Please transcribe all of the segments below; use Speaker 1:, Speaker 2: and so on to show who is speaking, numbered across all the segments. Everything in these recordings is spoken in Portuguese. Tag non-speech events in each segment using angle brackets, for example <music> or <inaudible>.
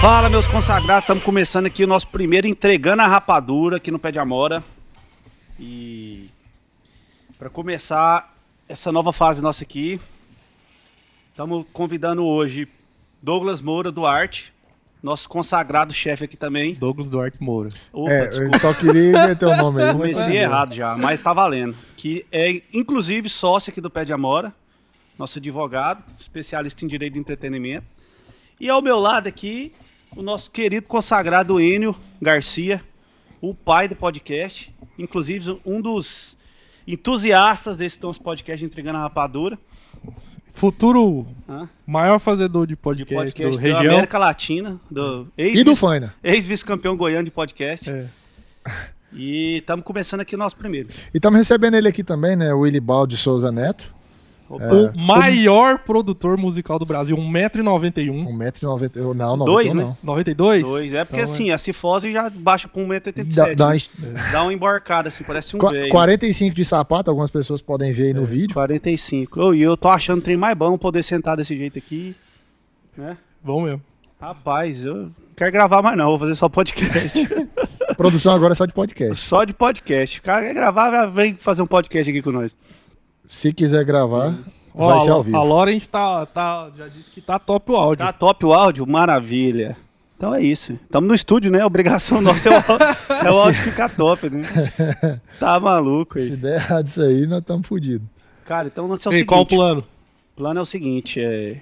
Speaker 1: Fala, meus consagrados, estamos começando aqui o nosso primeiro Entregando a Rapadura aqui no Pé de Amora. E para começar essa nova fase nossa aqui, estamos convidando hoje Douglas Moura Duarte, nosso consagrado chefe aqui também.
Speaker 2: Douglas Duarte Moura.
Speaker 1: Opa,
Speaker 3: é,
Speaker 1: desculpa.
Speaker 3: eu só queria inventar o nome aí. mas tá
Speaker 1: Comecei
Speaker 3: bom.
Speaker 1: errado já, mas tá valendo. Que é, inclusive, sócio aqui do Pé de Amora, nosso advogado, especialista em direito de entretenimento. E ao meu lado aqui, o nosso querido consagrado Enio Garcia, o pai do podcast, inclusive um dos entusiastas desse nosso podcast Entregando a Rapadura.
Speaker 2: Futuro
Speaker 1: né?
Speaker 2: maior fazedor de
Speaker 1: De
Speaker 2: podcast,
Speaker 1: podcast
Speaker 2: é do
Speaker 1: da
Speaker 2: região.
Speaker 1: América Latina, do ex-
Speaker 3: E do Faina.
Speaker 1: ex-vice-campeão goiano de podcast.
Speaker 2: É.
Speaker 1: E estamos começando aqui o nosso primeiro.
Speaker 3: E estamos recebendo ele aqui também, né? O Ilibaldi Souza Neto.
Speaker 1: Opa.
Speaker 3: É.
Speaker 2: O maior produtor musical do Brasil, 1,91m.
Speaker 3: 1,90m. Não, não, um
Speaker 1: Dois, né?
Speaker 3: não.
Speaker 2: 92?
Speaker 1: Dois. É porque
Speaker 2: Então,
Speaker 1: assim, a cifose já baixa pra
Speaker 3: Dá,
Speaker 1: 1,87m.
Speaker 3: dá
Speaker 1: Dá,
Speaker 3: umas-
Speaker 1: né? dá uma embarcada, assim, parece um
Speaker 3: qua-
Speaker 1: velho.
Speaker 3: 45 de sapato, algumas pessoas podem ver aí
Speaker 1: É,
Speaker 3: no vídeo.
Speaker 1: 45. Ô, E eu, tô achando o trem mais bom poder sentar desse jeito aqui. Né?
Speaker 2: Bom mesmo.
Speaker 1: Rapaz, eu não quero gravar mais não, vou fazer só podcast.
Speaker 3: Produção agora é só de podcast.
Speaker 1: só de podcast. O cara quer gravar, vem fazer um podcast aqui com nós.
Speaker 3: Se quiser gravar,
Speaker 1: Hum.
Speaker 2: Ó,
Speaker 3: vai
Speaker 2: a,
Speaker 3: ser ao vivo.
Speaker 2: a Lawrence tá, tá- já disse que tá top o áudio.
Speaker 1: Tá top o áudio? Maravilha. Então é isso. Estamos no estúdio, né? Obrigação nossa é o áudio, é o áudio ficar top, né? Tá maluco
Speaker 3: Se
Speaker 1: aí.
Speaker 3: der errado isso aí, nós estamos fodidos.
Speaker 1: Cara, então nós é o
Speaker 2: e
Speaker 1: seguinte.
Speaker 2: qual o plano?
Speaker 1: O plano é o seguinte, é...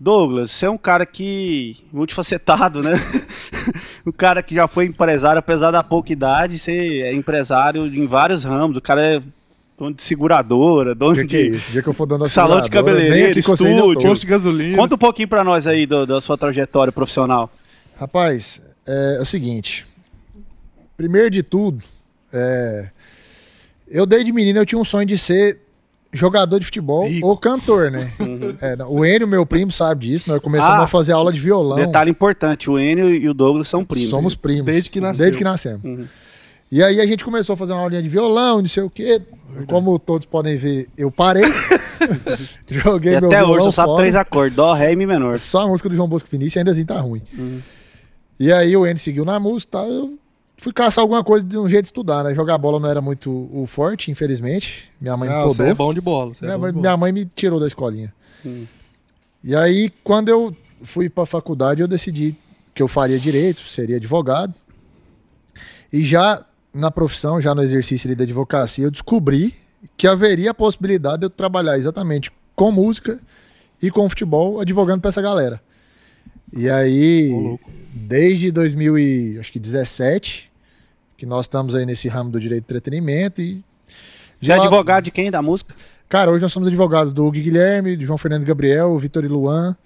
Speaker 1: Douglas, você é um cara que. multifacetado, né? <laughs> um cara que já foi empresário, apesar da pouca idade, você é empresário em vários ramos. O cara é dono de seguradora, dono
Speaker 3: O que, que é
Speaker 1: de.
Speaker 3: isso? O dia que eu for dando a
Speaker 1: Salão de
Speaker 3: seguradora,
Speaker 1: cabeleireiro,
Speaker 3: nem aqui com vocês eu tô.
Speaker 1: estúdio.
Speaker 2: Posto de gasolina.
Speaker 1: Conta um pouquinho pra nós aí do- da sua trajetória profissional.
Speaker 3: Rapaz, é, é o seguinte. Primeiro de tudo, é, eu desde menino eu tinha um sonho de ser jogador de futebol
Speaker 2: Rico.
Speaker 3: ou cantor,
Speaker 1: <laughs>
Speaker 3: né? É, não, o Enio, meu primo, sabe disso. Nós começamos
Speaker 1: Uhum. Ah,
Speaker 3: a fazer aula de violão.
Speaker 1: Detalhe importante: o Enio e o Douglas são primos.
Speaker 3: Somos primos.
Speaker 2: Desde que nasceu.
Speaker 3: Desde que nascemos.
Speaker 1: Uhum.
Speaker 3: E aí a gente começou a fazer uma aulinha de violão, não sei o quê. Como todos podem ver,
Speaker 1: <laughs>
Speaker 3: eu parei. <laughs>
Speaker 1: E
Speaker 3: Joguei meu
Speaker 1: até
Speaker 3: violão
Speaker 1: hoje, só sabe
Speaker 3: fora.
Speaker 1: três acordes: Dó, Ré e Mi menor.
Speaker 3: Só a música do João Bosco Vinícius, ainda assim tá ruim.
Speaker 1: Uhum.
Speaker 3: E aí o N seguiu na música, tá? eu fui caçar alguma coisa de um jeito de estudar, né? Jogar bola não era muito o forte, infelizmente. Minha mãe
Speaker 2: Não,
Speaker 3: me
Speaker 2: você
Speaker 3: podou.
Speaker 2: é bom de bola. você é
Speaker 3: minha,
Speaker 2: bom
Speaker 3: mãe,
Speaker 2: de bola.
Speaker 3: minha mãe me tirou da escolinha.
Speaker 1: Hum.
Speaker 3: E aí, quando eu fui pra faculdade, eu decidi que eu faria direito, seria advogado. E já na profissão, já no exercício ali da advocacia, eu descobri que haveria a possibilidade de eu trabalhar exatamente com música e com futebol, advogando pra essa galera. E aí,
Speaker 2: Ô, louco.
Speaker 3: desde 2017, que nós estamos aí nesse ramo do direito de entretenimento e
Speaker 1: Você é
Speaker 3: Lá-
Speaker 1: advogado de quem? Da música?
Speaker 3: Cara, hoje nós somos advogados do Hugo Guilherme, do João Fernando Gabriel, Vitor e Luan,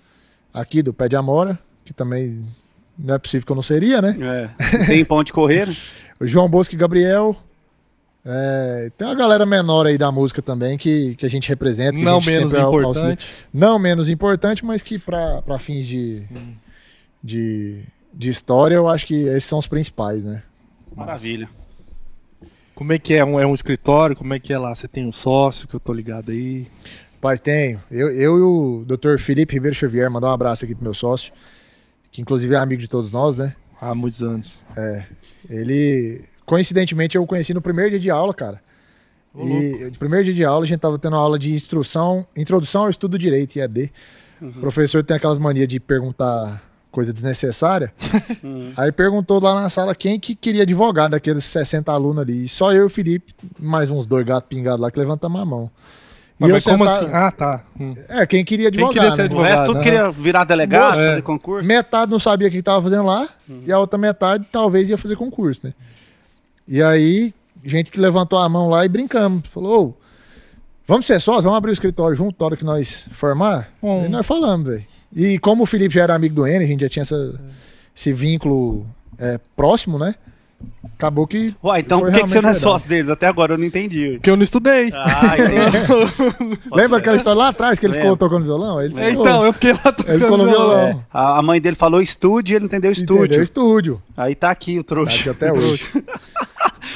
Speaker 3: aqui do Pé de Amora, que também não é possível que eu não seria, né?
Speaker 1: É. Tem pão de correr? né?
Speaker 3: O João Bosco e Gabriel. É, tem uma galera menor aí da música também que, que a gente representa. que a
Speaker 2: Não
Speaker 3: gente
Speaker 2: menos
Speaker 3: sempre é au- auxilia.
Speaker 2: importante.
Speaker 3: Não menos importante, mas que pra pra fins de, de, de história eu acho que esses são os principais, né?
Speaker 1: Maravilha.
Speaker 2: Como é que é? Um, é um escritório? Como é que é lá? Você tem um sócio que eu tô ligado aí?
Speaker 3: Paz, tenho. Eu, eu e o Dr. Felipe Ribeiro Xavier, mandar um abraço aqui pro meu sócio, que inclusive é amigo de todos nós, né?
Speaker 2: Há muitos anos.
Speaker 3: Ele, coincidentemente, eu o conheci no primeiro dia de aula, cara.
Speaker 2: Ô,
Speaker 3: e no primeiro dia de aula, a gente tava tendo uma aula de instrução, introdução ao estudo do direito, IAD.
Speaker 2: Uhum.
Speaker 3: O professor tem aquelas manias de perguntar
Speaker 2: <laughs>
Speaker 3: coisa desnecessária. Uhum.
Speaker 1: Hum.
Speaker 3: Aí perguntou lá na sala quem que queria advogar daqueles 60 alunos ali. E só eu e o Felipe, mais uns dois gatos pingados lá que levantamos a mão. E
Speaker 2: Mas,
Speaker 3: eu
Speaker 2: mas como
Speaker 3: sentado-
Speaker 2: assim? Ah, tá. Hum.
Speaker 3: É, quem queria
Speaker 2: Quem
Speaker 3: advogar.
Speaker 2: queria ser
Speaker 3: né?
Speaker 2: advogado?
Speaker 1: O resto tudo
Speaker 2: né?
Speaker 1: queria virar delegado,
Speaker 2: É.
Speaker 1: fazer concurso.
Speaker 3: Metade não sabia o que estava fazendo lá,
Speaker 2: Uhum.
Speaker 3: e a outra metade talvez ia fazer concurso, né? E aí, gente que levantou a mão lá e brincamos. Falou, "Ô, vamos ser sós, vamos abrir o escritório junto na hora que nós formar?
Speaker 2: Hum.
Speaker 3: E nós falamos, velho. E como o Felipe já era amigo do N, a gente já tinha essa-
Speaker 2: É.
Speaker 3: esse vínculo é, próximo, né? Acabou que.
Speaker 1: Ué, então
Speaker 3: Foi
Speaker 1: por que, que você não é
Speaker 3: realmente
Speaker 1: sócio deles? Até agora eu não entendi.
Speaker 2: Porque eu não estudei.
Speaker 1: Ah, entendi.
Speaker 3: <laughs> Lembra aquela história lá atrás que ele ficou
Speaker 1: Lembro.
Speaker 3: tocando violão? Ele
Speaker 2: É,
Speaker 3: ficou-
Speaker 2: então, eu fiquei lá tocando
Speaker 3: ele ficou no
Speaker 2: violão.
Speaker 3: violão.
Speaker 1: É, a a mãe dele falou estúdio e ele entendeu
Speaker 3: Entendeu? É
Speaker 1: estúdio.
Speaker 3: Estúdio.
Speaker 1: Aí tá aqui o
Speaker 2: <laughs>
Speaker 3: Tá
Speaker 1: trouxa.
Speaker 3: aqui até hoje.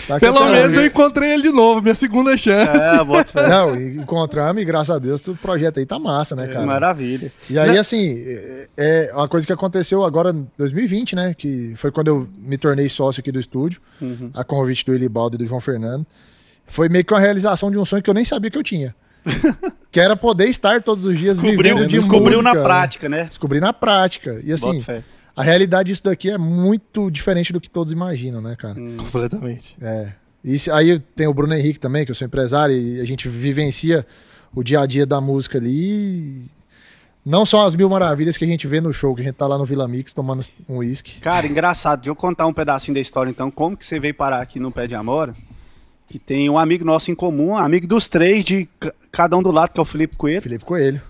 Speaker 3: Tá aqui
Speaker 2: Pelo
Speaker 3: até
Speaker 2: menos
Speaker 3: hoje.
Speaker 2: eu encontrei ele de novo, minha segunda chance.
Speaker 1: <laughs> É, bota fé.
Speaker 3: Não, e encontramos e graças a Deus o projeto aí tá massa,
Speaker 1: É
Speaker 3: né, <laughs> cara?
Speaker 1: Maravilha.
Speaker 3: E aí, assim, é- é uma coisa que aconteceu agora em 2020, né? Que foi quando eu me tornei sócio aqui do estúdio,
Speaker 1: Uhum.
Speaker 3: a convite do Ilibaldo e do João Fernando. Foi meio que uma realização de um sonho que eu nem sabia que eu tinha.
Speaker 1: <laughs>
Speaker 3: que era poder estar todos os dias
Speaker 1: Descobriu,
Speaker 3: vivendo de
Speaker 1: descobriu na
Speaker 3: música, né?
Speaker 1: prática, né?
Speaker 3: Descobri na prática. E assim,
Speaker 1: Bota fé.
Speaker 3: a realidade disso daqui é muito diferente do que todos imaginam, né, cara?
Speaker 1: Ah.
Speaker 2: Completamente.
Speaker 3: É. E se- aí tem o Bruno Henrique também, que eu sou empresário, e a gente vivencia o dia a dia da música ali. e Não são as mil maravilhas que a gente vê no show, que a gente tá lá no Vila Mix tomando um uísque.
Speaker 1: Cara, engraçado, deixa eu contar um pedacinho da história então, como que você veio parar aqui no Pé de Amora, que tem um amigo nosso em comum, amigo dos três, de ca- cada um do lado, que é o Felipe Coelho,
Speaker 3: Felipe Coelho.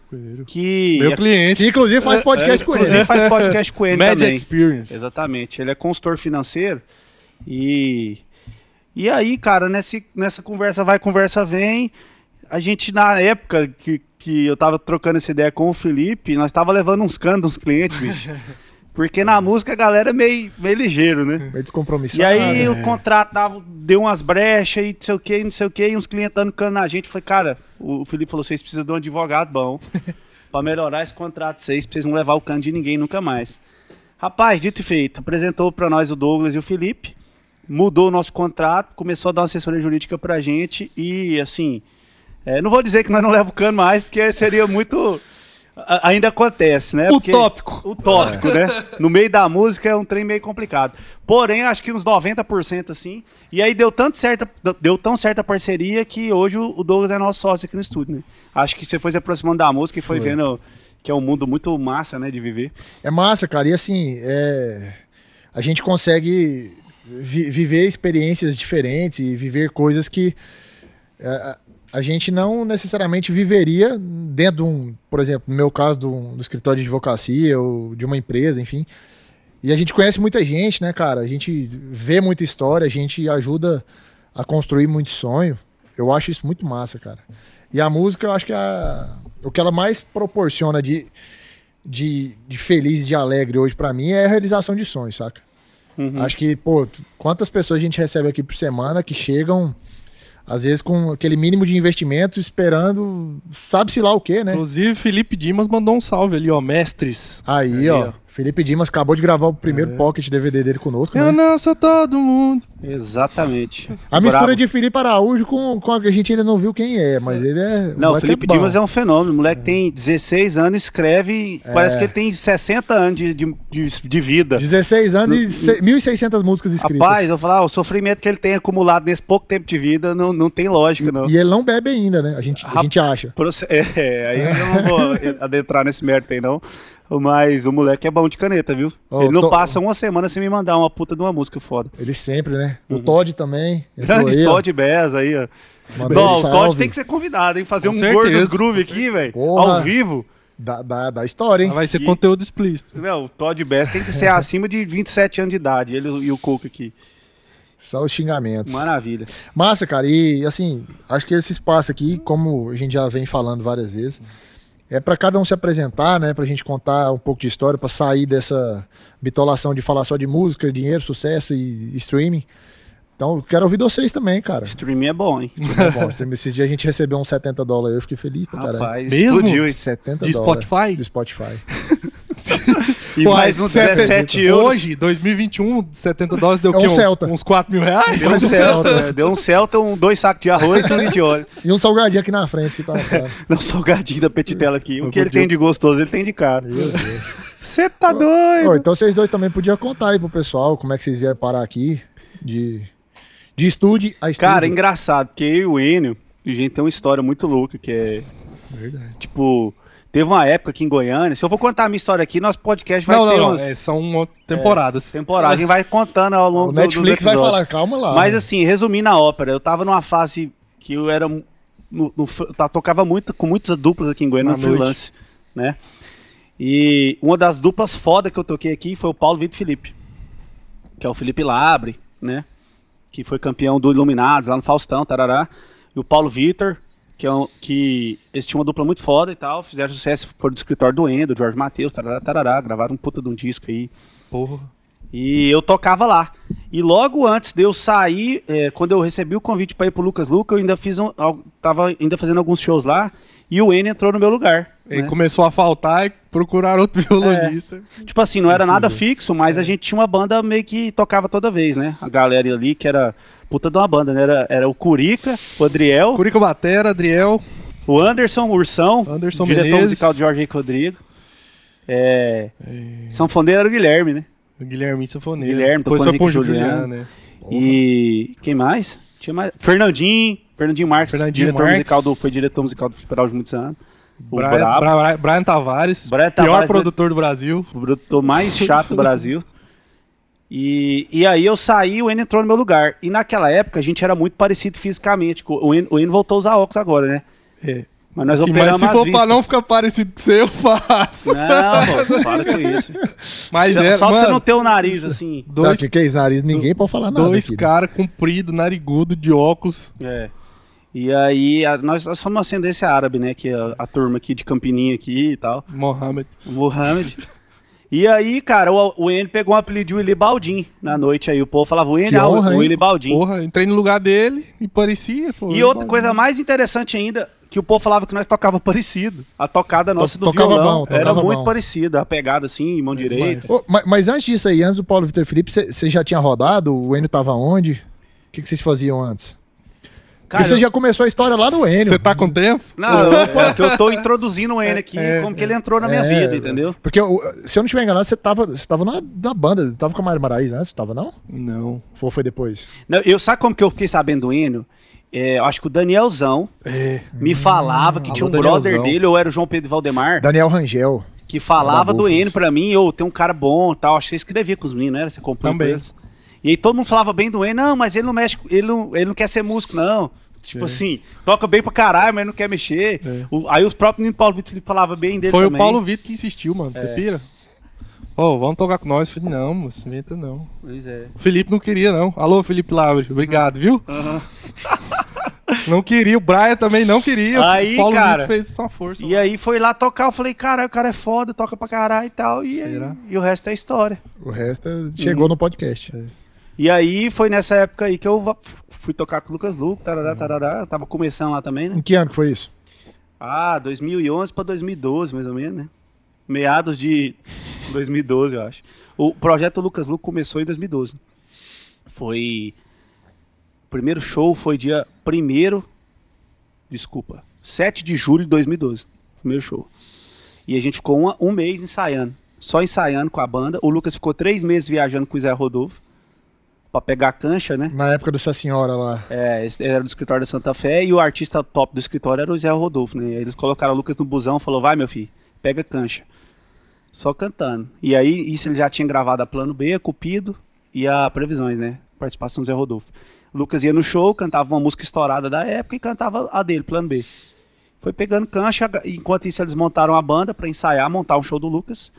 Speaker 1: que é
Speaker 2: Meu
Speaker 3: Que
Speaker 2: cliente.
Speaker 3: inclusive faz é podcast com
Speaker 1: inclusive
Speaker 3: ele.
Speaker 1: faz podcast com ele
Speaker 2: Magic
Speaker 1: também.
Speaker 2: Experience.
Speaker 1: Exatamente, ele é consultor financeiro e e aí, cara, nessa, nessa conversa vai, conversa vem, a gente na época que, que eu tava trocando essa ideia com o Felipe, nós tava levando uns cantos, uns clientes, bicho. Porque na música a galera é meio, meio ligeiro, né?
Speaker 3: Meio
Speaker 1: E
Speaker 3: descompromissado.
Speaker 1: aí o contrato dava- deu umas brechas e não sei o que, não sei o que, e uns clientes dando cano na gente. Falei, cara, o Felipe falou, vocês precisam de um advogado bom pra melhorar esse contrato, de vocês pra vocês não levar o cano de ninguém nunca mais. Rapaz, dito e feito, apresentou pra nós o Douglas e o Felipe, mudou o nosso contrato, começou a dar uma assessoria jurídica pra gente e, assim, é, não vou dizer que nós não levamos o cano mais, porque seria muito... a- Ainda acontece, né? Porque-
Speaker 2: Utópico.
Speaker 1: utópico, né? No meio da música é um trem meio complicado. Porém, acho que uns 90% assim. E aí deu tanto certa, deu tão certa parceria que hoje o o Douglas é nosso sócio aqui no estúdio, né? Acho que você foi se aproximando da música e foi, vendo que é um mundo muito massa, né, de viver.
Speaker 3: É massa, cara. E assim, é... a gente consegue vi- viver experiências diferentes e viver coisas que é, a- a gente não necessariamente viveria dentro de um, por exemplo, no meu caso, de um- do escritório de advocacia ou de uma empresa, enfim. E a gente conhece muita gente, né, cara? A gente vê muita história, a gente ajuda a construir muito sonho. Eu acho isso muito massa, cara. E a música, eu acho que é a, o que ela mais proporciona de, de, de feliz e de alegre hoje pra mim é a realização de sonhos, saca? Acho que, pô, quantas pessoas a gente recebe aqui por semana que chegam, às vezes, com aquele mínimo de investimento, esperando, sabe-se lá o quê, né?
Speaker 2: Inclusive, Felipe Dimas mandou um salve ali, ó. Mestres.
Speaker 3: Aí,
Speaker 2: Aí,
Speaker 3: ó,
Speaker 2: ó.
Speaker 3: Felipe Dimas acabou de gravar o primeiro pocket DVD dele conosco. né?
Speaker 2: Eu não sou todo mundo.
Speaker 1: Exatamente.
Speaker 3: A mistura de Felipe Araújo com, com a que a gente ainda não viu quem é, mas ele é.
Speaker 1: Não, o
Speaker 3: moleque
Speaker 1: Felipe
Speaker 3: bom.
Speaker 1: Dimas é um fenômeno. O moleque tem 16 anos, escreve, parece que ele tem 60 anos de, de, de- de vida.
Speaker 3: 16 anos e se- 1.600 músicas escritas.
Speaker 1: Rapaz, eu falar, o sofrimento que ele tem acumulado nesse pouco tempo de vida não, não tem lógica, não.
Speaker 3: E ele não bebe ainda, né? A gente, a
Speaker 1: Rap-
Speaker 3: gente acha.
Speaker 1: Proce- <laughs> É, aí eu não vou <laughs> adentrar nesse mérito aí, não. Mas o moleque é bom de caneta, viu?
Speaker 3: Ô,
Speaker 1: Ele não
Speaker 3: tô-
Speaker 1: passa uma semana sem me mandar uma puta de uma música foda.
Speaker 3: Ele sempre, né? O Todd também. entrou
Speaker 1: Uhum. Grande
Speaker 3: aí, ó,
Speaker 1: Todd Bez aí, ó.
Speaker 3: mandou um
Speaker 1: Não, o
Speaker 3: salve.
Speaker 1: Todd tem que ser convidado, hein? Fazer
Speaker 2: Com
Speaker 1: um
Speaker 2: certeza.
Speaker 1: Gordos Groove aqui, velho.
Speaker 3: Porra.
Speaker 1: Ao vivo.
Speaker 3: Da, da, da história, hein?
Speaker 2: Ah, Vai ser
Speaker 1: E-
Speaker 2: conteúdo explícito.
Speaker 1: Não, o Todd Bez tem que ser acima de 27 anos de idade, ele e o Coco aqui.
Speaker 3: Só os xingamentos.
Speaker 1: Maravilha.
Speaker 3: Massa, cara. E assim, acho que esse espaço aqui, como a gente já vem falando várias vezes, é pra cada um se apresentar, né? Pra gente contar um pouco de história, pra sair dessa bitolação de falar só de música, dinheiro, sucesso e streaming. Então, eu quero ouvir de vocês também, cara.
Speaker 1: Streaming é bom, hein? <laughs>
Speaker 3: É bom, streaming. Esse dia a gente recebeu uns 70 dólares, eu fiquei feliz pra caralho.
Speaker 1: Rapaz,
Speaker 2: Mesmo?
Speaker 1: explodiu, hein?
Speaker 3: 70
Speaker 2: De
Speaker 3: dólares.
Speaker 2: Spotify?
Speaker 3: Do Spotify.
Speaker 1: E
Speaker 2: Pô,
Speaker 1: mais uns
Speaker 2: 70
Speaker 1: 17 euros.
Speaker 2: Hoje, 2021, 70 dólares deu o
Speaker 3: É um
Speaker 2: quê? Uns-
Speaker 3: Celta.
Speaker 2: Uns, 4 mil reais?
Speaker 1: Deu um
Speaker 3: Mais um Celta.
Speaker 1: Celta, né? deu um Celta, um, dois sacos de arroz e um litro de óleo.
Speaker 3: E um salgadinho aqui na frente que tá. cara.
Speaker 1: <laughs> Não, salgadinho da petitela aqui. O
Speaker 2: Eu
Speaker 1: que ele
Speaker 2: podia-
Speaker 1: tem de gostoso, ele tem de cara.
Speaker 3: Meu Deus.
Speaker 1: Você tá
Speaker 3: Ô,
Speaker 1: doido?
Speaker 3: então vocês dois também podiam contar aí pro pessoal como é que vocês vieram parar aqui de, de estúdio a estúdio.
Speaker 1: Cara, engraçado, porque eu e o Enio, a gente tem uma história muito louca, que é,
Speaker 3: Verdade.
Speaker 1: tipo, teve uma época aqui em Goiânia, se eu for contar a minha história aqui, nosso podcast vai
Speaker 2: Não, não,
Speaker 1: ter
Speaker 2: não.
Speaker 1: umas
Speaker 2: É, são uma- temporadas.
Speaker 1: temporadas, a gente vai contando ao longo
Speaker 3: O
Speaker 1: do- do
Speaker 3: Netflix vai
Speaker 1: episódio.
Speaker 3: falar, calma lá.
Speaker 1: Mas
Speaker 3: né?
Speaker 1: assim, resumindo a ópera, eu tava numa fase que eu era. mu- No, no fr- tá- tocava muito com muitas duplas aqui em Goiânia
Speaker 2: Na
Speaker 1: no freelance, né? E uma das duplas foda que eu toquei aqui foi o Paulo Vitor Felipe, que é o Felipe Labre, né? Que foi campeão do Iluminados lá no Faustão, tarará. E o Paulo Vitor, que, é um, que eles tinham uma dupla muito foda e tal, fizeram sucesso, foram do escritório do Endo, Jorge Matheus, tarará, tarará, gravaram um puta de um disco aí.
Speaker 2: Porra.
Speaker 1: E eu tocava lá. E logo antes de eu sair, é, quando eu recebi o convite para ir pro Lucas Luca, eu ainda fiz um, al- tava ainda fazendo alguns shows lá e o N entrou no meu lugar.
Speaker 2: Ele
Speaker 1: né?
Speaker 2: começou a faltar e procuraram outro <laughs>
Speaker 3: É.
Speaker 2: violonista.
Speaker 1: Tipo assim, não era
Speaker 2: Precisou.
Speaker 1: nada fixo, mas a gente tinha uma banda meio que tocava toda vez, né? A galera ali que era puta de uma banda, né? Era, era o Curica, o Adriel,
Speaker 2: Curica Batera, Adriel.
Speaker 1: o Anderson Ursão,
Speaker 2: Anderson
Speaker 1: diretor
Speaker 2: Menezes.
Speaker 1: musical de Jorge Rodrigo. É, Sanfoneiro era o Guilherme, né?
Speaker 2: Guilherme Sanfoneiro.
Speaker 1: Guilherme,
Speaker 2: depois foi
Speaker 1: tocando
Speaker 2: pro
Speaker 1: Henrique
Speaker 2: Juliano,
Speaker 1: Juliano,
Speaker 2: né?
Speaker 1: E quem mais? Tinha mais. Fernandinho, Fernandinho Marques,
Speaker 2: Fernandinho
Speaker 1: diretor
Speaker 2: Marques.
Speaker 1: musical do, foi diretor musical do Fliperau de muitos anos. O
Speaker 2: Brian,
Speaker 1: brabo,
Speaker 2: Bra- Brian Tavares,
Speaker 1: Brian
Speaker 2: pior
Speaker 1: Tavares, né?
Speaker 2: produtor do Brasil.
Speaker 1: o produtor mais chato do
Speaker 2: <laughs>
Speaker 1: Brasil. E, e aí eu saí, o N entrou no meu lugar. E naquela época a gente era muito parecido fisicamente. O N, o N voltou a usar óculos agora, né?
Speaker 2: É.
Speaker 1: Mas nós
Speaker 2: Assim, mas
Speaker 1: operamos
Speaker 2: se
Speaker 1: às
Speaker 2: for pra
Speaker 1: vistas.
Speaker 2: não ficar parecido com você, eu faço. <laughs>
Speaker 1: Não, moço, para com isso.
Speaker 2: Mas
Speaker 1: Só-
Speaker 2: era,
Speaker 1: Só de
Speaker 2: mano,
Speaker 1: você não ter o nariz assim.
Speaker 3: Dois,
Speaker 2: dois,
Speaker 3: que, que é isso, nariz? Ninguém pode falar nada.
Speaker 2: dois
Speaker 3: aqui, né?
Speaker 2: caras comprido, narigudo, de óculos.
Speaker 1: É. E aí, a- nós, nós somos uma ascendência árabe, né? Que a, a turma aqui de Campininha aqui e tal.
Speaker 2: Mohamed.
Speaker 1: O Mohamed. E aí, cara, o, o N pegou um apelido de Willy Baldin na noite aí. O povo falava, o N
Speaker 3: Que
Speaker 1: é o
Speaker 3: honra, hein?
Speaker 1: Willy Baldin.
Speaker 2: Porra, entrei no lugar dele e parecia. pô,
Speaker 1: E outra
Speaker 2: igual-
Speaker 1: coisa mais interessante ainda, que o povo falava que nós tocava parecido. A tocada nossa do
Speaker 3: tocava
Speaker 1: violão
Speaker 3: bom,
Speaker 1: era
Speaker 3: tocava
Speaker 1: muito
Speaker 3: bom.
Speaker 1: parecida. A pegada assim, mão direita.
Speaker 3: Ô, ma- mas, antes disso aí, antes do Paulo Vitor Felipe, você já tinha rodado? O Enio tava onde? O que que vocês faziam antes?
Speaker 1: Cara,
Speaker 3: Porque você
Speaker 1: eu-
Speaker 3: já começou a história lá no Enio.
Speaker 2: Você tá com tempo?
Speaker 1: Não,
Speaker 3: <laughs>
Speaker 1: eu, é que eu tô introduzindo o N aqui,
Speaker 2: É,
Speaker 1: como que ele entrou na minha
Speaker 3: É,
Speaker 1: vida, entendeu?
Speaker 3: Porque, eu- se eu não tiver enganado, você tava, você tava na, na banda, você tava com a Mário Marais antes, tava não?
Speaker 2: Não.
Speaker 3: Ou foi depois?
Speaker 1: Não, eu, sabe como que eu fiquei sabendo do Enio? É, eu acho que o Danielzão
Speaker 2: É.
Speaker 1: me
Speaker 3: Hum,
Speaker 1: falava que
Speaker 2: alô,
Speaker 1: tinha um brother
Speaker 2: Danielzão.
Speaker 1: dele, ou era o João Pedro Valdemar,
Speaker 3: Daniel Rangel.
Speaker 1: que falava
Speaker 3: da
Speaker 1: do
Speaker 3: Wolfens.
Speaker 1: Enio pra mim, ou tem um cara bom e tal. Acho que você escrevia com os meninos, não era? Você acompanha com
Speaker 2: Também.
Speaker 1: eles. E aí todo mundo falava bem do Enio, não, mas ele não mexe, com- ele não, ele não quer ser músico, não. Tipo assim, toca bem pra caralho, mas não quer mexer.
Speaker 2: É.
Speaker 1: O- aí os próprios meninos do Paulo Vitor Felipe falavam bem dele
Speaker 2: Foi
Speaker 1: também. É.
Speaker 2: o Paulo Vitor que insistiu, mano. Você pira? Ô, vamos tocar com nós. Eu Falei, não, moço, inventa não.
Speaker 1: Pois é.
Speaker 2: O Felipe não queria, não. Alô, Felipe Labre, obrigado, viu? não queria, o Brian também não queria.
Speaker 1: Aí,
Speaker 2: o Paulo
Speaker 1: cara,
Speaker 2: Vitor fez uma força.
Speaker 1: E aí foi lá tocar, eu falei, caralho, o cara é foda, toca pra caralho e tal. E, aí-
Speaker 2: Será?
Speaker 1: e o resto é história.
Speaker 3: O resto é-
Speaker 1: Hum.
Speaker 3: chegou no podcast.
Speaker 1: E aí foi nessa época aí que eu va- fui tocar com o Lucas Luco, tarará,
Speaker 2: Uhum.
Speaker 1: tarará. eu Tava começando lá também, né?
Speaker 3: Em que ano que foi isso?
Speaker 1: Ah, 2011 pra 2012, mais ou menos, né? Meados de 2012, eu acho. O projeto Lucas Luco começou em 2012. Foi. O primeiro show foi dia 1 Desculpa. 7 de julho de 2012. Primeiro show. E a gente ficou uma- um mês ensaiando. Só ensaiando com a banda. O Lucas ficou três meses viajando com o Zé Rodolfo. Pra pegar a cancha, né?
Speaker 3: Na época do Essa Senhora lá.
Speaker 1: É, esse era do escritório da Santa Fé e o artista top do escritório era o Zé Rodolfo, né? Eles colocaram o Lucas no busão, falou: "Vai, meu filho, pega cancha". Só cantando. E aí isso ele já tinha gravado a Plano B, a Cupido e a Previsões, né? Participação do Zé Rodolfo. O Lucas ia no show, cantava uma música estourada da época e cantava a dele, Plano B. Foi pegando cancha, enquanto isso eles montaram a banda pra ensaiar, montar um show do Lucas.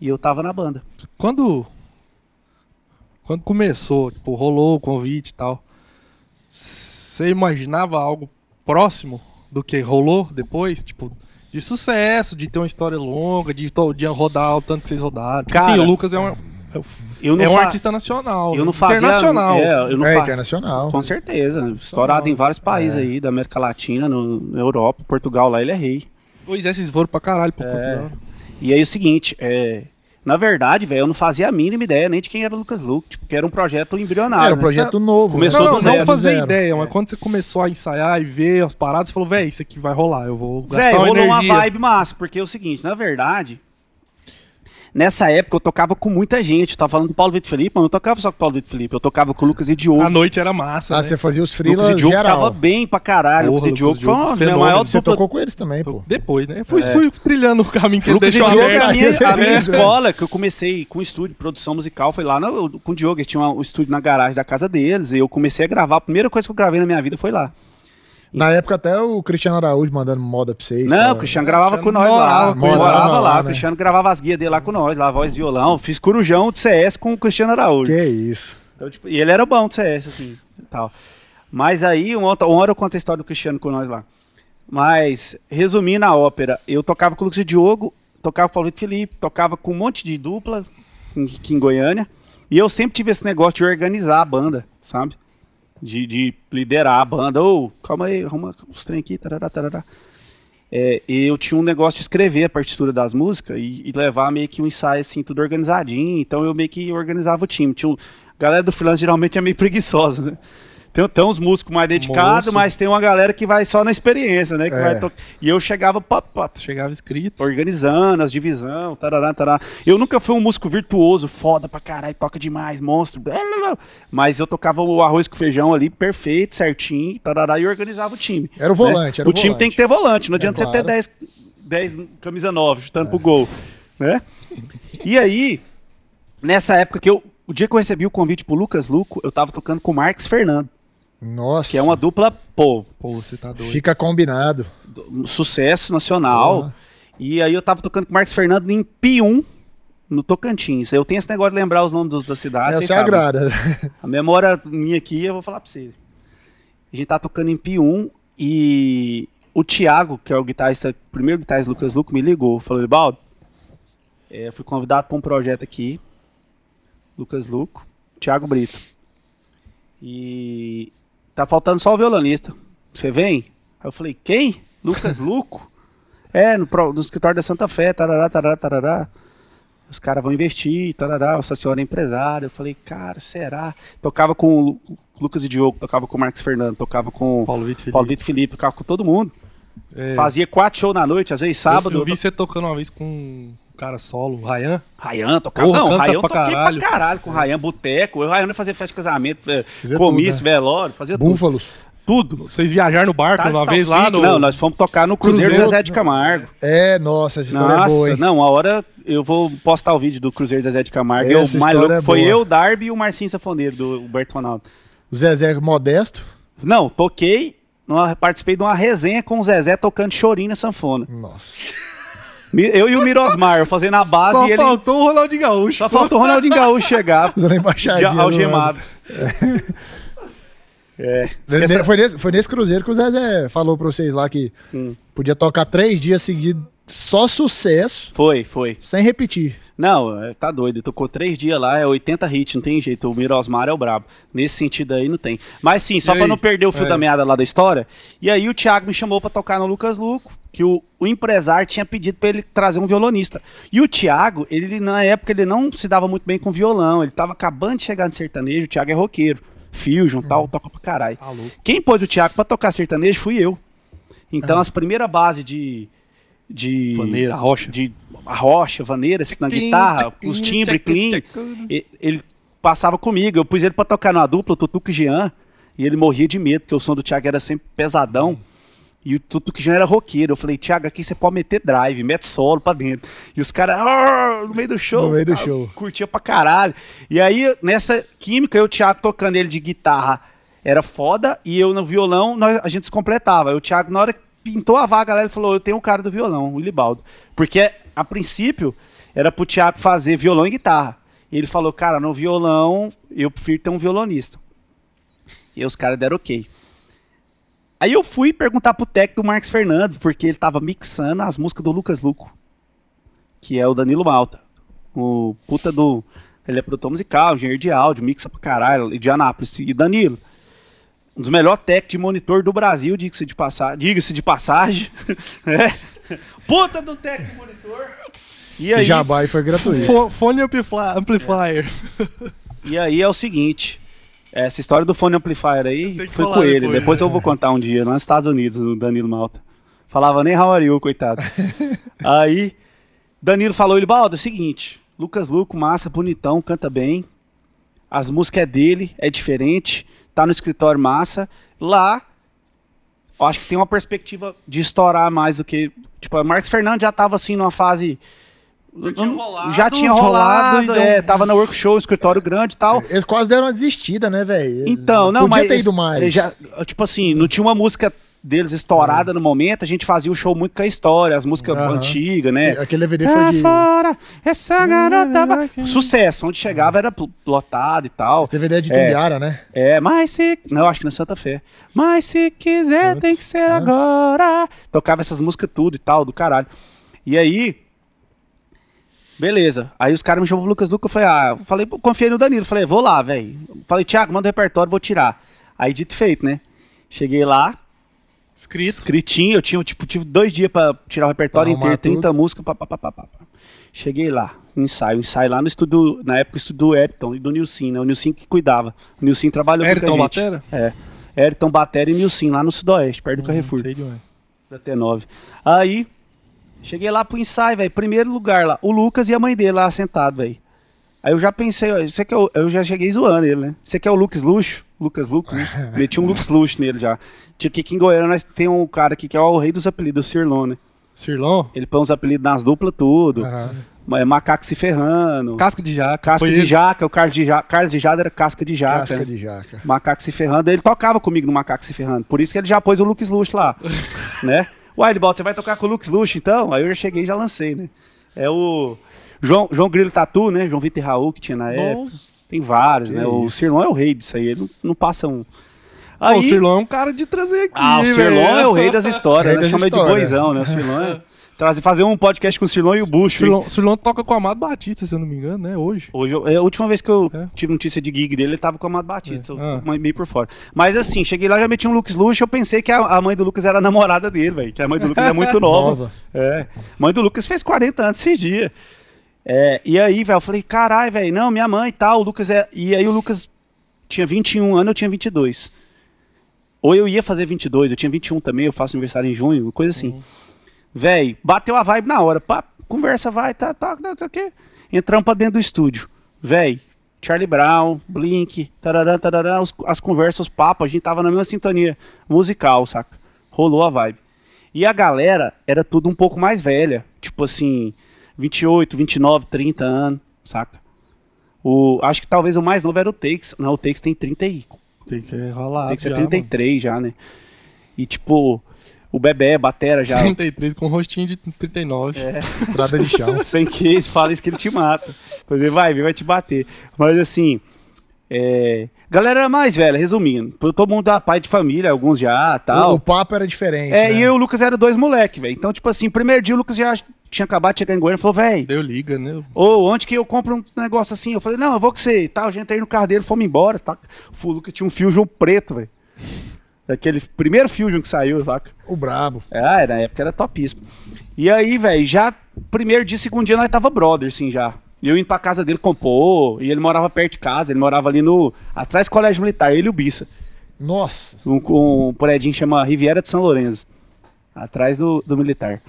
Speaker 1: E eu tava na banda.
Speaker 2: Quando. Quando começou, tipo, rolou o convite e tal. Você imaginava algo próximo do que rolou depois? Tipo, de sucesso, de ter uma história longa, de todo dia rodar o tanto que vocês rodaram. Tipo,
Speaker 1: Cara,
Speaker 2: sim, o Lucas é um,
Speaker 1: Eu não
Speaker 2: é um
Speaker 1: fa-
Speaker 2: artista nacional.
Speaker 1: eu não fazia,
Speaker 2: Internacional.
Speaker 1: É, eu não
Speaker 3: é,
Speaker 1: fa-
Speaker 3: internacional.
Speaker 1: Com certeza. Estourado em vários países aí, da América Latina, no, na Europa, Portugal, lá ele é rei.
Speaker 2: Pois é, vocês foram pra caralho pro Portugal.
Speaker 1: E aí o seguinte, é. Na verdade, velho, eu não fazia a mínima ideia nem de quem era o Lucas Luke, tipo, porque era um projeto embrionário.
Speaker 3: Era um
Speaker 1: né?
Speaker 3: projeto novo.
Speaker 1: Começou
Speaker 3: né?
Speaker 2: não,
Speaker 1: do
Speaker 2: não,
Speaker 1: zero,
Speaker 2: não fazer
Speaker 3: zero.
Speaker 2: ideia, mas quando você começou a ensaiar e ver as paradas, você falou, véi, isso aqui vai rolar, eu vou gastar
Speaker 1: Velho,
Speaker 2: uma
Speaker 1: rolou uma
Speaker 2: energia.
Speaker 1: vibe massa, porque é o seguinte, na verdade, nessa época eu tocava com muita gente. Eu tava falando do Paulo Vitor Felipe, mas eu não tocava só com o Paulo Vitor Felipe, eu tocava com o Lucas e Diogo.
Speaker 2: A noite era massa,
Speaker 3: Ah,
Speaker 2: né?
Speaker 3: você fazia os
Speaker 1: Lucas e
Speaker 3: freelas
Speaker 1: Diogo tava
Speaker 3: geral.
Speaker 1: bem pra caralho.
Speaker 2: Porra,
Speaker 1: Lucas e
Speaker 2: Lucas e
Speaker 1: Diogo foi
Speaker 2: Diogo,
Speaker 1: uma minha
Speaker 2: fenômeno.
Speaker 1: maior
Speaker 3: Você
Speaker 1: dupla
Speaker 3: tocou com eles também, pô.
Speaker 2: Depois, né? Eu fui, fui trilhando o caminho que
Speaker 1: É. Lucas assim,
Speaker 2: ele deixou
Speaker 1: e Diogo,
Speaker 2: aberto.
Speaker 1: a minha,
Speaker 2: <laughs>
Speaker 1: a minha
Speaker 2: É.
Speaker 1: escola, que eu comecei com estúdio, produção musical, foi lá no- com o Diogo. Eles tinham um estúdio na garagem da casa deles e eu comecei a gravar. A primeira coisa que eu gravei na minha vida foi lá.
Speaker 3: Na época até o Cristiano Araújo mandando moda pra vocês.
Speaker 1: Não,
Speaker 3: pra-
Speaker 1: o Cristiano gravava
Speaker 2: Cristiano
Speaker 1: com nós lá.
Speaker 2: morava com
Speaker 1: Morava,
Speaker 3: nós
Speaker 1: lá.
Speaker 3: lá,
Speaker 1: O
Speaker 3: né?
Speaker 1: Cristiano gravava as guias dele lá com nós, lá, voz e violão. Fiz corujão de CS com o Cristiano Araújo.
Speaker 3: Que isso.
Speaker 1: Então, tipo, e ele era bom de CS, assim, e tal. Mas aí, uma, outra- uma hora eu conto a história do Cristiano com nós lá. Mas, resumindo a ópera, eu tocava com o Lucas e Diogo, tocava com o Paulo Vitor Felipe, tocava com um monte de dupla em- aqui em Goiânia. E eu sempre tive esse negócio de organizar a banda, sabe? De, de liderar a banda. Ô, calma aí, arruma os trem aqui, tarará, tarará. É, e eu tinha um negócio de escrever a partitura das músicas e, e levar meio que um ensaio assim, tudo organizadinho. Então eu meio que organizava o time. Tinha um... A galera do freelance geralmente é meio preguiçosa, né? Tem, tem uns músicos mais dedicados,
Speaker 2: Moço.
Speaker 1: mas tem uma galera que vai só na experiência, né? Que
Speaker 3: É.
Speaker 1: vai to- E eu chegava, pá, pá,
Speaker 2: Chegava escrito.
Speaker 1: organizando as divisão, tarará, tarará. Eu nunca fui um músico virtuoso, foda pra caralho, toca demais, monstro. blá, blá, blá. Mas eu tocava o arroz com feijão ali, perfeito, certinho, tarará, e organizava o time.
Speaker 3: Era o
Speaker 1: né?
Speaker 3: volante, era
Speaker 1: o
Speaker 3: o
Speaker 1: time
Speaker 3: volante.
Speaker 1: tem que ter volante, não adianta
Speaker 3: É,
Speaker 1: você ter
Speaker 3: claro. É.
Speaker 1: 10, 10 camisa 9 chutando pro gol, né? E aí, nessa época que eu, o dia que eu recebi o convite pro Lucas Luco, eu tava tocando com o Marques Fernando,
Speaker 3: Nossa.
Speaker 1: que é uma dupla, pô,
Speaker 2: Pô, você tá doido.
Speaker 3: Fica combinado.
Speaker 1: um sucesso nacional.
Speaker 3: Porra.
Speaker 1: E aí eu tava tocando com o Marcos Fernando em Pium, no Tocantins. Eu tenho esse negócio de lembrar os nomes dos, da cidade.
Speaker 3: é,
Speaker 1: vocês
Speaker 3: você
Speaker 1: sabem. <laughs>
Speaker 3: agrada. <laughs>
Speaker 1: A memória minha aqui, eu vou falar pra você. A gente tá tocando em Pium e o Thiago, que é o guitarrista, o primeiro guitarrista Lucas Luco, me ligou. Falou, Libaldo, é, eu fui convidado pra um projeto aqui. Lucas Luco, Thiago Brito. E tá faltando só o violonista. Você vem? Aí eu falei, quem? Lucas Luco? é, no, pro- no escritório da Santa Fé, tarará, tarará, tarará. Os caras vão investir, tarará, essa senhora é empresária. Eu falei, cara, será? Tocava com o Lu- Lucas e Diogo, tocava com o Marcos Fernando, tocava com
Speaker 2: Paulo Vitor Felipe.
Speaker 1: Paulo Vitor Felipe, tocava com todo mundo.
Speaker 2: É,
Speaker 1: Fazia quatro shows na noite, às vezes sábado.
Speaker 2: Eu, eu vi você tocando uma vez com um cara solo, o Ryan.
Speaker 1: Ryan tocava.
Speaker 2: Porra,
Speaker 1: não,
Speaker 2: canta
Speaker 1: Ryan
Speaker 2: pra
Speaker 1: toquei
Speaker 2: caralho.
Speaker 1: pra caralho com o Ryan, boteco. O Ryan fazia festa de casamento, eh,
Speaker 3: Fazia
Speaker 1: comício,
Speaker 3: tudo, né?
Speaker 1: velório, fazia
Speaker 3: Búfalos.
Speaker 1: tudo. Tudo.
Speaker 2: Vocês viajaram no barco uma vez lá no.
Speaker 1: Não, nós fomos tocar no Cruzeiro, do
Speaker 3: Cruzeiro-
Speaker 1: Zezé de Camargo.
Speaker 3: É, nossa, essa história
Speaker 1: Nossa,
Speaker 3: é boa, hein?
Speaker 1: não, a hora eu vou postar o vídeo do Cruzeiro do Zezé de Camargo. Eu,
Speaker 3: Essa
Speaker 1: mais
Speaker 3: história
Speaker 1: louco,
Speaker 3: é
Speaker 1: foi
Speaker 3: boa.
Speaker 1: eu, Darby e o Marcinho Safoneiro, do Humberto Ronaldo.
Speaker 3: O Zezé modesto.
Speaker 1: Não, toquei, numa- participei de uma resenha com o Zezé tocando chorinho na sanfona.
Speaker 3: Nossa. <laughs>
Speaker 1: Mi- Eu e o Mirosmar, eu fazendo a base
Speaker 2: Só
Speaker 1: e ele.
Speaker 2: faltou o Ronaldinho Gaúcho.
Speaker 1: Só faltou o Ronaldinho Gaúcho chegar.
Speaker 3: Fazendo a embaixadinha.
Speaker 1: de
Speaker 3: do
Speaker 1: algemado.
Speaker 3: lado.
Speaker 1: <laughs> É.
Speaker 3: Ne-
Speaker 1: Esquece-
Speaker 3: Foi, nesse, foi nesse cruzeiro que o Zezé falou pra vocês lá que
Speaker 1: Hum.
Speaker 3: podia tocar três dias seguidos, só sucesso,
Speaker 1: Foi, foi.
Speaker 3: sem repetir.
Speaker 1: Não, é, tá doido. Tocou três dias lá, é 80 hits, não tem jeito. O Mirosmar é o brabo. Nesse sentido aí, não tem. Mas sim, só
Speaker 2: E
Speaker 1: pra
Speaker 2: aí?
Speaker 1: não perder o fio
Speaker 2: É.
Speaker 1: da meada lá da história. E aí o Thiago me chamou pra tocar no Lucas Luco, que o, o empresário tinha pedido pra ele trazer um violonista. E o Thiago, ele na época, ele não se dava muito bem com violão. Ele tava acabando de chegar no sertanejo, o Thiago é roqueiro. Fusion, tal, toca pra caralho.
Speaker 2: Tá louco.
Speaker 1: Quem pôs o Thiago pra tocar sertanejo fui eu. Então as primeiras bases de. De.
Speaker 2: Vaneira, rocha.
Speaker 1: De a rocha, vaneira, assim, na guitarra, os timbres clean. E- Ele passava comigo. Eu pus ele pra tocar numa dupla, o Tutuca e Jean. E ele morria de medo, porque o som do Thiago era sempre pesadão. E o Tutuca Jean era roqueiro. Eu falei, Thiago, aqui você pode meter drive, mete solo pra dentro. E os caras, "Ah", no meio do show.
Speaker 3: No meio do
Speaker 1: cara,
Speaker 3: show.
Speaker 1: Curtia pra caralho. E aí, nessa química, eu, o Thiago tocando ele de guitarra era foda. E eu no violão, nós- a gente se completava. Aí o Thiago, na hora que pintou a vaga, lá, ele falou: Eu tenho o cara do violão, o Libaldo. Porque, a princípio, era pro Thiago fazer violão e guitarra. E ele falou: Cara, no violão, eu prefiro ter um violonista. E os caras deram ok. Aí eu fui perguntar pro técnico do Marcos Fernando, porque ele tava mixando as músicas do Lucas Luco, que é o Danilo Malta. O puta do. Ele é produtor musical, engenheiro de áudio, mixa pra caralho, de Anápolis. E Danilo, um dos melhores técnicos de monitor do Brasil, diga-se de, passa... diga de passagem. <laughs> né? Puta do técnico de monitor. E
Speaker 3: Esse
Speaker 1: aí,
Speaker 3: jabá aí foi gratuito.
Speaker 2: Fo- Fone ampli- amplifier.
Speaker 1: E aí é o seguinte. Essa história do fone amplifier aí
Speaker 2: Tem que
Speaker 1: foi
Speaker 2: falar
Speaker 1: com ele.
Speaker 2: depois, né?
Speaker 1: Depois, eu vou contar um dia, lá nos Estados Unidos, o Danilo Malta. Falava nem how are you,
Speaker 2: <laughs>
Speaker 1: coitado. aí, Danilo falou, ele, Baldo, é o seguinte, Lucas Luco, massa, bonitão, canta bem. As músicas é dele, é diferente, tá no escritório massa. Lá, eu acho que tem uma perspectiva de estourar mais do que... Tipo, a Marcos Fernandes já tava assim numa fase... Já
Speaker 2: tinha rolado,
Speaker 1: já tinha
Speaker 2: rolado, então
Speaker 1: rolado,
Speaker 2: e deu-
Speaker 1: é, tava na workshop, escritório grande e tal.
Speaker 3: Eles quase deram uma desistida, né, velho?
Speaker 1: Então, não,
Speaker 3: É, Podia
Speaker 1: mas.
Speaker 3: ter ido mais.
Speaker 1: já- tipo assim, não tinha uma música deles estourada no momento, a gente fazia o show muito com a história, as músicas
Speaker 3: É. Aham.
Speaker 1: antigas, né?
Speaker 3: É. Aquele DVD
Speaker 1: Tá
Speaker 3: foi de. Hum, é.
Speaker 1: fora, essa garota. vai-
Speaker 2: sim.
Speaker 1: Sucesso, onde chegava era pl- lotado e tal.
Speaker 3: Esse DVD é de
Speaker 1: É.
Speaker 3: Tumbiara, né?
Speaker 1: É, mas se. Não, acho que na Santa Fé. Mas se quiser,
Speaker 2: Antes,
Speaker 1: tem que ser
Speaker 3: antes.
Speaker 1: agora. Tocava essas músicas tudo e tal, do caralho. E aí. Beleza. Aí os caras me chamam pro Lucas Duca, eu falei, ah, eu falei, confiei no Danilo, falei, vou lá, velho. Falei, Thiago, manda o repertório, vou tirar. Aí dito e feito, né? Cheguei lá,
Speaker 2: Escrito.
Speaker 1: escritinho, eu tinha, tipo, tive dois dias pra tirar o repertório
Speaker 3: Pra
Speaker 1: inteiro,
Speaker 3: arrumar
Speaker 1: 30 músicas, pá, pá, pá, pá, pá, pá. Cheguei lá, um ensaio, ensaio lá no estúdio, na época o estúdio do Eriton e do Nilson, né? O Nilson que cuidava. O Nilson trabalhou
Speaker 2: Ayrton
Speaker 1: com a gente.
Speaker 2: Batera? Hum,
Speaker 1: É. Eriton Batera e Nilson, lá no Sudoeste, perto do Carrefour
Speaker 2: Sei de onde.
Speaker 1: da T9. Aí, cheguei lá pro ensaio, velho. Primeiro lugar lá, o Lucas e a mãe dele lá sentado, velho. Aí eu já pensei, ó, você que é o- eu já cheguei zoando ele, né? Você que é o Lucas Luxo? Lucas Luco,
Speaker 2: <laughs>
Speaker 1: né? Meti um Lucas Luxo nele já. Tipo, que aqui em Goiânia nós tem um cara aqui que é o rei dos apelidos, o Cirlon, né?
Speaker 2: Cirlon?
Speaker 1: Ele põe uns apelidos nas duplas,
Speaker 2: Ah.
Speaker 1: tudo.
Speaker 3: Aham.
Speaker 1: Ma- é Macaco se ferrando.
Speaker 2: Casca de jaca.
Speaker 1: Casca
Speaker 2: Foi
Speaker 1: de
Speaker 2: ele.
Speaker 1: jaca, o Carlos de, ja Carlos de Jada era casca de jaca. né?
Speaker 3: Casca de jaca.
Speaker 1: Macaco se ferrando, ele tocava comigo no Macaco se ferrando. Por isso que ele já pôs o Lucas Luxo lá, né? Uai, Libaldo, você vai tocar com o Lucas Luxo então? Aí eu já cheguei e já lancei, né? É o João, João Grilo Tatu, né? João Vitor e Raul que tinha na época.
Speaker 2: Nossa.
Speaker 1: Tem vários,
Speaker 3: Que
Speaker 1: né? O
Speaker 3: isso.
Speaker 1: Cirlon é o rei disso aí, ele não, não passa um.
Speaker 2: Pô,
Speaker 1: Aí,
Speaker 2: O Cirlon é um cara de trazer aqui.
Speaker 1: ah, o
Speaker 2: velho.
Speaker 1: Cirlon é o rei
Speaker 2: <laughs>
Speaker 1: das histórias,
Speaker 3: Rei
Speaker 1: né?
Speaker 3: das
Speaker 1: Chama ele de
Speaker 3: histórias.
Speaker 1: boizão, né? O Cirlon
Speaker 3: <laughs>
Speaker 1: é... Trazer, fazer um podcast com o Cirlon e o Bucho. hein?
Speaker 2: Cirlon, Cirlon toca com o Amado Batista, se eu não me engano, né? Hoje.
Speaker 1: Hoje, eu- é a última vez que eu
Speaker 2: É.
Speaker 1: tive notícia de gig dele, ele tava com a Amado Batista,
Speaker 2: É.
Speaker 1: eu
Speaker 2: Ah.
Speaker 1: tô meio por fora. Mas assim, cheguei lá, já meti um Lucas Luxo, eu pensei que a, a mãe do Lucas era a namorada dele, velho, que a mãe do Lucas é muito nova.
Speaker 3: Nova.
Speaker 1: É, mãe do Lucas fez 40 anos esses dias. É, e aí, velho, eu falei, caralho, velho, não, minha mãe e tal, o Lucas é... E aí o Lucas tinha 21 anos, eu tinha 22. Ou eu ia fazer 22, eu tinha 21 também, eu faço aniversário em junho, coisa assim. Véi, bateu a vibe na hora. Pá, conversa, vai, tá, tá, não sei o quê. Entramos pra dentro do estúdio. Véi, Charlie Brown, Blink, tarará, tarará, os- as conversas, os papos, a gente tava na mesma sintonia musical, saca? Rolou a vibe. E a galera era tudo um pouco mais velha. Tipo assim, 28, 29, 30 anos, saca? O, acho que talvez o mais novo era o Takes. Não, o é Takes tem 30 e
Speaker 2: Tem que rolar.
Speaker 1: tem que ser
Speaker 2: Ah, já,
Speaker 1: 33 já, né? E tipo, o Bebé, Batera já,
Speaker 2: mano. 33 com rostinho de 39. É.
Speaker 3: Estrada de chão.
Speaker 1: <laughs> sem que eles fala isso que ele te mata. Pois ele vai vir, vai te bater. Mas assim, é... galera era mais velha, resumindo. Todo mundo da pai de família, alguns já,
Speaker 3: O,
Speaker 1: <laughs> tal.
Speaker 3: o papo era diferente.
Speaker 1: é,
Speaker 3: né?
Speaker 1: e eu e o Lucas era dois moleque, velho. Então, tipo assim, primeiro dia o Lucas já tinha acabado de chegar em Goiânia e falou, velho,
Speaker 2: Deu liga, né?
Speaker 1: Ou onde que eu compro um negócio assim? Eu falei, não, eu vou com você e tal. Já entrei no carro dele, fomos embora. Tá? O Lucas tinha um Fusion preto, velho. Daquele primeiro Fusion que saiu, saca?
Speaker 3: O brabo.
Speaker 1: Ah, era- na época era topíssimo. E aí, velho, já primeiro dia, segundo dia, nós tava brother, assim, já. E eu indo pra casa dele compor, e ele morava perto de casa, ele morava ali no. atrás do Colégio Militar, ele e o Bissa.
Speaker 3: Nossa.
Speaker 1: Um, um prédio que chama Riviera de São Lourenço. Atrás do, do militar.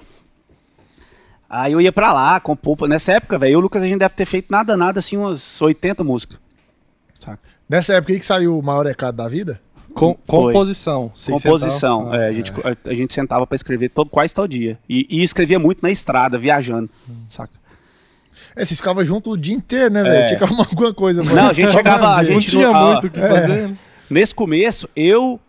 Speaker 1: Aí eu ia pra lá, compor. Nessa época, velho, eu e o Lucas a gente deve ter feito nada, nada, assim, umas 80 músicas. Saca?
Speaker 3: Nessa época aí que saiu o maior recado da vida?
Speaker 2: Com,
Speaker 1: Foi.
Speaker 2: composição. sem Ah.
Speaker 1: Composição.
Speaker 2: central.
Speaker 1: é, a, gente, a- a gente sentava pra escrever todo, quase todo dia. E, e escrevia muito na estrada, viajando. Saca?
Speaker 3: É, vocês ficavam juntos o dia inteiro, né, velho? Tinha que arrumar alguma coisa. pra-
Speaker 1: É. Não, a gente
Speaker 3: pra
Speaker 1: chegava- a
Speaker 3: fazer.
Speaker 2: Não
Speaker 1: gente
Speaker 2: tinha
Speaker 1: não- ah,
Speaker 2: muito o que fazer, né?
Speaker 1: Nesse começo, eu,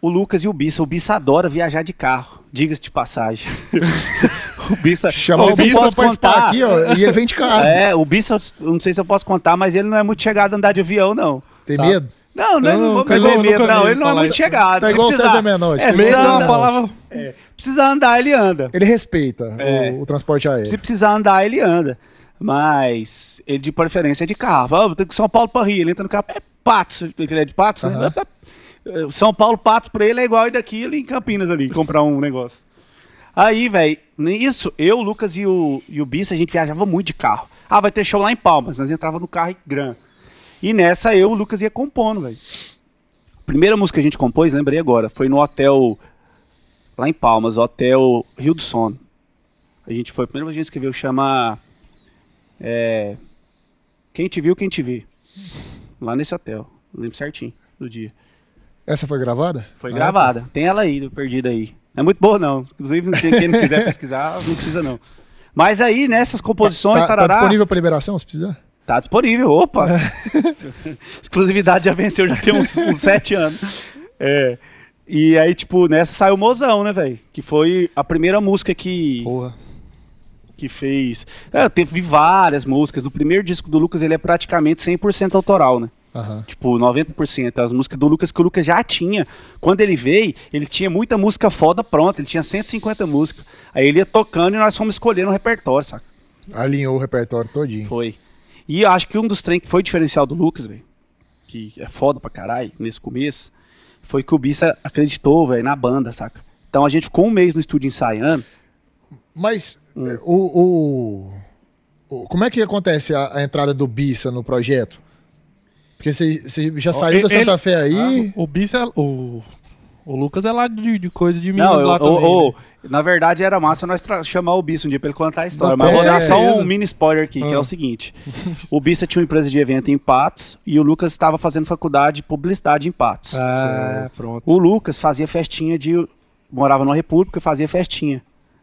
Speaker 1: o Lucas e o Bissa. O Bissa adora viajar de carro. Diga-se de passagem. <laughs> o Bissa.
Speaker 3: Chamar
Speaker 1: Não
Speaker 3: o
Speaker 1: sei se eu
Speaker 3: Bissa pra
Speaker 1: posso
Speaker 3: participar
Speaker 1: contar.
Speaker 3: aqui, ó. E ele vem de carro. <laughs>
Speaker 1: É, o Bissa, eu não sei se eu posso contar, mas ele não é muito chegado a andar de avião, não.
Speaker 3: Tem
Speaker 1: Sabe?
Speaker 3: medo?
Speaker 1: Não, não,
Speaker 2: Não,
Speaker 1: não, vou
Speaker 2: tá
Speaker 1: me
Speaker 2: igual-
Speaker 1: meter
Speaker 2: nunca
Speaker 1: medo,
Speaker 2: vi
Speaker 1: não.
Speaker 2: ele
Speaker 1: Ele não é
Speaker 2: falar
Speaker 1: muito
Speaker 2: isso.
Speaker 1: chegado.
Speaker 3: Tá
Speaker 1: Se
Speaker 3: igual o
Speaker 1: precisar-
Speaker 3: César É. Menotti.
Speaker 1: É,
Speaker 3: Tem
Speaker 2: Meio
Speaker 1: precisa,
Speaker 2: dá uma
Speaker 3: não.
Speaker 2: palavra.
Speaker 1: precisa andar, ele anda.
Speaker 3: Ele respeita o-
Speaker 1: É.
Speaker 3: o, transporte aéreo.
Speaker 1: Se precisar andar, ele anda. Mas ele de preferência é de carro. Fala, "Ah, eu tenho que ir São Paulo para Rio. Ele entra no carro. É Patos. Ele é de Patos, né? Tá- eh, São Paulo, Patos para ele é igual ir daqui ali em Campinas ali, comprar um negócio. Aí, velho, nisso, eu, o Lucas e o, e o Bissa, a gente viajava muito de carro. Ah, vai ter show lá em Palmas. Nós entrava no carro e gran. E nessa eu, o Lucas ia compondo, velho. Primeira música que a gente compôs, lembrei agora, foi no hotel lá em Palmas, Hotel Rio do Sono. A gente foi, a primeira vez que a gente escreveu chama é, Quem te viu, quem te vê. Lá nesse hotel. Eu Lembro certinho do dia.
Speaker 3: Essa foi gravada? É.
Speaker 1: Foi
Speaker 3: Na
Speaker 1: gravada. Tem ela aí, perdida aí. Não é muito boa, não. Inclusive, quem quem não quiser
Speaker 3: <laughs>
Speaker 1: pesquisar, não precisa, não. Mas aí, nessas composições,
Speaker 3: Tá, tá
Speaker 1: tarará,
Speaker 3: disponível pra liberação, se precisar?
Speaker 1: Tá disponível, opa!
Speaker 3: É.
Speaker 1: <laughs> Exclusividade já venceu, já tem uns, uns sete anos. É. E aí, tipo, nessa saiu Mozão, né, velho? Que foi a primeira música que,
Speaker 2: Porra.
Speaker 1: que fez. É, teve várias músicas. O primeiro disco do Lucas, ele é praticamente 100% autoral, né?
Speaker 3: Aham.
Speaker 1: Tipo, 90%. As músicas do Lucas que o Lucas já tinha. Quando ele veio, ele tinha muita música foda pronta. Ele tinha 150 músicas. Aí ele ia tocando e nós fomos escolhendo o repertório, saca?
Speaker 3: Alinhou o repertório todinho.
Speaker 1: Foi. E eu acho que um dos trem que foi diferencial do Lucas, velho, que é foda pra caralho nesse começo, foi que o Bissa acreditou, velho, na banda, saca? Então a gente ficou um mês no estúdio ensaiando.
Speaker 3: Mas
Speaker 1: Hum.
Speaker 3: eh, o, o- o- Como é que acontece a, a entrada do Bissa no projeto? Porque você você já saiu da
Speaker 2: ele-
Speaker 3: Santa Fé aí.
Speaker 1: Ah,
Speaker 2: O Bis é. O, o Lucas é lá de, de coisa de Minas
Speaker 1: Não, eu,
Speaker 2: lá
Speaker 1: eu-
Speaker 2: também.
Speaker 1: eu-
Speaker 2: né?
Speaker 1: na verdade era massa nós tra- chamar o Bissa um dia pra ele contar a história.
Speaker 2: Com
Speaker 1: Mas vou dar só
Speaker 2: certeza. Ah.
Speaker 1: um mini spoiler aqui, que é o seguinte. O Bissa tinha uma empresa de evento em Patos e o Lucas estava fazendo faculdade de publicidade em Patos.
Speaker 2: Ah, pronto.
Speaker 1: O Lucas fazia festinha de. Morava na República, fazia festinha.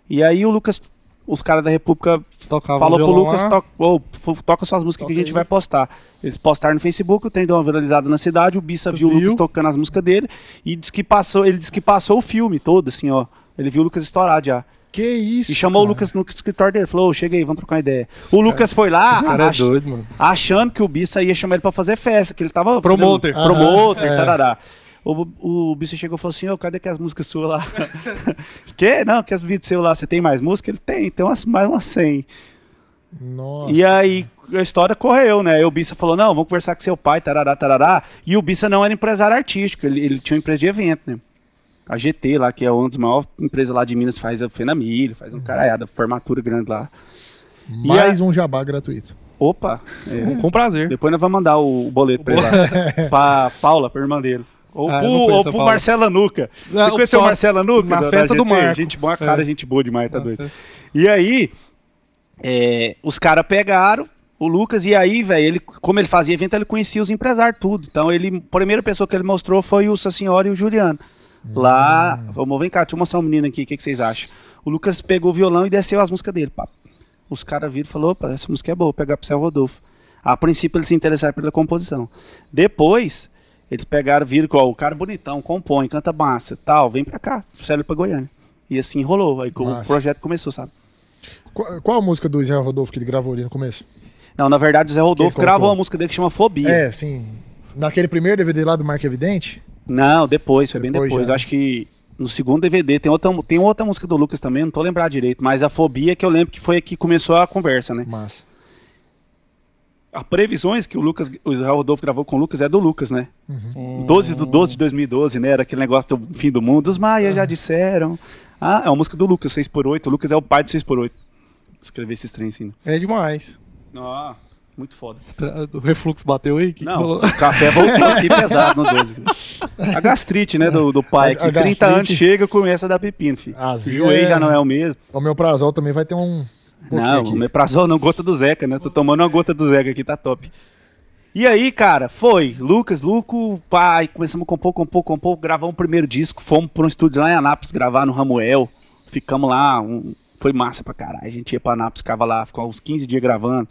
Speaker 1: E aí o Lucas. Os caras da República
Speaker 2: Tocava
Speaker 1: falou pro
Speaker 2: violão
Speaker 1: Lucas,
Speaker 2: lá.
Speaker 1: to ô, f- toca suas músicas que a gente vai postar. Eles postaram no Facebook, o trem deu uma viralizada na cidade, o Bissa viu, o Lucas
Speaker 2: Viu.
Speaker 1: tocando as músicas dele e disse que passou, ele disse que passou o filme todo, assim, ó. Ele viu o Lucas estourado já.
Speaker 3: Que isso?
Speaker 1: E chamou
Speaker 3: cara?
Speaker 1: o Lucas no escritório dele, falou, ô, chega aí, vamos trocar uma ideia.
Speaker 2: Esse
Speaker 1: O
Speaker 2: cara-
Speaker 1: Lucas foi lá,
Speaker 2: Esse cara é
Speaker 1: ach-
Speaker 2: doido, mano.
Speaker 1: achando que o Bissa ia chamar ele pra fazer festa, que ele tava. fazendo-
Speaker 2: Promoter.
Speaker 1: Aham, promoter,
Speaker 3: é.
Speaker 1: tarará. O, o Bissa chegou e falou assim: Ô, cadê que as músicas suas lá? <laughs> que? Não, que as vídeos seus lá, você tem mais música? Ele tem, tem umas, mais umas 100.
Speaker 3: Nossa.
Speaker 1: E aí a história correu, né? E o Bissa falou: não, vamos conversar com seu pai, tarará, tarará. E o Bissa não era empresário artístico, ele, ele tinha uma empresa de evento, né? A GT lá, que é uma das maiores empresas lá de Minas, faz a Fenamilho, faz um
Speaker 2: Uhum.
Speaker 1: caralhada, formatura grande lá.
Speaker 3: Mais um jabá gratuito.
Speaker 1: Opa! é.
Speaker 2: Com, com prazer.
Speaker 1: Depois nós vamos mandar o, o boleto pra ele lá. <laughs> pra Paula, pra irmã dele. Ou
Speaker 2: Ah, eu
Speaker 1: pro,
Speaker 2: não conheço
Speaker 1: ou
Speaker 2: a
Speaker 1: pro
Speaker 2: Paula.
Speaker 1: Marcela Nuca. Você
Speaker 2: Ah, o
Speaker 1: conheceu o
Speaker 2: sócio,
Speaker 1: Marcela Nuca?
Speaker 2: na
Speaker 1: da- da
Speaker 2: festa do
Speaker 1: GT?
Speaker 2: Marco.
Speaker 1: Gente boa, cara,
Speaker 2: É.
Speaker 1: gente boa demais, tá doido. E aí, é, os caras pegaram o Lucas e aí, velho, ele, como ele fazia evento, ele conhecia os empresários, tudo. Então, ele, a primeira pessoa que ele mostrou foi o Sua Senhora e o Juliano. Lá, vamos, vem cá, deixa eu mostrar um menino aqui, o que, que vocês acham? O Lucas pegou o violão e desceu as músicas dele, papo. Os caras viram e falaram, opa, essa música é boa, vou pegar pro Céu Rodolfo. A princípio eles se interessaram pela composição. Depois, eles pegaram, viram que ó, o cara é bonitão, compõe, canta massa, tal, vem pra cá, trouxeram ele pra Goiânia. E assim enrolou, aí que o
Speaker 3: Massa.
Speaker 1: projeto começou, sabe?
Speaker 3: Qual, qual a música do Zé Rodolfo que ele gravou ali no começo?
Speaker 1: Não, na verdade o Zé Rodolfo
Speaker 3: Quem
Speaker 1: gravou
Speaker 3: contou?
Speaker 1: uma música dele que chama Fobia.
Speaker 3: É, sim. Naquele primeiro DVD lá do Marco Evidente?
Speaker 1: Não, depois, foi bem
Speaker 3: Depois
Speaker 1: depois.
Speaker 3: já.
Speaker 1: Eu acho que no segundo DVD tem outra, tem outra música do Lucas também, não tô lembrar direito, mas a Fobia que eu lembro que foi a que começou a conversa, né?
Speaker 3: Massa.
Speaker 1: As previsões que o Lucas, o Zé Rodolfo gravou com o Lucas é do Lucas, né? 12 do 12 de 2012, né? Era aquele negócio do fim do mundo. Os Maia já disseram. Ah, é uma música do Lucas, 6x8. O Lucas é o pai do 6x8. Escrever esses trem assim.
Speaker 2: É demais.
Speaker 1: Ah, muito foda.
Speaker 2: Tá, O refluxo bateu aí? Que que
Speaker 1: Não,
Speaker 2: rolou?
Speaker 1: <laughs> o café voltou aqui pesado no 12. A gastrite, né, do, do pai
Speaker 3: A- a
Speaker 1: aqui. 30 anos
Speaker 3: gastrite. Ah,
Speaker 1: chega, começa a dar pepino, filho.
Speaker 3: Azia.
Speaker 1: O joelho já não é o mesmo.
Speaker 3: O meu prazol também vai ter um. pouquinho
Speaker 1: Não,
Speaker 3: aqui.
Speaker 1: o meprazol não, gota do Zeca, né? Tô tomando uma gota do Zeca aqui, tá top. E aí, cara, foi. Lucas, Luco, pai, começamos a compor, compor, compor, gravar um primeiro disco. Fomos pra um estúdio lá em Anápolis gravar no Ramuel. Ficamos lá, um- foi massa pra caralho. A gente ia pra Anápolis, ficava lá, ficava uns 15 dias gravando.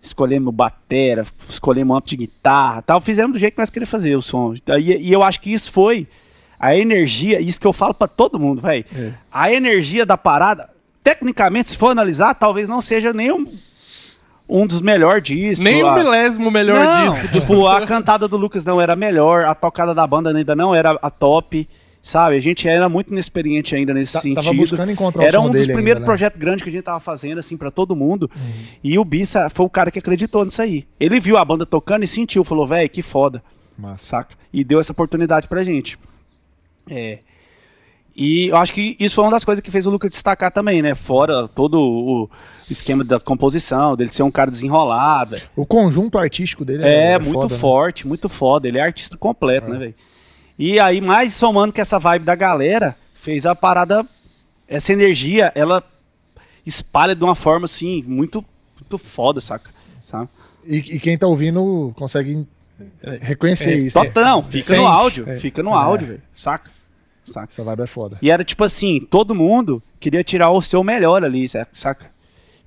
Speaker 1: Escolhemos batera, escolhemos amp de guitarra tal. Fizemos do jeito que nós queríamos fazer o som. E, e eu acho que isso foi a energia, isso que eu falo pra todo mundo, velho. A energia da parada, tecnicamente, se for analisar, talvez não seja nem um, um dos melhores discos.
Speaker 2: Nem
Speaker 1: a-
Speaker 2: um milésimo melhor
Speaker 1: não,
Speaker 2: disco.
Speaker 1: Tipo, a cantada do Lucas não era a melhor, a tocada da banda ainda não era a top. Sabe, a gente era muito inexperiente ainda nesse
Speaker 3: Tá- tava
Speaker 1: sentido.
Speaker 3: buscando encontrar o
Speaker 1: era
Speaker 3: som
Speaker 1: um dos
Speaker 3: dele
Speaker 1: primeiros
Speaker 3: ainda, né? Uhum.
Speaker 1: projetos grandes que a gente tava fazendo, assim, pra todo mundo. E o Bissa foi o cara que acreditou nisso aí. Ele viu a banda tocando e sentiu, falou, velho, que foda
Speaker 3: Massa.
Speaker 1: saca? E deu essa oportunidade pra gente. É. E eu acho que isso foi uma das coisas que fez o Lucas destacar também, né? Fora todo o esquema da composição, dele ser um cara desenrolado.
Speaker 3: O conjunto artístico dele
Speaker 1: É,
Speaker 3: é
Speaker 1: muito
Speaker 3: foda, né?
Speaker 1: forte, muito foda. Ele é artista completo, né, velho? E aí, mais somando que essa vibe da galera, fez a parada. Essa energia, ela espalha de uma forma, assim, muito, muito foda, saca? Sabe?
Speaker 3: E, e quem tá ouvindo consegue eh, reconhecer isso.
Speaker 1: É, Só- tá- não, fica
Speaker 3: Sente.
Speaker 1: no áudio,
Speaker 3: É.
Speaker 1: fica no áudio, velho. Saca? Saca?
Speaker 3: Essa vibe é foda.
Speaker 1: E era tipo assim, todo mundo queria tirar o seu melhor ali, sa- saca?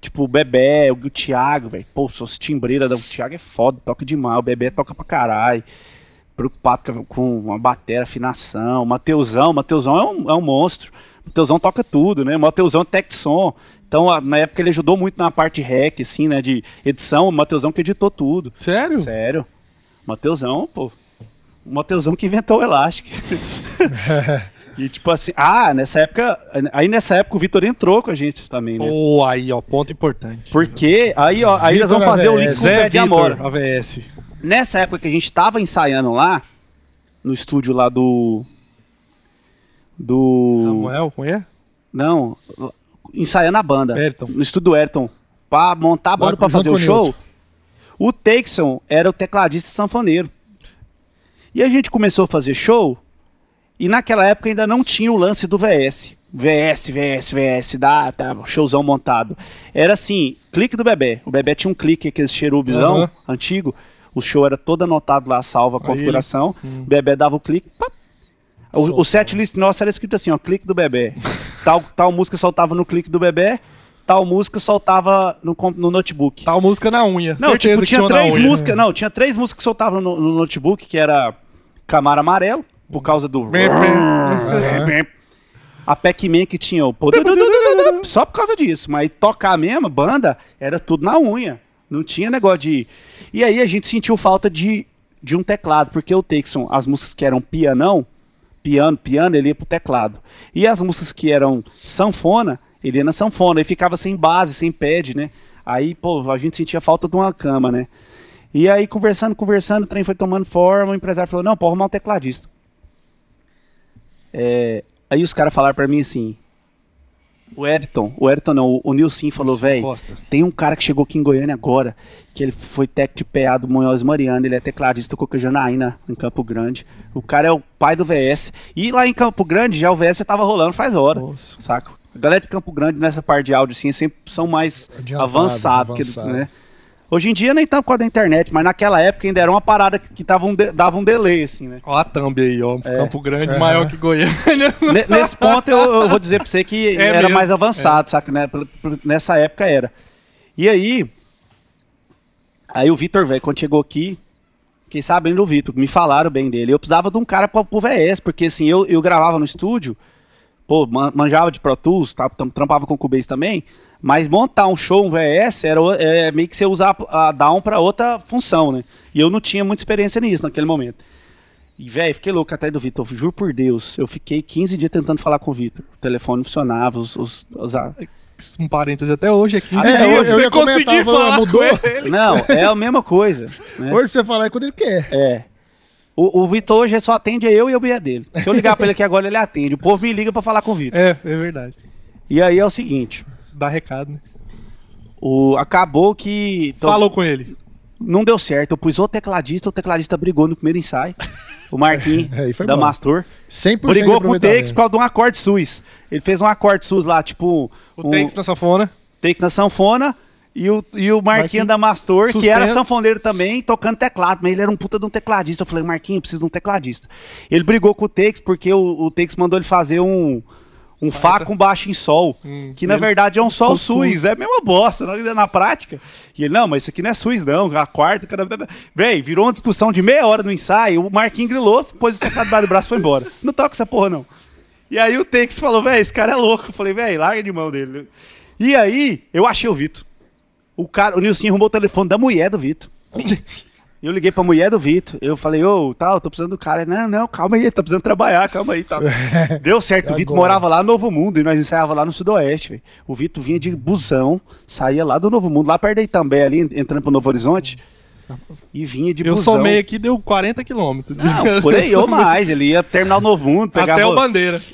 Speaker 1: Tipo, o Bebé, o o Thiago, velho. Pô, suas timbreiras, da- o Thiago é foda, toca demais, o Bebé toca pra caralho. Preocupado com- com uma batera, afinação. Mateusão, Mateusão é um, é um monstro. Mateusão toca tudo, né? Mateusão é tech de som. Então, a- na época ele ajudou muito na parte rec, assim, né? De edição, o Mateusão que editou tudo.
Speaker 2: Sério?
Speaker 1: Sério. Mateusão, pô. O Mateusão que inventou o elástico. E tipo assim, ah, nessa época, aí nessa época o Vitor entrou com a gente também, né?
Speaker 2: Pô, aí, ó, ponto importante.
Speaker 1: Porque aí, ó, aí nós
Speaker 3: Vitor
Speaker 1: vamos fazer
Speaker 2: é
Speaker 1: o link
Speaker 3: AVS.
Speaker 1: com o Pé de Amora.
Speaker 2: AVS.
Speaker 1: Nessa época que a gente tava ensaiando lá, no estúdio lá do. Do.
Speaker 2: Samuel, como é?
Speaker 1: Não, ensaiando a banda.
Speaker 2: Ayrton.
Speaker 1: No estúdio do Ayrton. Pra montar a banda
Speaker 3: Lá
Speaker 1: pra
Speaker 3: junto
Speaker 1: fazer o
Speaker 3: com o
Speaker 1: show, o Texon era o tecladista e sanfoneiro. E a gente começou a fazer show, e naquela época ainda não tinha o lance do VS. VS, VS, VS, dá, tá, showzão montado. Era assim, clique do Bebê. O Bebê tinha um clique, aquele cherubizão
Speaker 2: Aham.
Speaker 1: antigo. O show era todo anotado lá, salva a configuração. O Bebê dava o clique, pá, o, o
Speaker 2: né?
Speaker 1: setlist nosso era escrito assim, ó, clique do bebê. Tal, tal música soltava no clique do bebê, tal música soltava no, com- no notebook.
Speaker 2: Tal música na unha.
Speaker 1: Não,
Speaker 2: Tá Certeza
Speaker 1: tipo,
Speaker 2: que
Speaker 1: tinha
Speaker 2: uma na
Speaker 1: três
Speaker 2: unha. né? <laughs>
Speaker 1: músicas. Não, tinha três músicas que soltavam no, no notebook, que era Camaro Amarelo, por causa do. É. A Pac-Man que tinha o poder. Só por causa disso. Mas tocar mesmo, banda, era tudo na unha. Não tinha negócio de. E aí a gente sentiu falta de, de um teclado, porque o Texon, as músicas que eram pianão, piano, piano, ele ia pro teclado. E as músicas que eram sanfona, ele ia na sanfona. E ficava sem base, sem pad, né? Aí, pô, a gente sentia falta de uma cama, né? E aí, conversando, conversando, o trem foi tomando forma, o empresário falou, não, pô, arrumar um tecladista. É, aí os caras falaram pra mim assim, o Eriton, o Eriton não, o- o Nilson falou, velho,
Speaker 2: Costa.
Speaker 1: tem um cara que chegou aqui em Goiânia agora, que ele foi tech de PA do Munhoz Mariano, ele é tecladista do Coca Janaína, em Campo Grande. O cara é o pai do VS. E lá em Campo Grande, já o VS já tava rolando faz hora,
Speaker 2: Nossa.
Speaker 1: saca? A galera de Campo Grande nessa parte de áudio, assim, sempre são mais
Speaker 3: Adiantado,
Speaker 1: avançado, que-
Speaker 3: avançado.
Speaker 1: né? Hoje em dia nem tanto por causa da internet, mas naquela época ainda era uma parada que, que tava um de- dava um delay, assim, né?
Speaker 2: Ó a thumb aí, ó. Campo Grande,
Speaker 3: Aham.
Speaker 2: maior que Goiânia.
Speaker 1: Ne-
Speaker 2: <laughs>
Speaker 1: Nesse ponto eu, eu vou dizer pra você que
Speaker 2: É
Speaker 1: era
Speaker 2: mesmo,
Speaker 1: mais avançado, saca? Né? Pelo- pelo- Nessa época era. E aí. Aí o Vitor, velho, quando chegou aqui, fiquei sabendo do Vitor, me falaram bem dele. Eu precisava de um cara pra, pro VS, porque assim, eu, eu gravava no estúdio, pô, man- manjava de Pro Tools, tá, tam- trampava com Cubase também, mas montar um show, um VS, era o- é, meio que você usar a Down pra outra função, né? E eu não tinha muita experiência nisso naquele momento. E, velho, fiquei louco até do Vitor, juro por Deus. Eu fiquei 15 dias tentando falar com o Vitor. O telefone não funcionava, os. os, os a-
Speaker 2: Um parêntese, até hoje é 15
Speaker 3: É,
Speaker 2: dias.
Speaker 3: eu- eu ia comentar, eu falei, ah, mudou.
Speaker 1: Não, é a mesma coisa. né?
Speaker 3: Hoje você fala é quando ele quer.
Speaker 1: É. O, o Vitor hoje só atende eu e a mulher dele. Se eu ligar pra ele aqui agora, ele atende. O povo me liga pra falar com o Vitor.
Speaker 2: É, é verdade.
Speaker 1: E aí é o seguinte:
Speaker 2: Dá recado, né?
Speaker 1: o, acabou que. tô-
Speaker 2: Falou com ele.
Speaker 1: Não deu certo. Eu pus o tecladista, o tecladista brigou no primeiro ensaio. O
Speaker 2: <laughs>
Speaker 1: Marquinhos,
Speaker 2: É,
Speaker 3: Aí foi
Speaker 1: da
Speaker 3: bom.
Speaker 1: Mastor.
Speaker 3: 100%
Speaker 1: Brigou
Speaker 3: de
Speaker 1: com o Tex
Speaker 3: aproveitamento.
Speaker 1: por causa de um acorde SUS. Ele fez um acorde SUS lá, tipo.
Speaker 2: O
Speaker 1: um-
Speaker 2: Tex na sanfona.
Speaker 1: Takes na sanfona e o, e o Marquinho
Speaker 2: Marquinho
Speaker 1: da Mastor, que
Speaker 2: suspenso.
Speaker 1: era sanfoneiro também, tocando teclado. Mas ele era um puta de um tecladista. Eu falei, Marquinho, eu preciso de um tecladista. Ele brigou com o Takes porque o, o Takes mandou ele fazer um, um Fá com baixo em sol.
Speaker 2: Hum,
Speaker 1: que na
Speaker 2: ele-
Speaker 1: verdade é um sol
Speaker 2: sol
Speaker 1: SUS.
Speaker 2: SUS.
Speaker 1: É a mesma bosta na, na prática. E ele, não, mas isso aqui não é SUS não. A quarta... Cara... Véi, virou uma discussão de meia hora no ensaio. O Marquinho grilou, pôs o teclado debaixo do braço e foi embora. Não toca essa porra não. E aí o Tex falou, velho, esse cara é louco. Eu falei, velho, larga de mão dele. E aí, eu achei o Vitor. O cara, o Nilson arrumou o telefone da mulher do Vitor. Eu liguei pra mulher do Vitor. Eu falei, ô, tal, tô precisando do cara. Ele, Não, não, calma aí, ele tá precisando trabalhar, calma aí, tal. Deu certo, o Vitor
Speaker 3: Agora.
Speaker 1: morava lá no Novo Mundo e nós ensaiava lá no Sudoeste, velho. O Vitor vinha de busão, saía lá do Novo Mundo, lá perto da Itambé, ali, entrando pro Novo Horizonte. E vinha de
Speaker 2: eu
Speaker 1: busão.
Speaker 2: somei aqui, deu 40 quilômetros.
Speaker 1: Não, por
Speaker 2: <laughs>
Speaker 1: aí ou mais. Ele ia terminar o É, Novo Mundo, pegava...
Speaker 2: Até o Bandeiras.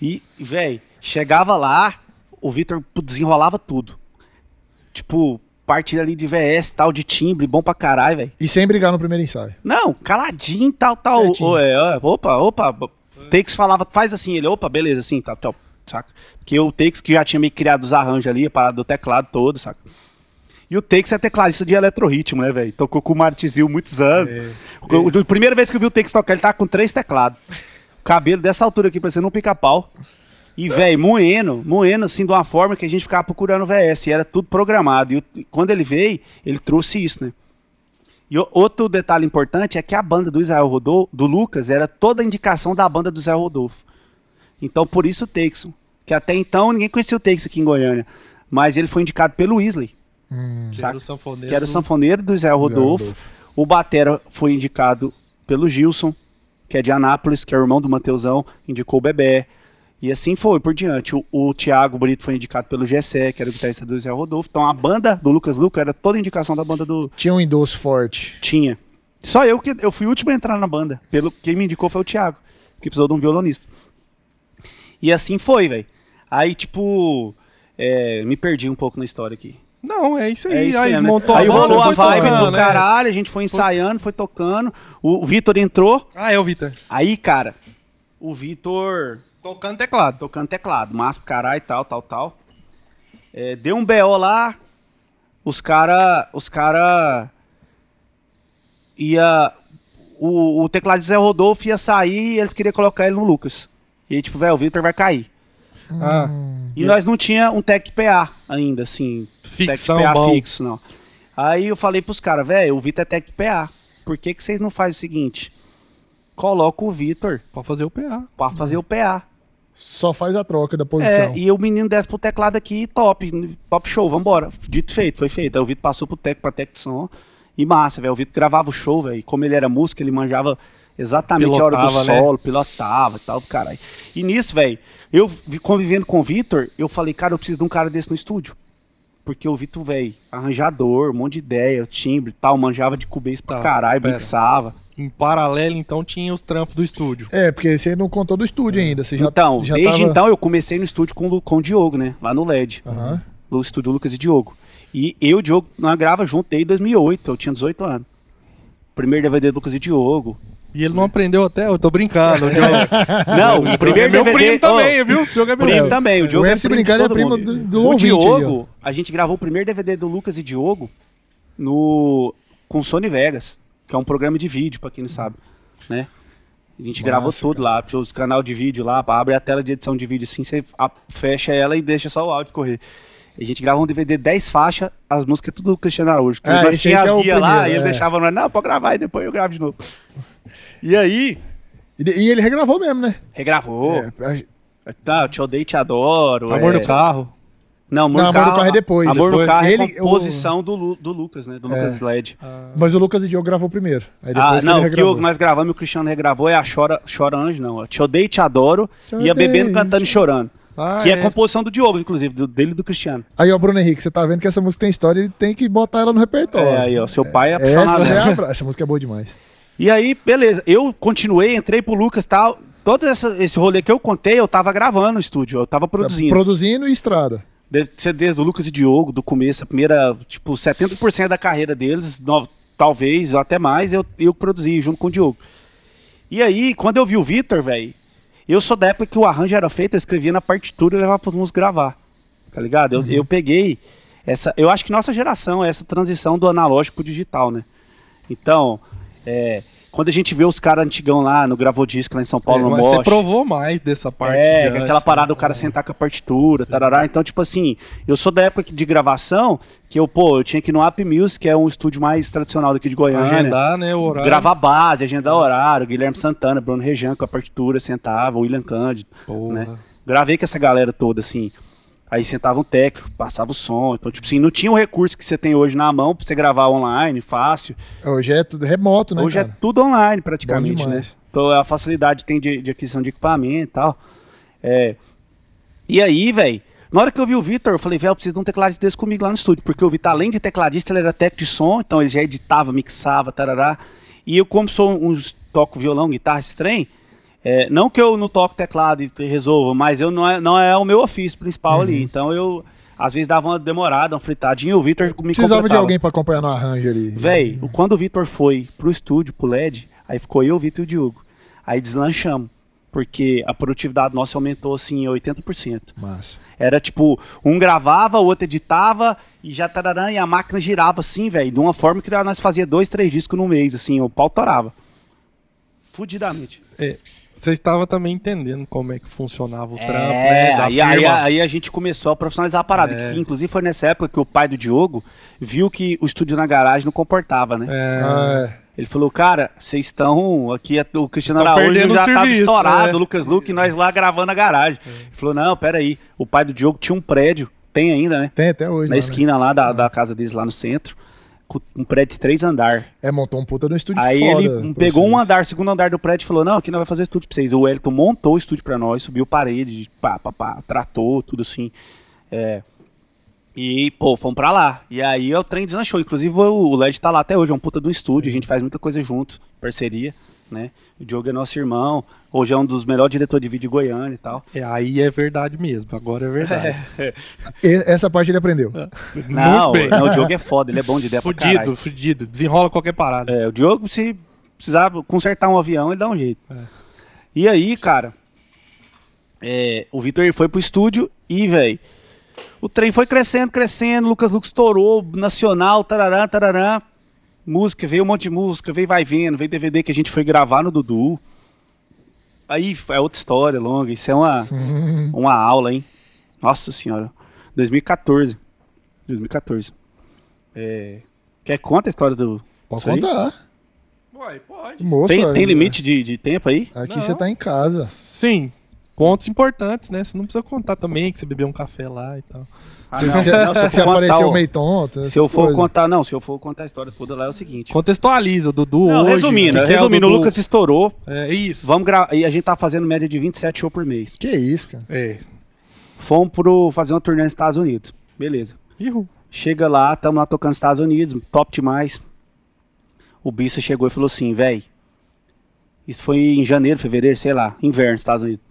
Speaker 1: E, velho, chegava lá, o Vitor desenrolava tudo. Tipo, parte ali de VS, tal, de timbre, bom pra caralho, velho.
Speaker 3: E sem brigar no primeiro ensaio.
Speaker 1: Não, caladinho, tal, tal.
Speaker 3: Quietinho.
Speaker 1: Ô, é, ó, opa, opa. bo- Takes falava, faz assim, ele, opa, beleza, assim, tá, tchau, saca? Porque o Takes que já tinha meio criado os arranjos ali, a parada do teclado todo, saca? E o Takes é tecladista de eletrorritmo, né, velho? Tocou com o Martizil muitos anos. O- o- A primeira vez que eu vi o Takes tocar, ele tava com três teclados. O cabelo dessa altura aqui, parecendo um pica-pau. E, velho, moendo, moendo assim, de uma forma que a gente ficava procurando o VS. E era tudo programado. E o- e quando ele veio, ele trouxe isso, né? E o- outro detalhe importante é que a banda do Israel Rodolfo, do Lucas, era toda a indicação da banda do Israel Rodolfo. Então, por isso o Texon. Que até então ninguém conhecia o Texon aqui em Goiânia. Mas ele foi indicado pelo Weasley, saca?
Speaker 2: sanfoneiro.
Speaker 1: que era o sanfoneiro do Israel Rodolfo.
Speaker 3: Rodolfo.
Speaker 1: O Batera foi indicado pelo Gilson, que é de Anápolis, que é o irmão do Mateusão, indicou o Bebé. E assim foi por diante. O, o Thiago Brito foi indicado pelo Gessé, que era o guitarrista do Zé Rodolfo. Então a banda do Lucas Luca era toda a indicação da banda do
Speaker 3: Tinha um endosso forte.
Speaker 1: Tinha. Só eu que eu fui o último a entrar na banda. Pelo quem me indicou foi o Thiago, que precisou de um violonista. E assim foi, velho. Aí tipo, é, me perdi um pouco na história aqui.
Speaker 2: Não, é isso aí.
Speaker 1: É isso
Speaker 2: aí
Speaker 1: mesmo, né?
Speaker 2: montou
Speaker 1: aí
Speaker 2: a banda,
Speaker 1: rolou a
Speaker 2: foi
Speaker 1: vibe
Speaker 2: tocando,
Speaker 1: do
Speaker 2: né?
Speaker 1: caralho, a gente foi ensaiando, foi tocando. O, o Vitor entrou.
Speaker 2: Ah, é o Vitor.
Speaker 1: Aí, cara, o Vitor
Speaker 2: Tocando teclado.
Speaker 1: tocando teclado, massa pro caralho, tal, tal, tal. É, deu um BO lá, os cara, os cara ia, o, o teclado de Zé Rodolfo ia sair e eles queriam colocar ele no Lucas. E aí, tipo, velho, o Victor vai cair.
Speaker 2: Ah,
Speaker 1: E nós não tinha um tech de PA ainda, assim,
Speaker 2: Fixão
Speaker 1: tech PA
Speaker 2: bom.
Speaker 1: fixo, não. Aí eu falei pros caras, velho, o Vitor é tech de PA, por que que vocês não fazem o seguinte? Coloca o Vitor
Speaker 2: pode fazer o PA.
Speaker 1: pra fazer o PA.
Speaker 3: Só faz a troca da
Speaker 1: É,
Speaker 3: posição.
Speaker 1: e o menino desce pro teclado aqui, top, top show, vambora. Dito e feito, foi feito. Aí o Vitor passou pro tec, pra tec de som e massa, velho. O Vitor gravava o show, velho. e Como ele era músico, ele manjava exatamente a hora do
Speaker 2: Pilotava, né?
Speaker 1: solo, pilotava e tal, caralho. E nisso, velho, eu vi- convivendo com o Vitor, eu falei, cara, eu preciso de um cara desse no estúdio. Porque o Vitor, velho, arranjador, um monte de ideia, timbre e tal, manjava de cubês pra
Speaker 2: Tá,
Speaker 1: caralho,
Speaker 2: pera.
Speaker 1: mixava.
Speaker 2: Em paralelo, então, tinha os trampos do estúdio.
Speaker 3: É, porque você não contou do estúdio ainda. Você já,
Speaker 1: então,
Speaker 3: já
Speaker 1: desde
Speaker 3: tava-
Speaker 1: então eu comecei no estúdio com, o Lu- com o Diogo, né? Lá no LED.
Speaker 3: Aham.
Speaker 1: no estúdio Lucas e Diogo. E eu e o Diogo nós grava junto desde 2008, eu tinha 18 anos. Primeiro DVD do Lucas e
Speaker 2: <laughs>
Speaker 1: Diogo.
Speaker 2: E ele não
Speaker 1: Hum.
Speaker 2: aprendeu até, eu tô
Speaker 1: <laughs>
Speaker 2: brincando. o Diogo-
Speaker 1: Não, o
Speaker 2: é
Speaker 1: primeiro
Speaker 2: meu
Speaker 1: DVD...
Speaker 2: primo também, viu? O Diogo é
Speaker 1: Ô,
Speaker 2: meu
Speaker 1: primo também, o Diogo
Speaker 3: O
Speaker 1: é
Speaker 3: Enzo, se
Speaker 1: primo de
Speaker 3: brincar,
Speaker 1: todo
Speaker 3: ele é primo
Speaker 1: mundo.
Speaker 3: do- do
Speaker 1: O
Speaker 3: ouvinte aí, ó.
Speaker 1: Diogo, a gente gravou o primeiro DVD do Lucas e Diogo no, com Sony Vegas, que é um programa de vídeo, pra quem não sabe, né? A gente gravou tudo lá, tinha os canal de vídeo lá, pá, abre a tela de edição de vídeo assim, você a- fecha ela e deixa só o áudio correr. A gente gravou um DVD 10 faixas, as músicas tudo do Cristiano Araújo.
Speaker 3: Ah,
Speaker 1: nós
Speaker 3: esse
Speaker 1: tinha
Speaker 3: aí
Speaker 1: as
Speaker 3: que é o
Speaker 1: guias lá,
Speaker 3: primeiro,
Speaker 1: e ele
Speaker 3: é.
Speaker 1: deixava nós, não, pode gravar, e depois eu gravo de novo. E aí,
Speaker 3: E, de- e ele regravou mesmo, né?
Speaker 1: regravou.
Speaker 3: É, a-
Speaker 1: Tá, te odeio, te adoro.
Speaker 2: Amor
Speaker 1: é.
Speaker 2: do carro.
Speaker 1: Não, Amor,
Speaker 3: Não,
Speaker 1: do, carro,
Speaker 3: é depois.
Speaker 1: Amor
Speaker 3: Depois.
Speaker 1: do Carro é
Speaker 3: Ele-
Speaker 1: composição do, Lu- do Lucas, né? Do Lucas Led.
Speaker 3: Mas o Lucas e o Diogo gravou primeiro. Aí depois
Speaker 1: Ah,
Speaker 3: que
Speaker 1: não,
Speaker 3: ele
Speaker 1: o que o-
Speaker 3: regravou.
Speaker 1: nós gravamos e o Cristiano regravou é a Chora, Chora Anjo, não. ó. Te odeio, te adoro.
Speaker 3: Te
Speaker 1: e a
Speaker 3: odeio,
Speaker 1: Bebendo,
Speaker 3: te-
Speaker 1: Cantando e Chorando.
Speaker 2: Ah,
Speaker 1: que é.
Speaker 2: é.
Speaker 1: composição do Diogo, inclusive, do- dele e do Cristiano.
Speaker 3: Aí, ó, Bruno Henrique, você tá vendo que essa música tem história, ele tem que botar ela no repertório.
Speaker 1: É, aí, ó. Seu pai é apaixonado.
Speaker 3: Essa,
Speaker 1: né?
Speaker 3: é a fra- essa música é boa demais.
Speaker 1: E aí, beleza. Eu continuei, entrei pro Lucas e tal. Todo essa- esse rolê que eu contei, eu tava gravando no estúdio, eu
Speaker 3: Tá
Speaker 1: tava produzindo.
Speaker 3: Produzindo e estrada.
Speaker 1: Deve ser desde o Lucas e Diogo, do começo, a primeira, tipo, 70% da carreira deles, no- talvez, ou até mais, eu, eu produzi junto com o Diogo. E aí, quando eu vi o Vitor, velho, eu sou da época que o arranjo era feito, eu escrevia na partitura e levava pros músicos gravar. Tá ligado?
Speaker 2: Uhum.
Speaker 1: Eu, eu peguei essa. Eu acho que nossa geração é essa transição do analógico pro digital, né? Então, é, quando a gente vê os caras antigão lá no Gravou Disco lá em São Paulo,
Speaker 2: É,
Speaker 1: no
Speaker 2: mas você
Speaker 1: Mosh,
Speaker 2: provou mais dessa parte.
Speaker 1: é,
Speaker 2: de
Speaker 1: que
Speaker 2: antes,
Speaker 1: aquela
Speaker 2: né?
Speaker 1: parada o cara sentar com a partitura, tarará. Então, tipo assim, eu sou da época que- de gravação que eu, pô, eu tinha que ir no App Music, que é um estúdio mais tradicional daqui de Goiânia.
Speaker 2: Agendar, né? O horário.
Speaker 1: Gravar base, agendar horário, Guilherme Santana, Bruno Rejan com a partitura, sentava, William Cândido,
Speaker 2: Porra.
Speaker 1: né? Gravei com essa galera toda, assim. Aí sentava um técnico, passava o som. Então, tipo assim, não tinha o recurso que você tem hoje na mão pra você gravar online, fácil.
Speaker 3: Hoje é tudo remoto, né?
Speaker 1: Hoje
Speaker 3: cara?
Speaker 1: é tudo online, praticamente,
Speaker 3: Bom
Speaker 1: né?
Speaker 3: demais.
Speaker 1: Então a facilidade tem de, de aquisição de equipamento e tal. É. E aí, velho, na hora que eu vi o Vitor, eu falei, velho, eu preciso de um tecladista desse comigo lá no estúdio, porque o Vitor, além de tecladista, ele era técnico de som, então ele já editava, mixava, tarará. E eu, como sou um, toco violão, guitarra, esse trem, é, não que eu não toco teclado e te- resolva, mas eu não é, não é o meu ofício principal
Speaker 3: Uhum.
Speaker 1: ali. Então eu, às vezes, dava uma demorada, uma fritadinha, e o Vitor me
Speaker 3: Precisava de
Speaker 1: completava.
Speaker 3: alguém pra acompanhar no arranjo ali.
Speaker 1: Véi, o- quando o Vitor foi pro estúdio, pro LED, aí ficou eu, o Vitor e o Diogo. Aí deslanchamos, porque a produtividade nossa aumentou assim 80%.
Speaker 3: Massa.
Speaker 1: Era tipo, um gravava, o outro editava e já tararã, e a máquina girava assim, velho, de uma forma que nós fazia dois, três discos no mês, assim, o pau torava. Fudidamente.
Speaker 2: É, Você estava também entendendo como é que funcionava o trampo,
Speaker 1: É,
Speaker 2: né? Da
Speaker 1: aí, aí-
Speaker 2: firma. É.
Speaker 1: aí a gente começou a profissionalizar a parada. Que, inclusive foi nessa época que o pai do Diogo viu que o estúdio na garagem não comportava, né?
Speaker 2: É,
Speaker 3: Ah,
Speaker 1: Ele falou, cara, vocês estão aqui, o Cristiano
Speaker 2: Vocês tão
Speaker 1: Araújo
Speaker 2: perdendo
Speaker 1: já
Speaker 2: o
Speaker 1: estava
Speaker 2: serviço,
Speaker 1: estourado,
Speaker 2: né? É.
Speaker 1: o Lucas Luke, e nós lá gravando a garagem. Ele falou, não, peraí, o pai do Diogo tinha um prédio, tem ainda, né?
Speaker 3: tem até hoje.
Speaker 1: Na
Speaker 3: lá, né?
Speaker 1: esquina lá da, da casa deles, lá no centro. com um prédio de três andar.
Speaker 3: É, montou um puta no estúdio
Speaker 1: Aí
Speaker 3: foda.
Speaker 1: ele
Speaker 3: pra
Speaker 1: pegou um
Speaker 3: vocês.
Speaker 1: andar, segundo andar do prédio e falou: Não, aqui não vai fazer estúdio pra vocês. O Wellington montou o estúdio pra nós, subiu parede, pá, pá, pá, tratou, tudo assim. É. E, pô, fomos pra lá. E aí é o trem deslanchou. Inclusive o o LED tá lá até hoje, é um puta do estúdio, a gente faz muita coisa junto, parceria, né? O Diogo é nosso irmão, hoje é um dos melhores diretores de vídeo de Goiânia e tal.
Speaker 2: É, aí é verdade mesmo, agora
Speaker 1: <laughs>
Speaker 2: é verdade.
Speaker 3: E- Essa parte ele aprendeu.
Speaker 1: É. Não,
Speaker 2: bem.
Speaker 1: não, o Diogo é foda, ele é bom de ideia pra caralho.
Speaker 2: fudido, fudido. Desenrola qualquer parada.
Speaker 1: É, o Diogo, se precisar consertar um avião, ele dá um jeito. E aí, cara, é, o Vitor foi pro estúdio e, velho, o trem foi crescendo, crescendo, Lucas Lucas estourou, nacional, tarará, tarará. Música, veio um monte de música, veio Vai Vendo, veio DVD que a gente foi gravar no Dudu. Aí f- é outra história longa, isso é uma, uma aula, hein? Nossa senhora. 2014. 2014. É, quer conta a história do.
Speaker 3: Pode
Speaker 1: isso aí?
Speaker 3: contar.
Speaker 2: Ué, pode.
Speaker 3: Moço,
Speaker 1: Tem,
Speaker 3: olha,
Speaker 1: tem limite de, de tempo aí?
Speaker 3: Aqui
Speaker 2: Não.
Speaker 3: você tá em casa.
Speaker 2: Sim, pontos importantes, né? Você não precisa contar também que você bebeu um café lá e tal.
Speaker 1: Ah,
Speaker 3: se você, se apareceu meio tonto.
Speaker 1: um- se eu
Speaker 3: essas
Speaker 1: for
Speaker 3: coisas.
Speaker 1: contar, não, se eu for contar a história toda lá é o seguinte.
Speaker 2: Contextualiza, o Dudu
Speaker 1: Não,
Speaker 2: hoje.
Speaker 1: resumindo,
Speaker 2: o que que é
Speaker 1: resumindo, o
Speaker 2: Dudu.
Speaker 1: Lucas estourou.
Speaker 2: É isso.
Speaker 1: Vamos gravar. E a gente tá fazendo média de 27 shows por mês.
Speaker 3: Que isso, cara.
Speaker 2: É.
Speaker 1: Fomos pro fazer uma turnê nos Estados Unidos. Beleza.
Speaker 2: Ihu.
Speaker 1: Chega lá, estamos lá tocando nos Estados Unidos, top demais. O Bissa chegou e falou assim, véi. Isso foi em janeiro, fevereiro, sei lá, inverno nos Estados Unidos.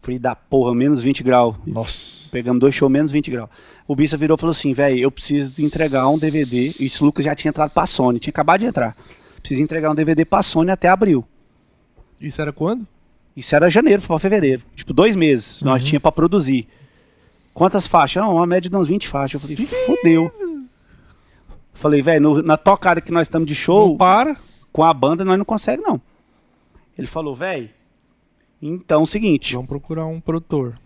Speaker 1: Falei, da porra, menos 20 graus.
Speaker 3: Nossa.
Speaker 1: Pegamos dois shows menos 20 graus. O Bissa virou e falou assim, velho, eu preciso entregar um DVD. Isso o Lucas já tinha entrado pra Sony, tinha acabado de entrar. Preciso entregar um DVD pra Sony até abril.
Speaker 2: Isso era quando?
Speaker 1: Isso era janeiro, foi pra fevereiro. Tipo, dois meses. Nós tinha pra produzir. Quantas faixas? Ah, uma média de uns 20 faixas. Eu falei, fodeu. Falei, velho, na tocada que nós estamos de show,
Speaker 2: Não para.
Speaker 1: com a banda, nós não conseguimos, não. Ele falou, velho, então é o seguinte.
Speaker 2: Vamos procurar um produtor.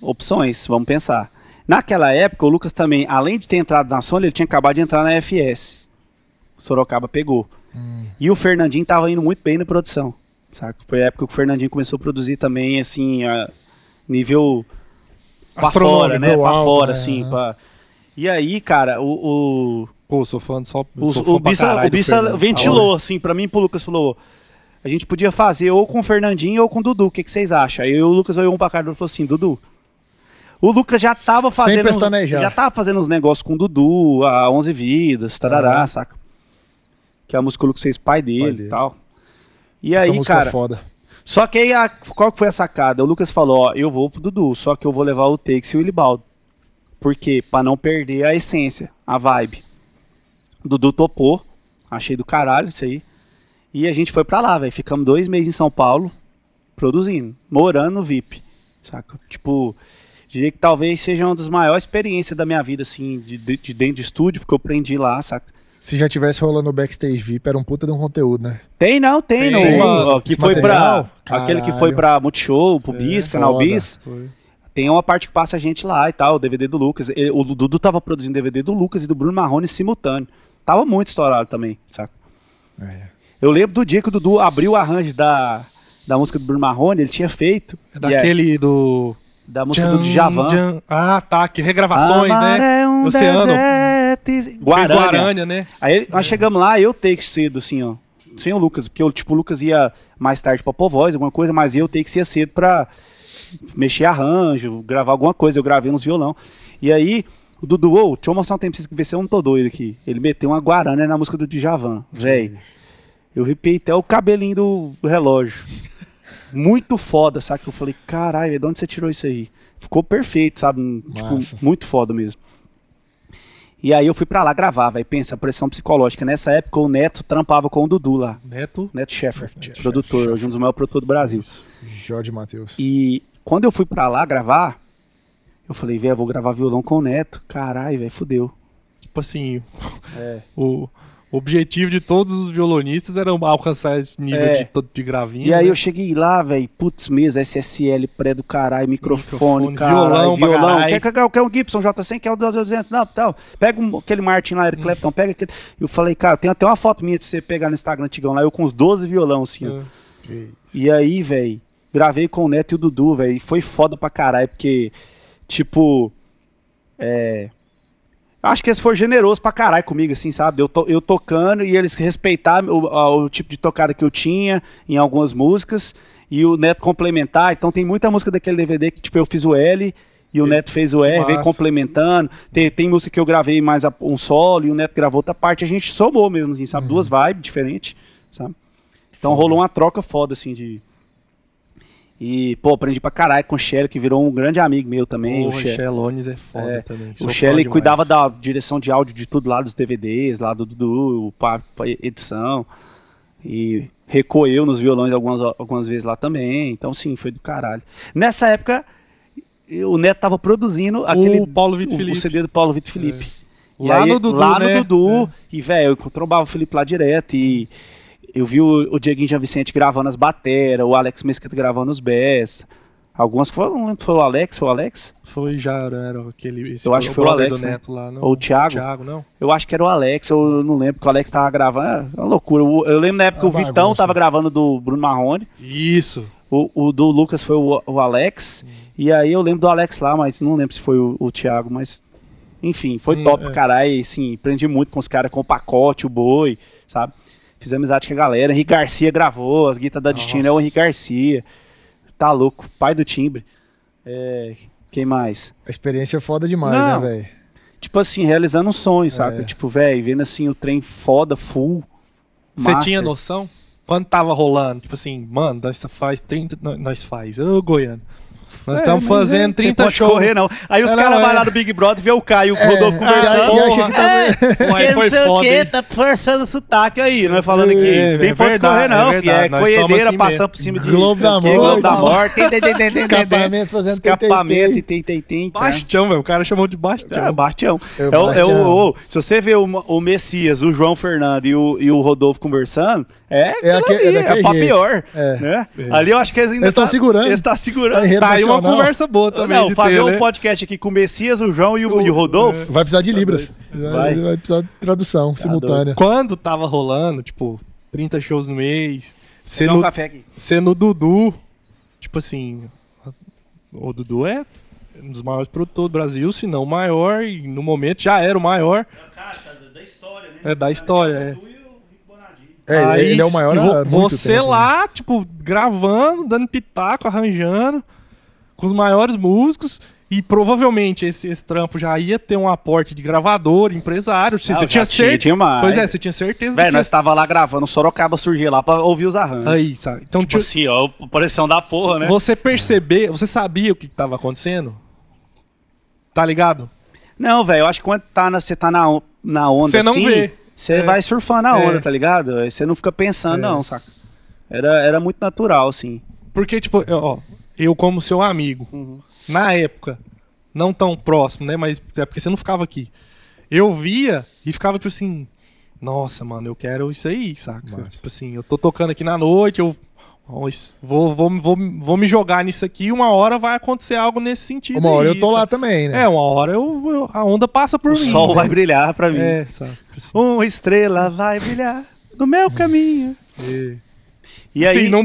Speaker 1: opções, vamos pensar. Naquela época, o Lucas também, além de ter entrado na Sony, ele tinha acabado de entrar na FS. Sorocaba pegou.
Speaker 3: Hum.
Speaker 1: E o Fernandinho tava indo muito bem na produção. Saca? Foi a época que o Fernandinho começou a produzir também, assim, a nível pra
Speaker 2: Astronômico,
Speaker 1: fora, né? Pra
Speaker 3: alto,
Speaker 1: fora,
Speaker 3: né?
Speaker 1: assim. pra- E aí, cara, o- o...
Speaker 2: Pô, sou fã de só.
Speaker 1: O,
Speaker 2: sou fã
Speaker 1: o
Speaker 2: pra
Speaker 1: Bissa,
Speaker 2: caralho
Speaker 1: o
Speaker 2: do
Speaker 1: Bissa
Speaker 2: Fernando.
Speaker 1: ventilou, assim, pra mim e pro Lucas, falou: a gente podia fazer ou com o Fernandinho ou com o Dudu, o que, que vocês acham? Aí o Lucas olhou um pra cara do outro e falou assim: Dudu. O Lucas já tava
Speaker 3: Sem
Speaker 1: fazendo. uns-
Speaker 3: pestanejar.
Speaker 1: já tava fazendo uns negócios com o Dudu, a 11 Vidas, tarará,
Speaker 3: Aham.
Speaker 1: saca? Que é a música que o Lucas fez pai dele
Speaker 3: dele.
Speaker 1: e tal. E
Speaker 3: Essa
Speaker 1: aí,
Speaker 3: música é
Speaker 1: cara.
Speaker 3: foda.
Speaker 1: Só que aí, a- qual que foi a sacada? O Lucas falou, ó, eu vou pro Dudu, só que eu vou levar o Takes e o Ilibaldo. Por quê? Pra não perder a essência, a vibe. O Dudu topou, achei do caralho isso aí. E a gente foi pra lá, velho. Ficamos dois meses em São Paulo, produzindo, morando no VIP, saca? Tipo, diria que talvez seja uma das maiores experiências da minha vida, assim, de, de- de dentro de estúdio, porque eu aprendi lá, saca?
Speaker 3: Se já tivesse rolando o backstage VIP, era um puta de um conteúdo, né?
Speaker 1: Tem não, tem,
Speaker 2: Tem,
Speaker 1: não.
Speaker 2: tem.
Speaker 1: Ó, que
Speaker 3: Esse
Speaker 1: foi pra,
Speaker 3: material?
Speaker 1: aquele que
Speaker 3: Caralho. É,
Speaker 1: foi pra Multishow, pro Bis, Canal
Speaker 3: foda.
Speaker 1: Bis.
Speaker 2: Tá Foi.
Speaker 1: Tem uma parte que passa a gente lá e tal, o DVD do Lucas. Ele- o Dudu tava produzindo DVD do Lucas e do Bruno Marrone simultâneo. Tava muito estourado também, saca?
Speaker 3: É.
Speaker 1: Eu lembro do dia que o Dudu abriu o arranjo da, da música do Bruno Marrone, ele tinha feito.
Speaker 2: É
Speaker 1: e é-
Speaker 2: Daquele do.
Speaker 1: da música do
Speaker 2: Tchan,
Speaker 1: Djavan.
Speaker 2: tchan. Ah, tá. Que regravações,
Speaker 1: Amar
Speaker 2: né?
Speaker 1: é um
Speaker 2: Oceano.
Speaker 1: deserto e-
Speaker 2: Fez
Speaker 1: Guarânia.
Speaker 2: Guarânia, né?
Speaker 1: Aí ele- nós chegamos lá, eu take cedo, assim, ó. Sem o Lucas, porque eu, tipo, o Lucas ia mais tarde pra Povoz, alguma coisa, mas eu take que ia cedo pra mexer arranjo, gravar alguma coisa. Eu gravei uns violão. E aí, o Dudu, ô, deixa eu mostrar um tempo pra vocês que ver se eu não tô doido aqui. Ele meteu uma Guarana na música do Djavan, velho. Eu arrepiei até o cabelinho do, do relógio. Muito foda, sabe? Eu falei, caralho, velho, de onde você tirou isso aí? Ficou perfeito, sabe? Tipo,
Speaker 3: Massa.
Speaker 1: muito foda mesmo. E aí eu fui pra lá gravar, velho. Pensa, pressão psicológica. Nessa época o Neto trampava com o Dudu lá.
Speaker 2: Neto.
Speaker 1: Neto Sheffer, produtor,
Speaker 3: Sheffer,
Speaker 1: hoje um dos maiores produtores do Brasil.
Speaker 3: Jorge Matheus.
Speaker 1: E quando eu fui pra lá gravar, eu falei, velho, eu vou gravar violão com o Neto. Caralho, velho, fudeu.
Speaker 2: Tipo assim. o o objetivo de todos os violonistas era alcançar esse nível
Speaker 1: É.
Speaker 2: de, to- de gravinha.
Speaker 1: E aí
Speaker 2: né?
Speaker 1: eu cheguei lá, velho, putz, mesa, SSL, pré do caralho, microfone,
Speaker 2: Microfone,
Speaker 1: caralho,
Speaker 2: violão pra caralho.
Speaker 1: Quer, quer, quer um Gibson J100, quer um 200, não, tal. Pega um- aquele Martin
Speaker 2: Hum.
Speaker 1: lá, Eric Clapton, pega aquele... Eu falei, cara, tem até uma foto minha de você pegar no Instagram antigão lá, eu com os 12 violão, assim, ó.
Speaker 2: É.
Speaker 3: Que-
Speaker 1: E aí, velho, gravei com o Neto e o Dudu, velho, e foi foda pra caralho, porque, tipo, é... Eu acho que eles foram generosos pra caralho comigo, assim, sabe? Eu, to- eu tocando e eles respeitaram o, a- o tipo de tocada que eu tinha em algumas músicas e o Neto complementar. Então tem muita música daquele DVD que, tipo, eu fiz o L e o Neto fez o R,
Speaker 2: massa.
Speaker 1: veio complementando. Tem, tem música que eu gravei mais a- um solo e o Neto gravou outra parte. A gente somou mesmo, assim, sabe? Duas vibes diferentes, sabe? Então rolou uma troca foda, assim, de. E, pô, aprendi pra caralho com o Shelly, que virou um grande amigo meu também.
Speaker 2: Porra,
Speaker 1: o Shelly.
Speaker 2: Shelones é foda também.
Speaker 1: O Shelley cuidava da direção de áudio de tudo lá dos DVDs, lá do Dudu, o pa- pa- edição. E recolheu nos violões algumas, algumas vezes lá também. Então, sim, foi do caralho. Nessa época, eu- o Neto tava produzindo aquele.
Speaker 2: O Paulo
Speaker 1: o-
Speaker 2: Vitor
Speaker 1: o
Speaker 2: Felipe. É.
Speaker 1: CD do Paulo Vitor Felipe. E
Speaker 2: Lá
Speaker 1: aí,
Speaker 2: no Dudu,
Speaker 1: Lá
Speaker 2: né?
Speaker 1: no Dudu. E, velho, eu trombava o Felipe lá direto. E eu vi o, o Dieguinho Jean Vicente gravando as bateras, o Alex Mesquita gravando os bass. Algumas que foram, não lembro se foi o Alex, foi o Alex?
Speaker 2: Foi já, era aquele. esse
Speaker 1: Eu acho que foi o
Speaker 2: brother
Speaker 1: Alex,
Speaker 2: do
Speaker 1: né?
Speaker 2: Neto lá, não.
Speaker 1: Ou o Thiago.
Speaker 2: Thiago, não.
Speaker 1: Eu acho que era o Alex, eu não lembro, porque o Alex tava gravando. É uma loucura. Eu, eu lembro na época
Speaker 3: É
Speaker 1: o
Speaker 3: uma
Speaker 1: Vitão
Speaker 3: bagunça.
Speaker 1: tava gravando do Bruno Marrone,
Speaker 2: Isso.
Speaker 1: o, o do Lucas foi o, o Alex, e aí eu lembro do Alex lá, mas não lembro se foi o, o Thiago, mas. Enfim, foi
Speaker 2: Hum,
Speaker 1: top pra
Speaker 2: é.
Speaker 1: caralho. E, sim, aprendi muito com os caras, com o pacote, o boi, sabe? Fiz amizade com a galera. Henrique Garcia gravou, as guitas da Destino é o
Speaker 2: Nossa.
Speaker 1: Henrique Garcia. Tá louco, pai do timbre. É, quem mais?
Speaker 3: A experiência é foda demais,
Speaker 1: Não.
Speaker 3: né, velho?
Speaker 1: Tipo assim, realizando um sonho, saca?
Speaker 2: É.
Speaker 1: Tipo, velho, vendo assim o trem foda, full.
Speaker 2: Você tinha
Speaker 1: noção?
Speaker 2: noção? Quando tava rolando, tipo assim, mano, nós faz 30. nó- Nós faz. Ô, Goiano. Nós
Speaker 1: É,
Speaker 2: estamos
Speaker 1: mas
Speaker 2: fazendo
Speaker 1: Tem
Speaker 2: 30
Speaker 1: pode
Speaker 2: shows.
Speaker 1: correr, não. Aí os
Speaker 2: É,
Speaker 1: caras
Speaker 2: não,
Speaker 1: vão
Speaker 2: é.
Speaker 1: lá no Big Brother, vê o Caio e o É. Rodolfo
Speaker 3: e É, aí,
Speaker 1: conversando.
Speaker 2: porra.
Speaker 3: acha que tá
Speaker 2: Ué,
Speaker 1: Porque
Speaker 2: foi
Speaker 1: não sei o
Speaker 2: foda,
Speaker 1: quê,
Speaker 2: hein?
Speaker 1: tá forçando sotaque aí, não é falando aqui.
Speaker 2: É,
Speaker 1: tem
Speaker 2: é
Speaker 1: pode
Speaker 2: verdade,
Speaker 1: correr, não,
Speaker 2: é
Speaker 1: filho. É
Speaker 2: verdade, nós somos
Speaker 1: coideira
Speaker 2: assim
Speaker 1: passando
Speaker 2: mesmo.
Speaker 1: por cima de
Speaker 3: Globo
Speaker 1: sei o
Speaker 3: da
Speaker 1: quê,
Speaker 3: Morte.
Speaker 1: Globo da Morte. tem, tem, tem, tem, tem, tem.
Speaker 3: <laughs> escapamento fazendo
Speaker 1: Escapamento,
Speaker 3: TTT.
Speaker 1: e tem, tem, tem. tá?
Speaker 2: Bastião, velho. O cara chamou de Bastião.
Speaker 1: É, Bastião.
Speaker 3: É o
Speaker 1: É o- é o-
Speaker 3: Bastião.
Speaker 1: o- se você vê o, o Messias, o João Fernando e o, e o Rodolfo conversando, é, aquilo
Speaker 3: aque-
Speaker 1: ali,
Speaker 3: é daquele
Speaker 1: é pra
Speaker 3: jeito.
Speaker 1: pior.
Speaker 3: É.
Speaker 1: né? Ali eu acho que eles ainda tá-
Speaker 3: Eles tão segurando.
Speaker 1: Eles estão segurando.
Speaker 3: Tá em rede
Speaker 2: tá aí uma
Speaker 3: nacional.
Speaker 2: conversa boa também.
Speaker 1: não,
Speaker 2: de
Speaker 1: fazer
Speaker 2: ter,
Speaker 1: um
Speaker 2: né?
Speaker 1: podcast aqui com o Messias, o João e o, e o Rodolfo.
Speaker 3: Vai precisar de Libras. Vai,
Speaker 1: Tá Vai. Tá
Speaker 3: vai precisar de tradução simultânea.
Speaker 2: Quando tava rolando, tipo, 30 shows no mês, ser
Speaker 1: Pegar um
Speaker 2: no,
Speaker 1: café aqui.
Speaker 2: ser no Dudu, tipo assim, o Dudu é um dos maiores produtores do Brasil, se não o maior, e no momento já era o maior.
Speaker 1: É da história, né?
Speaker 2: É, da história, é.
Speaker 3: É, ele-
Speaker 2: Aí
Speaker 3: ele é o maior
Speaker 2: vo-
Speaker 3: há muito
Speaker 2: Você
Speaker 3: tempo, né?
Speaker 2: lá, tipo, gravando, dando pitaco, arranjando, com os maiores músicos. E provavelmente esse, esse trampo já ia ter um aporte de gravador, empresário. Você,
Speaker 1: Ah,
Speaker 2: você
Speaker 1: já
Speaker 2: tinha
Speaker 1: tinha
Speaker 2: certeza.
Speaker 1: demais.
Speaker 2: Pois é, você tinha certeza de
Speaker 1: Velho,
Speaker 2: que
Speaker 1: nós tava lá gravando, o Sorocaba surgia lá pra ouvir os arranjos.
Speaker 2: Aí, sabe? Então,
Speaker 1: Tipo
Speaker 2: tipo,
Speaker 1: assim, ó, a aparição da porra, né?
Speaker 2: você perceber, você sabia o que que tava acontecendo? Tá ligado?
Speaker 1: Não, velho, eu acho que quando tá na, você tá na, on- na onda
Speaker 2: Você não
Speaker 1: assim,
Speaker 2: vê.
Speaker 1: Você
Speaker 2: É.
Speaker 1: vai surfando a onda,
Speaker 2: É.
Speaker 1: tá ligado? Aí Você não fica pensando,
Speaker 2: É.
Speaker 1: não, saca? Era, era muito natural, assim.
Speaker 2: Porque, tipo, eu, ó, eu como seu amigo,
Speaker 1: Uhum.
Speaker 2: na época, não tão próximo, né? Mas é porque você não ficava aqui. Eu via e ficava, tipo assim, nossa, mano, eu quero isso aí, saca?
Speaker 3: Massa.
Speaker 2: Tipo assim, eu tô tocando aqui na noite, eu ó, isso- vou, vou, vou, vou me jogar nisso aqui, uma hora vai acontecer algo nesse sentido.
Speaker 3: Uma hora
Speaker 2: aí,
Speaker 3: eu tô lá
Speaker 2: saca?
Speaker 3: também, né?
Speaker 2: É, uma hora eu, eu- a onda passa por
Speaker 1: O
Speaker 2: mim.
Speaker 1: sol
Speaker 2: né?
Speaker 1: vai brilhar pra mim.
Speaker 2: É, sabe? Tipo assim,
Speaker 1: Uma estrela vai brilhar no meu caminho.
Speaker 2: e-
Speaker 1: E aí,
Speaker 2: Sim, não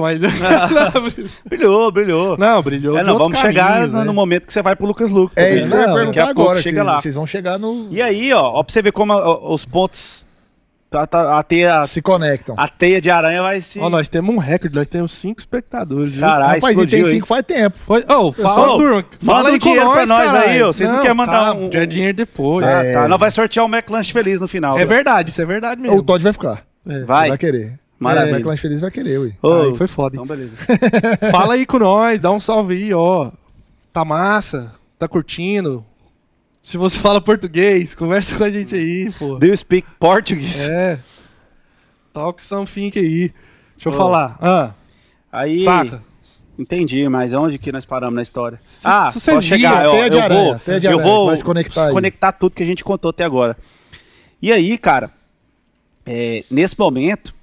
Speaker 1: <laughs>
Speaker 2: mas. <laughs>
Speaker 1: brilhou, brilhou.
Speaker 2: não, brilhou.
Speaker 1: É,
Speaker 2: de
Speaker 1: não,
Speaker 2: outros
Speaker 1: vamos chegar
Speaker 2: caminhos,
Speaker 1: no,
Speaker 2: né?
Speaker 1: no momento que você vai pro Lucas Lucas.
Speaker 3: É
Speaker 1: também,
Speaker 3: isso que
Speaker 1: né?
Speaker 3: eu ia
Speaker 2: Não,
Speaker 1: Daqui a
Speaker 3: perguntar
Speaker 1: pouco
Speaker 3: agora.
Speaker 1: chega
Speaker 3: vocês-
Speaker 1: lá.
Speaker 3: Vocês vão chegar no.
Speaker 1: E aí, ó, ó, pra você ver como a- ó, os pontos. tá- tá- a, teia,
Speaker 3: Se conectam.
Speaker 1: a teia de aranha vai se.
Speaker 2: Ó, nós temos um recorde, nós temos cinco espectadores. viu?
Speaker 1: Caralho,
Speaker 3: Rapaz, e tem
Speaker 1: explodiu, hein?
Speaker 3: cinco faz tempo.
Speaker 2: Pois, oh, fala,
Speaker 1: Pessoal,
Speaker 2: turma. Fala
Speaker 1: manda
Speaker 2: aí
Speaker 1: um
Speaker 2: com
Speaker 1: dinheiro
Speaker 2: nós,
Speaker 1: pra nós
Speaker 2: caralho.
Speaker 1: aí, ô, vocês não querem mandar
Speaker 2: calma,
Speaker 1: um-
Speaker 2: já É dinheiro depois.
Speaker 1: Ah,
Speaker 3: É.
Speaker 1: tá. Nós vai sortear o McLanche feliz no final. né?
Speaker 2: É verdade, isso é verdade mesmo.
Speaker 3: O Todd vai ficar.
Speaker 1: Vai.
Speaker 3: Vai querer.
Speaker 1: Maravilha.
Speaker 3: É, o McLanche Feliz vai querer, ui.
Speaker 1: Ô,
Speaker 2: Aí foi foda. hein?
Speaker 1: Então, beleza.
Speaker 2: Fala aí com nós, dá um salve aí, ó. Tá massa, tá curtindo. Se você fala português, conversa com a gente aí, pô.
Speaker 1: Do you speak Portuguese?
Speaker 2: É. Talk something aí. Deixa eu
Speaker 1: Ô.
Speaker 2: falar. Ah,
Speaker 1: Aí.
Speaker 2: saca.
Speaker 1: Entendi, mas onde que nós paramos na história?
Speaker 2: Se-
Speaker 1: Ah,
Speaker 2: se você
Speaker 1: pode
Speaker 2: via,
Speaker 1: chegar, eu,
Speaker 3: teia de
Speaker 1: eu
Speaker 3: aranha,
Speaker 1: vou,
Speaker 3: teia de
Speaker 1: eu
Speaker 3: aranha,
Speaker 1: vou
Speaker 3: vai se conectar aí.
Speaker 1: desconectar tudo que a gente contou até agora. E aí, cara, é, nesse momento,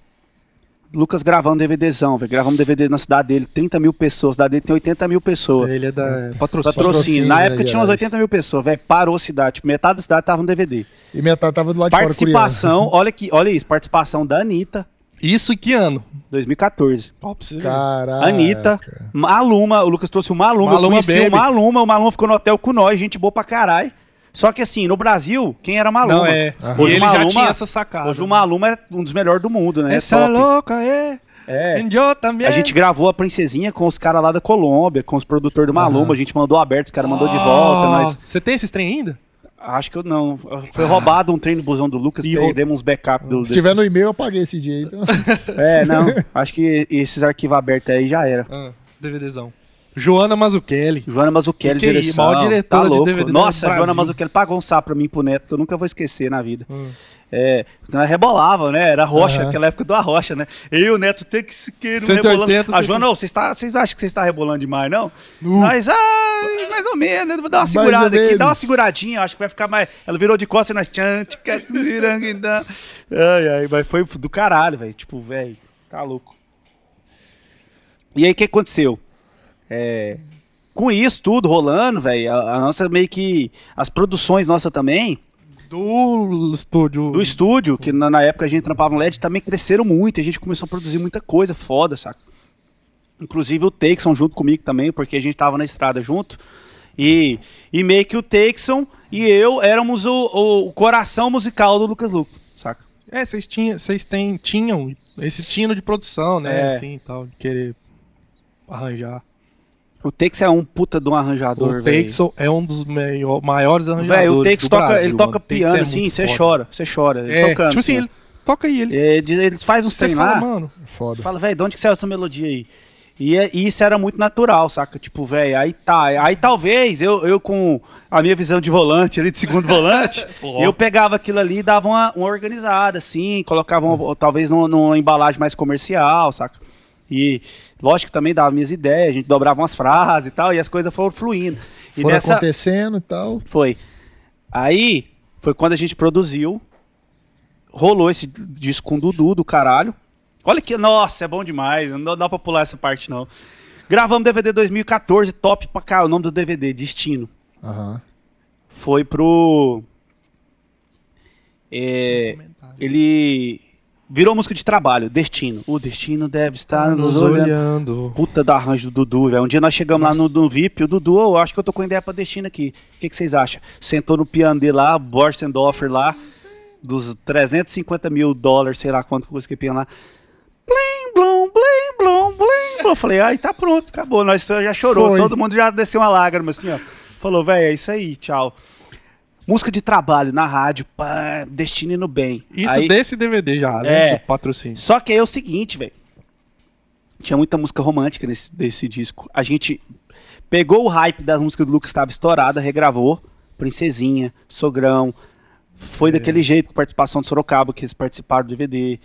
Speaker 1: Lucas gravando DVDzão, velho, gravamos DVD na cidade dele, 30 mil pessoas, a cidade dele tem 80 mil pessoas.
Speaker 2: Ele é da
Speaker 1: Patrocínio.
Speaker 2: patrocínio. né,
Speaker 1: Na
Speaker 3: Minas
Speaker 1: época tinha umas
Speaker 3: Gerais.
Speaker 1: 80 mil pessoas, velho. Parou a cidade. tipo, metade da cidade tava no DVD.
Speaker 2: Tá
Speaker 3: E metade tava do lado de fora curiando.
Speaker 1: Participação, olha, que, olha isso. Participação da Anitta,
Speaker 2: Isso e que ano?
Speaker 1: 2014.
Speaker 2: Ó, pra você ver.
Speaker 3: Caraca.
Speaker 1: Ah, é, Anitta, Maluma, o Lucas trouxe o Maluma,
Speaker 2: Maluma
Speaker 1: eu conheci
Speaker 2: bebe.
Speaker 1: o Maluma, o Maluma ficou no hotel com nós, gente boa pra caralho. Só que assim, no Brasil, quem era Maluma?
Speaker 2: Não, é.
Speaker 1: Hoje
Speaker 2: E ele
Speaker 1: o Maluma,
Speaker 2: já tinha essa sacada.
Speaker 1: Hoje o Maluma é um dos melhores do mundo, né? É
Speaker 2: Essa
Speaker 1: top.
Speaker 2: louca é.
Speaker 1: É.
Speaker 2: Endiou também.
Speaker 1: A gente gravou a Princesinha com os caras lá da Colômbia, com os produtores do Maluma. A gente mandou aberto, os caras mandou de
Speaker 2: Ah.
Speaker 1: volta, mas
Speaker 2: Você tem esses trem ainda?
Speaker 1: acho que eu não. Foi roubado um trem do busão do Lucas,
Speaker 2: E rou-
Speaker 1: perdemos uns backup do.
Speaker 3: Se tiver no
Speaker 1: desses-
Speaker 3: e-mail, eu apaguei esse dia.
Speaker 1: <laughs>
Speaker 3: Então.
Speaker 1: É,
Speaker 2: <laughs>
Speaker 1: não. Acho que esses arquivos abertos aí já era.
Speaker 2: Ah, DVDzão. Joana Mazzucchelli.
Speaker 1: Joana Mazzucchelli,
Speaker 2: Que que é isso?
Speaker 1: direção.
Speaker 2: Maior diretora
Speaker 1: tá
Speaker 2: de
Speaker 1: louco.
Speaker 2: DVD do
Speaker 1: Nossa, a
Speaker 2: Brasil.
Speaker 1: Joana Mazzucchelli pagou um sapo pra mim pro Neto, que eu nunca vou esquecer na vida.
Speaker 2: Hum.
Speaker 1: É, porque nós rebolava, né? Era rocha,
Speaker 3: Aham.
Speaker 1: aquela época do arrocha, né? Eu e o Neto tem que se querer
Speaker 2: 180,
Speaker 1: rebolando. A
Speaker 2: 180.
Speaker 1: Joana, "Ô, vocês tá- vocês acham que vocês estão rebolando demais, não?
Speaker 2: Nu.
Speaker 1: Nós, ai, mais ou menos, eu vou dar uma
Speaker 3: Mais ou
Speaker 1: segurada aqui,
Speaker 3: menos.
Speaker 1: dá uma seguradinha, acho que vai ficar mais. Ela virou de costas na <laughs> chante, que é tudo virando, então. Ai, ai, mas foi do caralho, velho. Tipo, velho, tá louco. E aí, o que aconteceu? É, com isso tudo rolando, velho, a, a nossa meio que. As produções nossa também,
Speaker 2: Do estúdio.
Speaker 1: do estúdio, que na, na época a gente trampava no LED, também cresceram muito. A gente começou a produzir muita coisa foda, saca? Inclusive o Texon junto comigo também, porque a gente tava na estrada junto. E, e meio que o Texon e eu éramos o, o- o coração musical do Lucas Luco, saca?
Speaker 2: É, vocês tinham, vocês têm, tinham esse tino de produção, né?
Speaker 1: É.
Speaker 2: Assim e tal, de querer arranjar.
Speaker 1: O Texon é um puta de um arranjador,
Speaker 2: O é
Speaker 1: velho.
Speaker 2: Texel é um dos meio- maiores arranjadores
Speaker 1: Velho, o Texon
Speaker 2: do
Speaker 1: toca,
Speaker 2: Brasil,
Speaker 1: ele
Speaker 2: mano.
Speaker 1: toca
Speaker 2: O Texel é
Speaker 1: piano,
Speaker 2: muito
Speaker 1: assim, você
Speaker 2: foda.
Speaker 1: chora, você chora. Ele
Speaker 2: É,
Speaker 1: tocando.
Speaker 2: tipo assim, ele toca aí, ele,
Speaker 1: É, de- ele, faz uns
Speaker 2: você
Speaker 1: trem
Speaker 2: fala,
Speaker 1: lá.
Speaker 2: mano,
Speaker 1: Você
Speaker 3: Foda.
Speaker 1: Fala, velho, de onde que saiu essa melodia aí? E, é- e isso era muito natural, saca? Tipo, velho, aí tá. Aí talvez eu, eu com a minha visão de volante ali, de segundo volante,
Speaker 3: <laughs>
Speaker 2: Ó.
Speaker 1: eu pegava aquilo ali e dava uma, uma organizada, assim, colocava uma- talvez num- numa embalagem mais comercial, saca? E lógico que também dava minhas ideias, a gente dobrava umas frases e tal, e as coisas foram fluindo. E
Speaker 3: Foram
Speaker 1: nessa.
Speaker 3: acontecendo e tal.
Speaker 1: Foi. Aí foi quando a gente produziu. Rolou esse disco com o Dudu do caralho. Olha que. Nossa, é bom demais. Não dá pra pular essa parte, não. Gravamos DVD 2014, top pra cá. O nome do DVD, Destino.
Speaker 3: Aham.
Speaker 1: Foi pro. É, ele virou música de trabalho, Destino. O destino deve estar Tá nos olhando.
Speaker 2: tá olhando.
Speaker 1: Puta do arranjo do Dudu, velho. Um dia nós chegamos lá no, no VIP, o Dudu, "Ô, eu acho que eu tô com ideia pra destino aqui. O que, que vocês acham? Sentou no piano dele lá, Borstendorfer lá, dos 350 mil dólares, sei lá quanto custa que piano lá. Blim, blum, blim, blum, blim. blum. Eu falei, ai, tá pronto, acabou. Nós já chorou,
Speaker 3: Foi.
Speaker 1: todo mundo já desceu uma lágrima assim, ó. Falou, velho, é isso aí, tchau. Música de trabalho na rádio, pá, Destino no bem.
Speaker 2: Isso
Speaker 1: aí,
Speaker 2: desse DVD já, além
Speaker 1: É.
Speaker 2: do patrocínio.
Speaker 1: só que aí é o seguinte, velho. Tinha muita música romântica nesse desse disco. A gente pegou o hype das músicas do Lucas que estava estourada, regravou. Princesinha, Sogrão. Foi daquele jeito, com participação de Sorocaba, que eles participaram do DVD.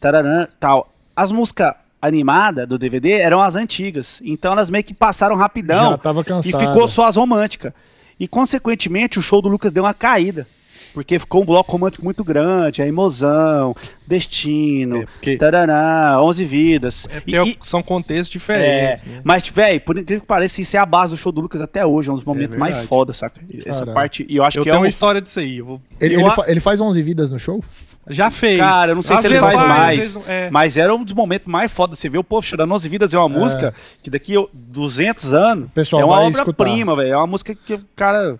Speaker 1: Tararã, tal. As músicas animadas do DVD eram as antigas. Então elas meio que passaram rapidão.
Speaker 3: Já tá tava
Speaker 1: E
Speaker 3: cansado.
Speaker 1: ficou só as românticas. E, consequentemente, o show do Lucas deu uma caída. Porque ficou um bloco romântico muito grande, aí Mozão, Destino,
Speaker 2: É, porque-
Speaker 1: Tarará, 11 Vidas.
Speaker 2: É,
Speaker 1: E-
Speaker 2: porque
Speaker 1: e-
Speaker 2: são contextos
Speaker 1: é,
Speaker 2: diferentes, né?
Speaker 1: Mas, velho, por incrível que pareça, isso é a base do show do Lucas até hoje. É um dos momentos mais
Speaker 2: verdade.
Speaker 1: foda, saca? Essa
Speaker 3: Caralho.
Speaker 1: parte. E eu acho
Speaker 2: Eu
Speaker 1: que
Speaker 2: tenho
Speaker 1: é um.
Speaker 2: uma história disso aí. eu vou-
Speaker 3: Ele,
Speaker 1: Eu
Speaker 3: ele
Speaker 1: a-
Speaker 3: fa- ele faz 11 vidas no show?
Speaker 2: Já fez.
Speaker 1: Cara, eu não sei
Speaker 2: Às
Speaker 1: se ele
Speaker 2: vezes
Speaker 1: faz
Speaker 2: às
Speaker 1: mais,
Speaker 2: vezes não- é.
Speaker 1: Mas era um dos momentos mais foda. Você vê o povo chorando 11 Vidas é uma música que daqui a 200 anos
Speaker 3: pessoal
Speaker 1: é uma
Speaker 3: vai escutar.
Speaker 1: obra-prima, velho. É uma música que o cara.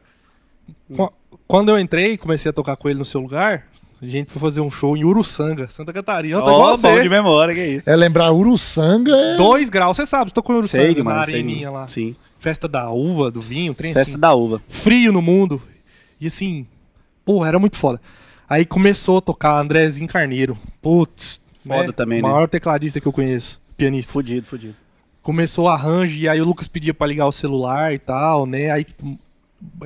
Speaker 2: Qu- Quando eu entrei e comecei a tocar com ele no seu lugar, a gente foi fazer um show em Uruçanga, Santa Catarina. Eu tô igual
Speaker 1: Ó, bom
Speaker 2: você.
Speaker 1: de memória, que é isso.
Speaker 3: É lembrar Uruçanga é.
Speaker 2: Dois graus, você sabe, tocou em Uruçanga,
Speaker 1: Sei
Speaker 2: na
Speaker 1: demais. sei
Speaker 2: areninha
Speaker 1: demais.
Speaker 2: lá.
Speaker 1: Sim.
Speaker 2: Festa da uva, do vinho, trem
Speaker 1: Festa
Speaker 2: assim.
Speaker 1: da uva.
Speaker 2: Frio no mundo. E assim, porra, era muito foda. Aí começou a tocar Andrezinho Carneiro. Putz.
Speaker 1: Foda também,
Speaker 2: o
Speaker 1: né?
Speaker 2: Maior tecladista que eu conheço, pianista.
Speaker 1: Fudido, fudido.
Speaker 2: Começou o arranjo e aí o Lucas pedia pra ligar o celular e tal, né? Aí tipo,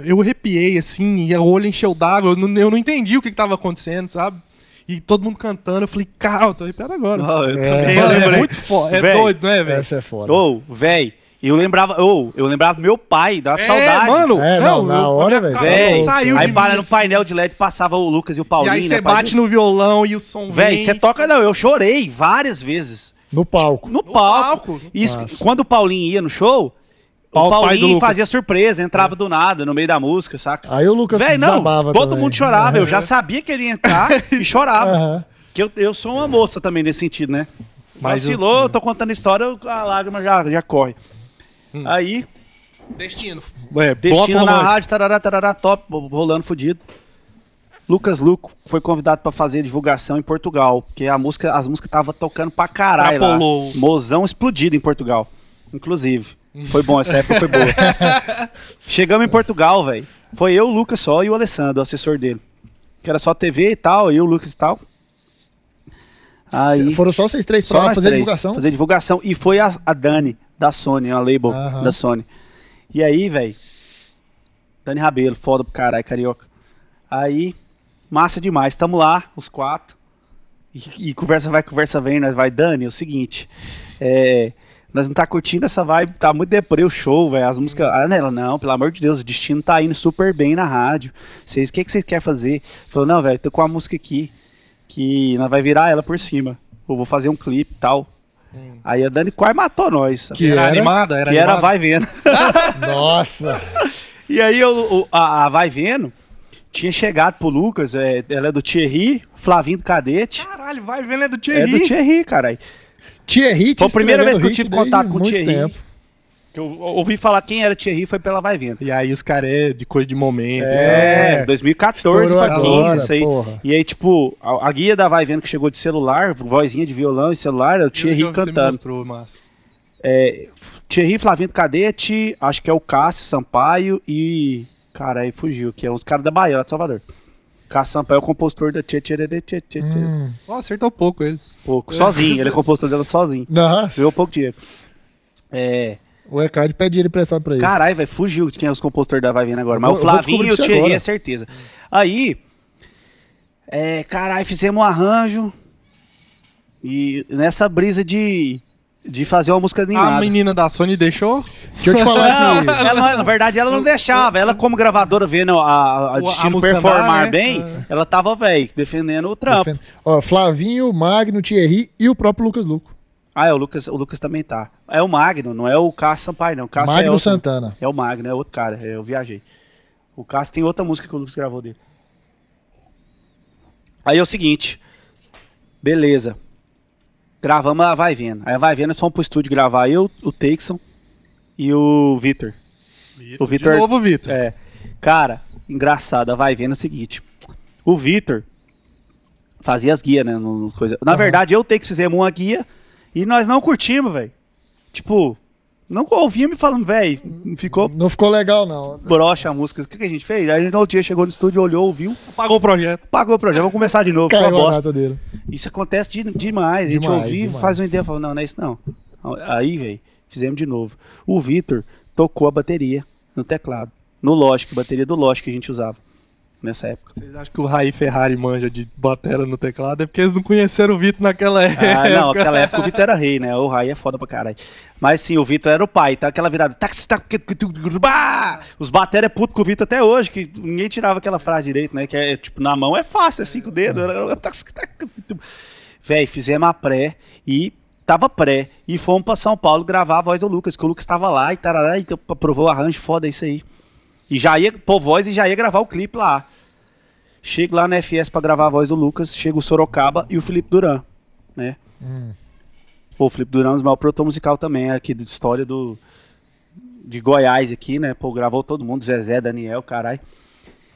Speaker 2: eu arrepiei assim, e o olho encheu d'água, eu não, eu não entendi o que, que tava acontecendo, sabe? E todo mundo cantando, eu falei, cara, eu tô arrepiado agora.
Speaker 1: eu
Speaker 3: também,
Speaker 2: Mano, é muito foda, é
Speaker 1: Véi,
Speaker 2: doido, né, velho?
Speaker 3: Essa é foda.
Speaker 1: Ô, velho, eu lembrava, ô, eu lembrava do meu pai, da
Speaker 2: É,
Speaker 1: saudade.
Speaker 2: mano,
Speaker 3: É, não, na
Speaker 2: eu-
Speaker 3: hora,
Speaker 2: minha
Speaker 3: velho,
Speaker 2: cabeça
Speaker 1: Véi,
Speaker 3: Louco.
Speaker 2: saiu
Speaker 1: aí
Speaker 2: de
Speaker 1: para
Speaker 2: mim,
Speaker 1: no
Speaker 2: assim.
Speaker 1: painel de LED passava o Lucas e o
Speaker 2: E
Speaker 1: Paulinho.
Speaker 2: aí você
Speaker 1: né, pai
Speaker 2: bate
Speaker 1: do-
Speaker 2: no violão e o som
Speaker 1: Véi,
Speaker 2: vem.
Speaker 1: você toca. Não, eu chorei várias vezes.
Speaker 3: No palco.
Speaker 1: No, palco.
Speaker 2: palco.
Speaker 1: Isso,
Speaker 3: Nossa.
Speaker 1: quando o Paulinho ia no show,
Speaker 2: Pau-
Speaker 1: o
Speaker 2: pai do
Speaker 1: Paulinho
Speaker 2: Lucas. É.
Speaker 1: fazia surpresa, entrava do nada, no meio da música, saca?
Speaker 3: Aí Ah, o Lucas
Speaker 1: Véi, não,
Speaker 3: desabava
Speaker 1: todo
Speaker 3: também. É.
Speaker 1: mundo chorava.
Speaker 2: É.
Speaker 1: Eu já sabia que ele ia
Speaker 2: <laughs>
Speaker 1: entrar e chorava.
Speaker 3: Aham.
Speaker 1: Que eu, eu sou uma moça também nesse sentido, né?
Speaker 2: Mas Hum.
Speaker 1: Vacilou, eu tô contando história, eu- a lágrima já, já corre. Aí,
Speaker 2: Destino. É,
Speaker 1: Destino
Speaker 2: bloco
Speaker 1: na
Speaker 2: romântico.
Speaker 1: rádio, tarará, tarará, top, bo- rolando fudido. Lucas Luco foi convidado pra fazer a divulgação em Portugal, porque a música, as músicas tava tocando pra caralho lá.
Speaker 2: Extrapolou.
Speaker 1: Mozão explodido em Portugal, inclusive. Foi bom, essa época <laughs> foi boa. Chegamos em Portugal, velho. Foi eu, o Lucas só e o Alessandro, o assessor dele. Que era só TV e tal, eu, o Lucas e tal. Aí,
Speaker 3: Foram só vocês três pra
Speaker 1: só
Speaker 3: lá
Speaker 1: nós
Speaker 3: fazer
Speaker 1: três,
Speaker 3: divulgação?
Speaker 1: Fazer divulgação. E foi a, a Dani, da Sony, a label
Speaker 3: Aham.
Speaker 1: da Sony. E aí, velho. Dani Rabelo, foda pro caralho, carioca. Aí, massa demais. Tamo lá, os quatro. E, e conversa vai, conversa vem, nós vai. Dani, é o seguinte. É. Nós não tá curtindo essa vibe, tá muito deprê o show, velho. As músicas. Ah, ela, não, pelo amor de Deus, o destino tá indo super bem na rádio. Vocês, o que que vocês querem fazer? Falou, não, velho, tô com a música aqui que nós vai virar ela por cima. Eu vou fazer um clipe e tal. Aí a Dani quase matou nós.
Speaker 3: Que
Speaker 2: era,
Speaker 3: era?
Speaker 2: animada? Era
Speaker 1: que era né?
Speaker 2: animada?
Speaker 1: Vai Vendo.
Speaker 3: Nossa!
Speaker 1: E aí eu, o- a, a Vai Vendo tinha chegado pro Lucas, é, ela é do Thierry, Flavinho do Cadete.
Speaker 2: Caralho, vai vendo, é do
Speaker 1: É do
Speaker 2: Thierry.
Speaker 1: Thierry, caralho.
Speaker 3: Thierry que
Speaker 1: Foi a primeira vez que eu tive
Speaker 3: escreveu hit desde
Speaker 1: contato com o
Speaker 3: muito
Speaker 1: Thierry.
Speaker 3: tempo.
Speaker 1: Que eu ouvi falar quem era Thierry foi pela Vai Vendo.
Speaker 2: E aí os caras é de coisa de momento. né?
Speaker 3: É.
Speaker 1: 2014
Speaker 3: Estourou
Speaker 1: pra 15,
Speaker 3: agora,
Speaker 1: isso aí.
Speaker 3: porra.
Speaker 1: E aí, tipo, a, a guia da Vai Vendo que chegou de celular, vozinha de violão e celular, era o Thierry
Speaker 2: Você me
Speaker 1: cantando.
Speaker 2: mostrou, massa.
Speaker 1: É, Thierry, Flavinho do Cadete, acho que é o Cássio Sampaio e. Cara, aí fugiu, que é uns caras da Bahia, lá de Salvador. Cássio Sampaio é o compositor da Tchê Tchê Tchê Tchê Tchê Tchê.
Speaker 3: Hum.
Speaker 2: Ó, acertou pouco ele.
Speaker 1: Pouco, sozinho, ele é compositor dela sozinho.
Speaker 3: Nossa,
Speaker 1: Ganhou pouco dinheiro. É.
Speaker 3: o Ecard pede dinheiro emprestado pra ele.
Speaker 1: Caralho, vai fugiu de quem é os compositores da Vai Vendo agora. Mas
Speaker 3: Eu
Speaker 1: o
Speaker 3: vou- eu vou
Speaker 1: Flavinho
Speaker 3: descobrir
Speaker 1: e o
Speaker 3: isso
Speaker 1: Thierry
Speaker 3: agora.
Speaker 1: é certeza. Aí. É, caralho, fizemos um arranjo. E nessa brisa de. De fazer uma música
Speaker 2: A
Speaker 3: Ah,
Speaker 1: animada.
Speaker 2: menina da Sony deixou
Speaker 3: Deixa eu
Speaker 1: <laughs>
Speaker 3: te falar
Speaker 2: assim,
Speaker 3: que
Speaker 1: É. Ela, na verdade, ela não deixava. Ela, como gravadora, vendo a, a
Speaker 2: A
Speaker 1: Destino
Speaker 2: música
Speaker 1: performar
Speaker 2: andar, né?
Speaker 1: bem, ela tava, velho, defendendo o trampo.
Speaker 3: Defendo. Ó, Flavinho, Magno, Thierry e o próprio Lucas Luco.
Speaker 1: Ah, é, o Lucas, o Lucas também tá. É o Magno, não é o Cássio Sampaio, não. O Cássio é
Speaker 3: Magno
Speaker 1: outro.
Speaker 3: Santana.
Speaker 1: É o Magno, é outro cara. é, eu viajei. O Cássio tem outra música que o Lucas gravou dele. Aí é o seguinte. Beleza. Gravamos a Vai Vendo. Aí a Vai Vendo é só um pro estúdio gravar. Eu, o Texon e o Vitor. O Vitor.
Speaker 2: de novo, Vitor.
Speaker 1: É. Cara, engraçado, vai vendo o seguinte. O Vitor fazia as guias, né? no- no coisa. Na verdade, eu tenho que fizemos uma guia e nós não curtimos, velho. Tipo, não ouvimos e falamos, velho, ficou
Speaker 3: Não ficou legal, não.
Speaker 1: broxa a música. O que, que a gente fez? Aí a gente no outro dia chegou no estúdio, olhou, ouviu,
Speaker 2: Pagou o projeto.
Speaker 1: pagou o projeto, vamos começar de novo, ficou uma
Speaker 3: Caiu a
Speaker 1: bosta.
Speaker 3: nata dele.
Speaker 1: Isso acontece de- demais. A gente
Speaker 3: Demais,
Speaker 1: ouviu,
Speaker 3: demais.
Speaker 1: faz uma ideia, fala, não, não é isso não. Aí, velho, fizemos de novo. O Vitor tocou a bateria no teclado, no Logic, bateria do Logic que a gente usava nessa época.
Speaker 2: Vocês acham que o Raí Ferrari manja de batera no teclado? É porque eles não conheceram o Vitor naquela época. <laughs>
Speaker 1: Ah, não, aquela época o Vitor era rei, né? O Rai é foda pra caralho. Mas sim, o Vitor era o pai, tá? Aquela virada. tac, tac, tac, tu, tu, tu, bah! Os bateram é puto com o Vitor até hoje, que ninguém tirava aquela frase direito, né? Que é tipo, na mão é fácil, é cinco dedos. era- tá, era- tac, tac, tac, tu. Véi, fizemos a pré e tava pré. E fomos pra São Paulo gravar a voz do Lucas, que o Lucas tava lá e tarará, então aprovou o arranjo, foda isso aí. E já ia pôr voz e já ia gravar o clipe lá. Chego lá na FS pra gravar a voz do Lucas, chega o Sorocaba e o Felipe Duran, né?
Speaker 2: Hum.
Speaker 1: Pô, o Felipe Duran é um dos maiores produtor musical também, é aqui de história do de Goiás aqui, né? Pô, gravou todo mundo, Zezé, Daniel, caralho.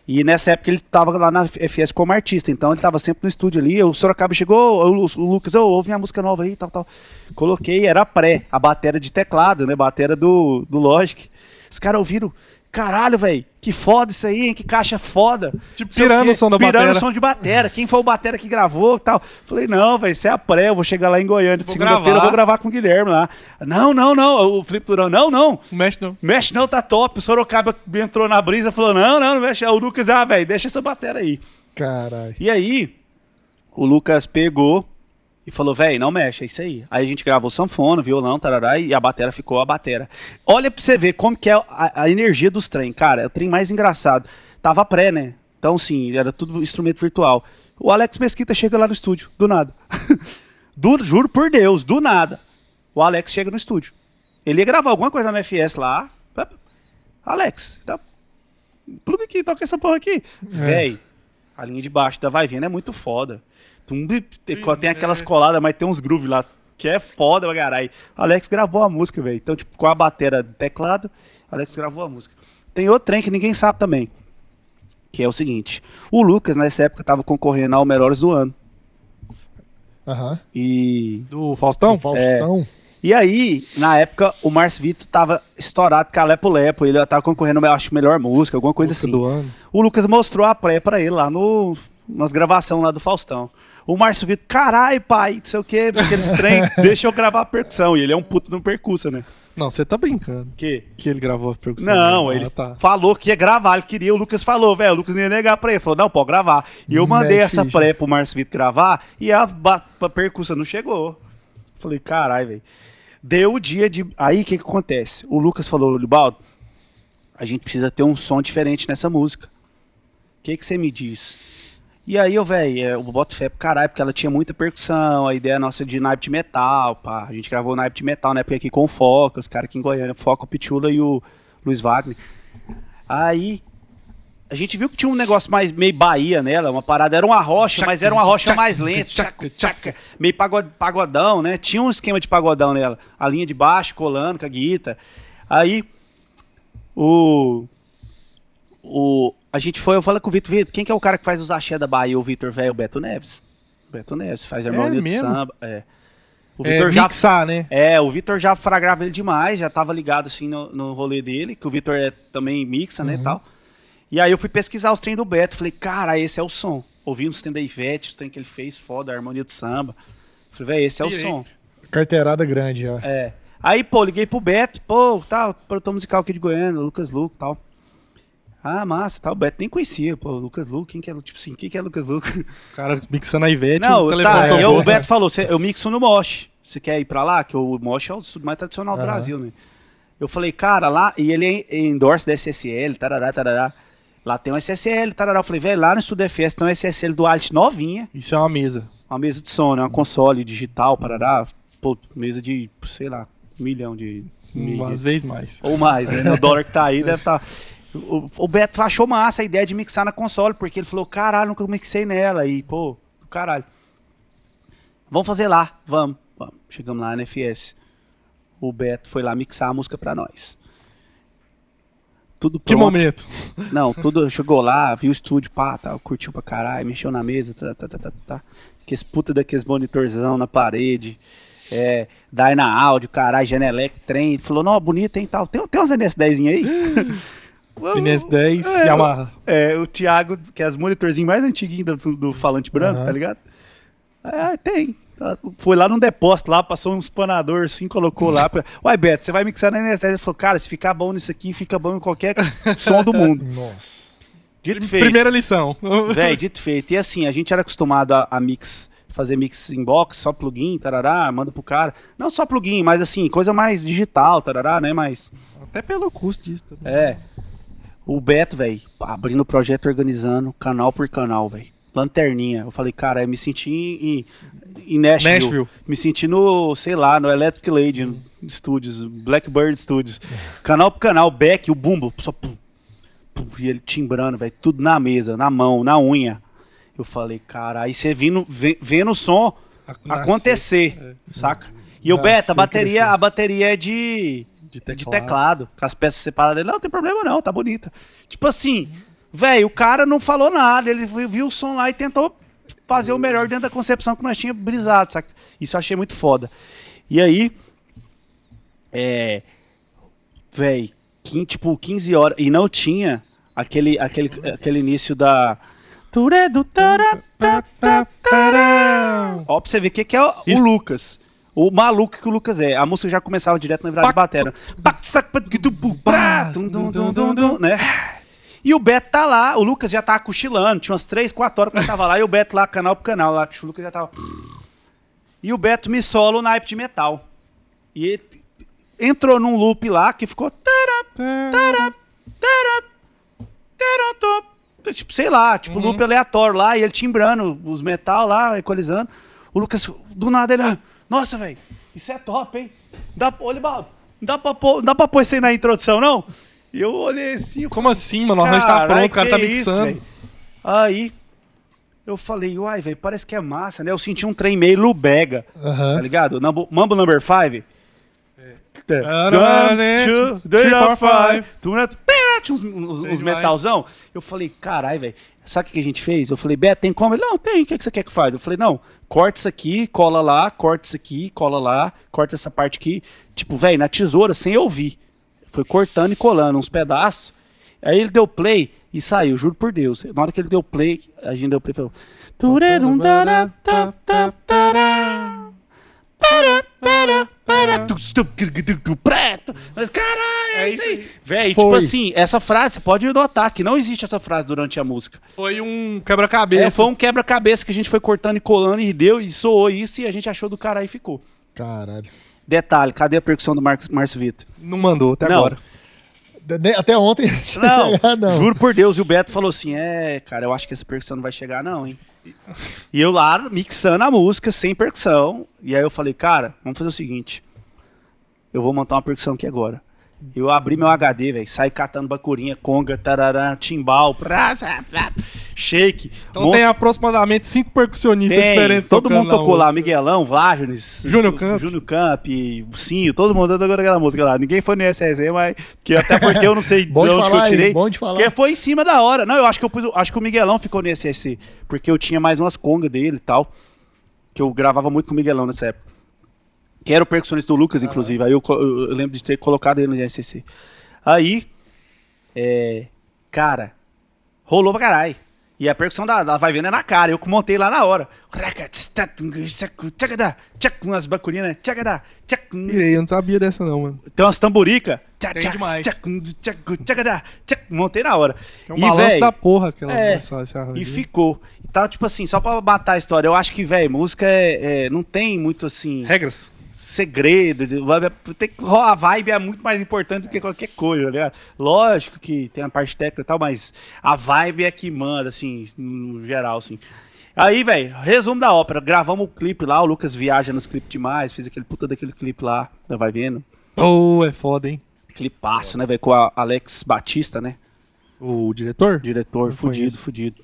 Speaker 1: E nessa época ele tava lá na FS como artista, então ele tava sempre no estúdio ali. O Sorocaba chegou, o, Lu- o Lucas, ô, ouve minha música nova aí, tal, tal. Coloquei, era pré, a batera de teclado, né? Batera do, do Logic. Os caras ouviram, caralho, velho, que foda isso aí, hein? Que caixa foda.
Speaker 2: Tipo,
Speaker 1: Sei
Speaker 2: pirando
Speaker 1: quê,
Speaker 2: o som da
Speaker 1: Pirando
Speaker 2: batera.
Speaker 1: o som de batera, quem foi o batera que gravou e tal. Falei, não, velho, isso é a pré, eu vou chegar lá em Goiânia de
Speaker 2: Vou
Speaker 1: segunda-feira, eu
Speaker 2: gravar.
Speaker 1: vou gravar com o Guilherme lá. Não, não, não, o Felipe Durão, não, não.
Speaker 2: Não mexe não.
Speaker 1: Mexe não, tá top. O Sorocaba entrou na brisa falou: não, não, não mexe. Aí O Lucas, ah, velho, deixa essa batera aí.
Speaker 3: Caralho.
Speaker 1: E aí, o Lucas pegou e falou, velho, não mexe, é isso aí. Aí a gente gravou sanfona, violão, tarará, e a batera ficou a batera. Olha pra você ver como que é a, a energia dos trem, cara. É o trem mais engraçado. Tava pré, né? Então, sim, era tudo instrumento virtual. O Alex Mesquita chega lá no estúdio, do nada. <laughs> do, juro por Deus, do nada. O Alex chega no estúdio. Ele ia gravar alguma coisa na FS lá. Alex, tá... pluga aqui, toca essa porra aqui.
Speaker 2: É.
Speaker 1: Véi, a
Speaker 2: É.
Speaker 1: linha de baixo da Vai Vendo é muito foda. Tum, bip, Tem tem aquelas coladas, mas tem uns grooves lá. que é foda pra caralho. Alex gravou a música, velho. Então, tipo, com a batera do teclado, Alex gravou a música. Tem outro trem que ninguém sabe também. Que é o seguinte: o Lucas, nessa época, tava concorrendo ao Melhores do Ano.
Speaker 3: Aham.
Speaker 1: E.
Speaker 2: Do Faustão?
Speaker 1: Então,
Speaker 3: O Faustão.
Speaker 1: E aí, na época, o Márcio Vito tava estourado com a Lepo Lepo. Ele tava concorrendo, eu acho, melhor música, alguma coisa
Speaker 2: Música
Speaker 1: assim.
Speaker 2: do ano.
Speaker 1: O Lucas mostrou a praia pra ele lá no, nas gravações lá do Faustão. O Márcio Vitor, caralho, pai, não sei o quê, porque eles
Speaker 2: <laughs>
Speaker 1: trem, deixa eu gravar a percussão. E ele é um puto no percussa, né?
Speaker 2: Não, você tá brincando.
Speaker 1: Que?
Speaker 2: Que ele gravou a percussão.
Speaker 1: Não,
Speaker 2: Ah,
Speaker 1: ele
Speaker 2: tá.
Speaker 1: falou que ia gravar, ele queria, o Lucas falou, velho, o Lucas não ia negar pra ele, falou, não, pode gravar. E eu mandei
Speaker 3: Mete
Speaker 1: essa
Speaker 3: ficha.
Speaker 1: pré pro Márcio Vitor gravar e a, ba- a percussa não chegou. Falei, caralho, velho. Deu o dia de. Aí o que, que acontece? O Lucas falou, Libaldo, a gente precisa ter um som diferente nessa música. O que, que você me diz? E aí, eu, velho, eu boto fé pro caralho, porque ela tinha muita percussão, a ideia nossa de naipe de metal, pá. A gente gravou naipe de metal na época aqui com o Foca, os caras aqui em Goiânia, o Foca, o Pichula e o Luiz Wagner. Aí, a gente viu que tinha um negócio mais meio Bahia nela, uma parada, era uma rocha, mas era uma rocha mais lenta, tchaca, tchaca, meio pago- pagodão, né? Tinha um esquema de pagodão nela, a linha de baixo colando com a guita. Aí, o o, a gente foi, eu falei com o Vitor, Vitor, quem que é o cara que faz os axé da Bahia? O Vitor, velho, o Beto Neves. O Beto Neves, faz harmonia de
Speaker 2: mesmo?
Speaker 1: samba. É. O
Speaker 2: É,
Speaker 1: Vitor já.
Speaker 2: mixar, né?
Speaker 1: É, o Vitor já fragrava ele demais, já tava ligado assim no, no rolê dele, que o Vitor é, também mixa, né, e tal. E aí eu fui pesquisar os trem do Beto, falei, cara, esse é o som. Ouvi uns trem da Ivete, os trem que ele fez, foda, a harmonia de samba. Falei, velho, esse é o
Speaker 2: Pirei.
Speaker 1: som.
Speaker 3: Carteirada grande já.
Speaker 1: É. Aí, pô, liguei pro Beto, pô, tal, produtor musical aqui de Goiânia, Lucas Luco tal. Ah, massa, tal. O Beto nem conhecia, pô, Lucas Luco, quem que é, Lu- tipo assim, quem que é Lucas Luco?
Speaker 2: O cara mixando a Ivete,
Speaker 1: Não,
Speaker 2: o telefone
Speaker 1: tá,
Speaker 2: tocou,
Speaker 1: aí o
Speaker 2: sabe?
Speaker 1: Beto falou, "Cê- eu mixo no Mosh, você quer ir pra lá? Que o Mosh é o estúdio mais tradicional do
Speaker 3: Aham.
Speaker 1: Brasil, né? Eu falei, cara, lá, e ele é endorse da SSL, tarará, tarará. Lá tem um SSL, tarará. Eu falei, velho, lá no Estúdio FS tem um SSL do Alt novinha,
Speaker 2: Isso é uma mesa.
Speaker 1: uma mesa de som, né? Uma console digital, parará. Pô, mesa de, sei lá, um milhão de... de-
Speaker 2: Umas vezes mais.
Speaker 1: ou mais, né? O dólar que tá aí deve tá. O, o Beto achou massa a ideia de mixar na console, porque ele falou: caralho, nunca mixei nela. E, pô, do caralho. Vamos fazer lá, vamos, vamos. Chegamos lá na NFS. O Beto foi lá mixar a música pra nós. Tudo
Speaker 2: Que
Speaker 1: pronto.
Speaker 2: momento.
Speaker 1: Não, tudo chegou lá, viu o estúdio, pá, tá, curtiu pra caralho, mexeu na mesa, tá, tá, tá, tá, tá, tá. Que esse puta daqueles monitorzão na parede, é, Dyna Audio, caralho, Genelec, trem. Falou, não, bonito, hein, tal. Tem, tem uns NS10 aí?
Speaker 2: Inês 10
Speaker 1: É,
Speaker 2: se amarra.
Speaker 1: É, o Thiago, que é as monitorzinhas mais antiguinhas do, do falante branco,
Speaker 3: Aham.
Speaker 1: tá ligado? Ah, tem. Tá, Foi lá num depósito lá, passou um espanador assim, colocou lá. pra- Uai, Beto, você vai mixar na NS10? Ele falou, cara, se ficar bom nisso aqui, fica bom em qualquer som do mundo.
Speaker 3: Nossa.
Speaker 1: Dito e feito.
Speaker 2: Primeira lição.
Speaker 1: Véi, dito e feito. E assim, a gente era acostumado a, a mix, fazer mix inbox, só plugin, tarará, manda pro cara. Não só plugin, mas assim, coisa mais digital, tarará, né? Mas.
Speaker 2: Até pelo custo disso também.
Speaker 1: É. O Beto, velho, abrindo o projeto, organizando, canal por canal, velho. Lanterninha. Eu falei, cara, eu me senti em, em Nashville.
Speaker 2: Nashville.
Speaker 1: Me senti no, sei lá, no Electric Lady Studios, Blackbird Studios. Canal por canal, back, o bumbo, só pum, pum, e ele timbrando, velho, tudo na mesa, na mão, na unha. Eu falei, cara, aí você vindo, ve- vendo o som
Speaker 2: Nascer É. assim
Speaker 1: acontecer, saca? E o
Speaker 3: Nascer,
Speaker 1: Beto, a bateria,
Speaker 3: crescer.
Speaker 1: a bateria é de
Speaker 2: De
Speaker 1: de
Speaker 2: teclado.
Speaker 1: teclado, com as peças separadas. Ele, não, tem problema não, tá bonita. Tipo assim, velho, o cara não falou nada, ele viu viu o som lá e tentou fazer o melhor dentro da concepção que nós tínhamos brisado, saca? Isso eu achei muito foda. E aí, é, velho, quin- tipo 15 horas, e não tinha aquele, aquele, aquele início da... Turedo, tará, tá, tá,
Speaker 2: Tarão!
Speaker 1: Ó, pra você ver o que, que é o, o
Speaker 2: Isso-
Speaker 1: Lucas. O maluco que o Lucas é. A música já começava direto na virada de batera. Pac, sac, pac, du, bu, pá, dum, dum, dum, dum, dum, né? E o Beto tá lá, o Lucas já tava cochilando, tinha umas 3, 4 horas que eu tava lá, e o Beto lá, canal pro canal, lá, o Lucas já tava. E o Beto me sola o naipe de metal. E ele entrou num loop lá que ficou. tará, tará, tará, tará, tó. Tipo, sei lá, tipo, loop aleatório lá, e ele timbrando os metal lá, equalizando. O Lucas, do nada, ele. "Ah, Nossa, velho, isso é top, hein? Dá, pra- olha, Balbo, não dá pra pôr, não dá pra pôr isso aí na introdução, não? E eu olhei assim, eu
Speaker 2: Como assim, mano? O arranjo tá
Speaker 1: Carai,
Speaker 2: pronto, o cara tá
Speaker 1: que isso,
Speaker 2: mixando.
Speaker 1: velho. aí, Eu falei, uai, velho, parece que é massa, né? Eu senti um trem meio lubega, tá
Speaker 3: Aham.
Speaker 1: ligado? Nambu- Mambo number 5.
Speaker 2: One, two, né? three, four, five.
Speaker 1: Tinha uns, uns, uns metalzão. Eu falei, carai, velho, sabe o que que a gente fez? Eu falei, Beto, tem como? Ele, não, tem, o que, que você quer que faz? Eu falei, não, corta isso aqui, cola lá, corta isso aqui, cola lá, corta essa parte aqui. Tipo, velho, na tesoura, sem ouvir. Foi cortando e colando uns pedaços. Aí ele deu play e saiu, juro por Deus. Na hora que ele deu play, a gente deu play e falou... Turerum, dará, tá, tá, tará. Para, para, para. Tu, tu, tu, tu, tu, tu, preto. Mas caralho, é isso aí. Véi, tipo
Speaker 3: Foi.
Speaker 1: assim, essa frase, você pode notar que não existe essa frase durante a música.
Speaker 2: Foi um
Speaker 1: É,
Speaker 2: quebra-cabeça.
Speaker 1: foi um quebra-cabeça que a gente foi cortando e colando e deu e soou isso e a gente achou do caralho e ficou.
Speaker 3: Caralho.
Speaker 1: Detalhe, cadê a percussão do Marcos Márcio Vitor?
Speaker 2: Não mandou até
Speaker 1: Não.
Speaker 2: agora.
Speaker 3: De- de- Até ontem <laughs> tinha
Speaker 1: Não,
Speaker 3: chegado,
Speaker 1: <laughs>
Speaker 3: não.
Speaker 1: juro por Deus. E o Beto falou assim: é, cara, eu acho que essa percussão não vai chegar, não, hein? E eu lá mixando a música sem percussão. E aí eu falei, cara, vamos fazer o seguinte: eu vou montar uma percussão aqui agora. Eu abri meu HD, velho, saí catando bacurinha, conga, tarará, timbal, praza, pra- shake.
Speaker 2: Então
Speaker 1: mon-
Speaker 2: tem aproximadamente cinco percussionistas
Speaker 1: tem,
Speaker 2: diferentes.
Speaker 1: todo
Speaker 2: tocando
Speaker 1: mundo tocou
Speaker 2: outra.
Speaker 1: lá, Miguelão, Vlágenes,
Speaker 2: Júnior Camp.
Speaker 1: Júnior Camp, Sim, todo mundo andando agora aquela música lá. Ninguém foi no SSE, mas que até porque eu não sei de
Speaker 3: Bom de
Speaker 1: onde que eu
Speaker 3: falar,
Speaker 1: tirei.
Speaker 3: hein? Bom de falar.
Speaker 1: Porque foi em cima da hora. Não, eu acho que eu pus, acho que o Miguelão ficou no SSC, porque eu tinha mais umas congas dele e tal, que eu gravava muito com o Miguelão nessa época. Que era o percussionista do Lucas, inclusive. Aí eu, co- eu- eu lembro de ter colocado ele no SSC. Aí, é, cara, rolou pra caralho. E a percussão da, da vai vendo é na cara, eu que montei lá na hora. Tchacum, as bacurinas, tchacadá, tchacum,
Speaker 2: Irei, eu não sabia dessa não, mano.
Speaker 1: tem umas tamburica. Tchac,
Speaker 2: Tem
Speaker 1: tchac,
Speaker 2: demais.
Speaker 1: tchac, tchac, tchacadá, tchac. Montei na hora.
Speaker 2: É um balanço
Speaker 1: véi,
Speaker 2: da porra aquela
Speaker 1: é,
Speaker 2: essa, essa
Speaker 1: E
Speaker 2: harmonia.
Speaker 1: ficou. Então, tipo assim, só pra matar a história, eu acho que, velho, música é, é, não tem muito assim.
Speaker 2: Regras.
Speaker 1: Segredo. de- vai- vai- Tem, que- a vibe é muito mais importante do que qualquer coisa, tá ligado? Lógico que tem a parte técnica e tal, mas a vibe é que manda, assim, no geral, assim. Aí, velho, resumo da ópera. Gravamos o clipe lá, o Lucas viaja nos clipes demais, fez aquele puta daquele clipe lá, da vai vendo.
Speaker 2: Oh, é foda, hein?
Speaker 1: Clipaço, né, velho? Com a Alex Batista, né?
Speaker 2: O diretor?
Speaker 1: Diretor,
Speaker 2: Não
Speaker 1: fudido,
Speaker 2: conheço.
Speaker 1: fudido.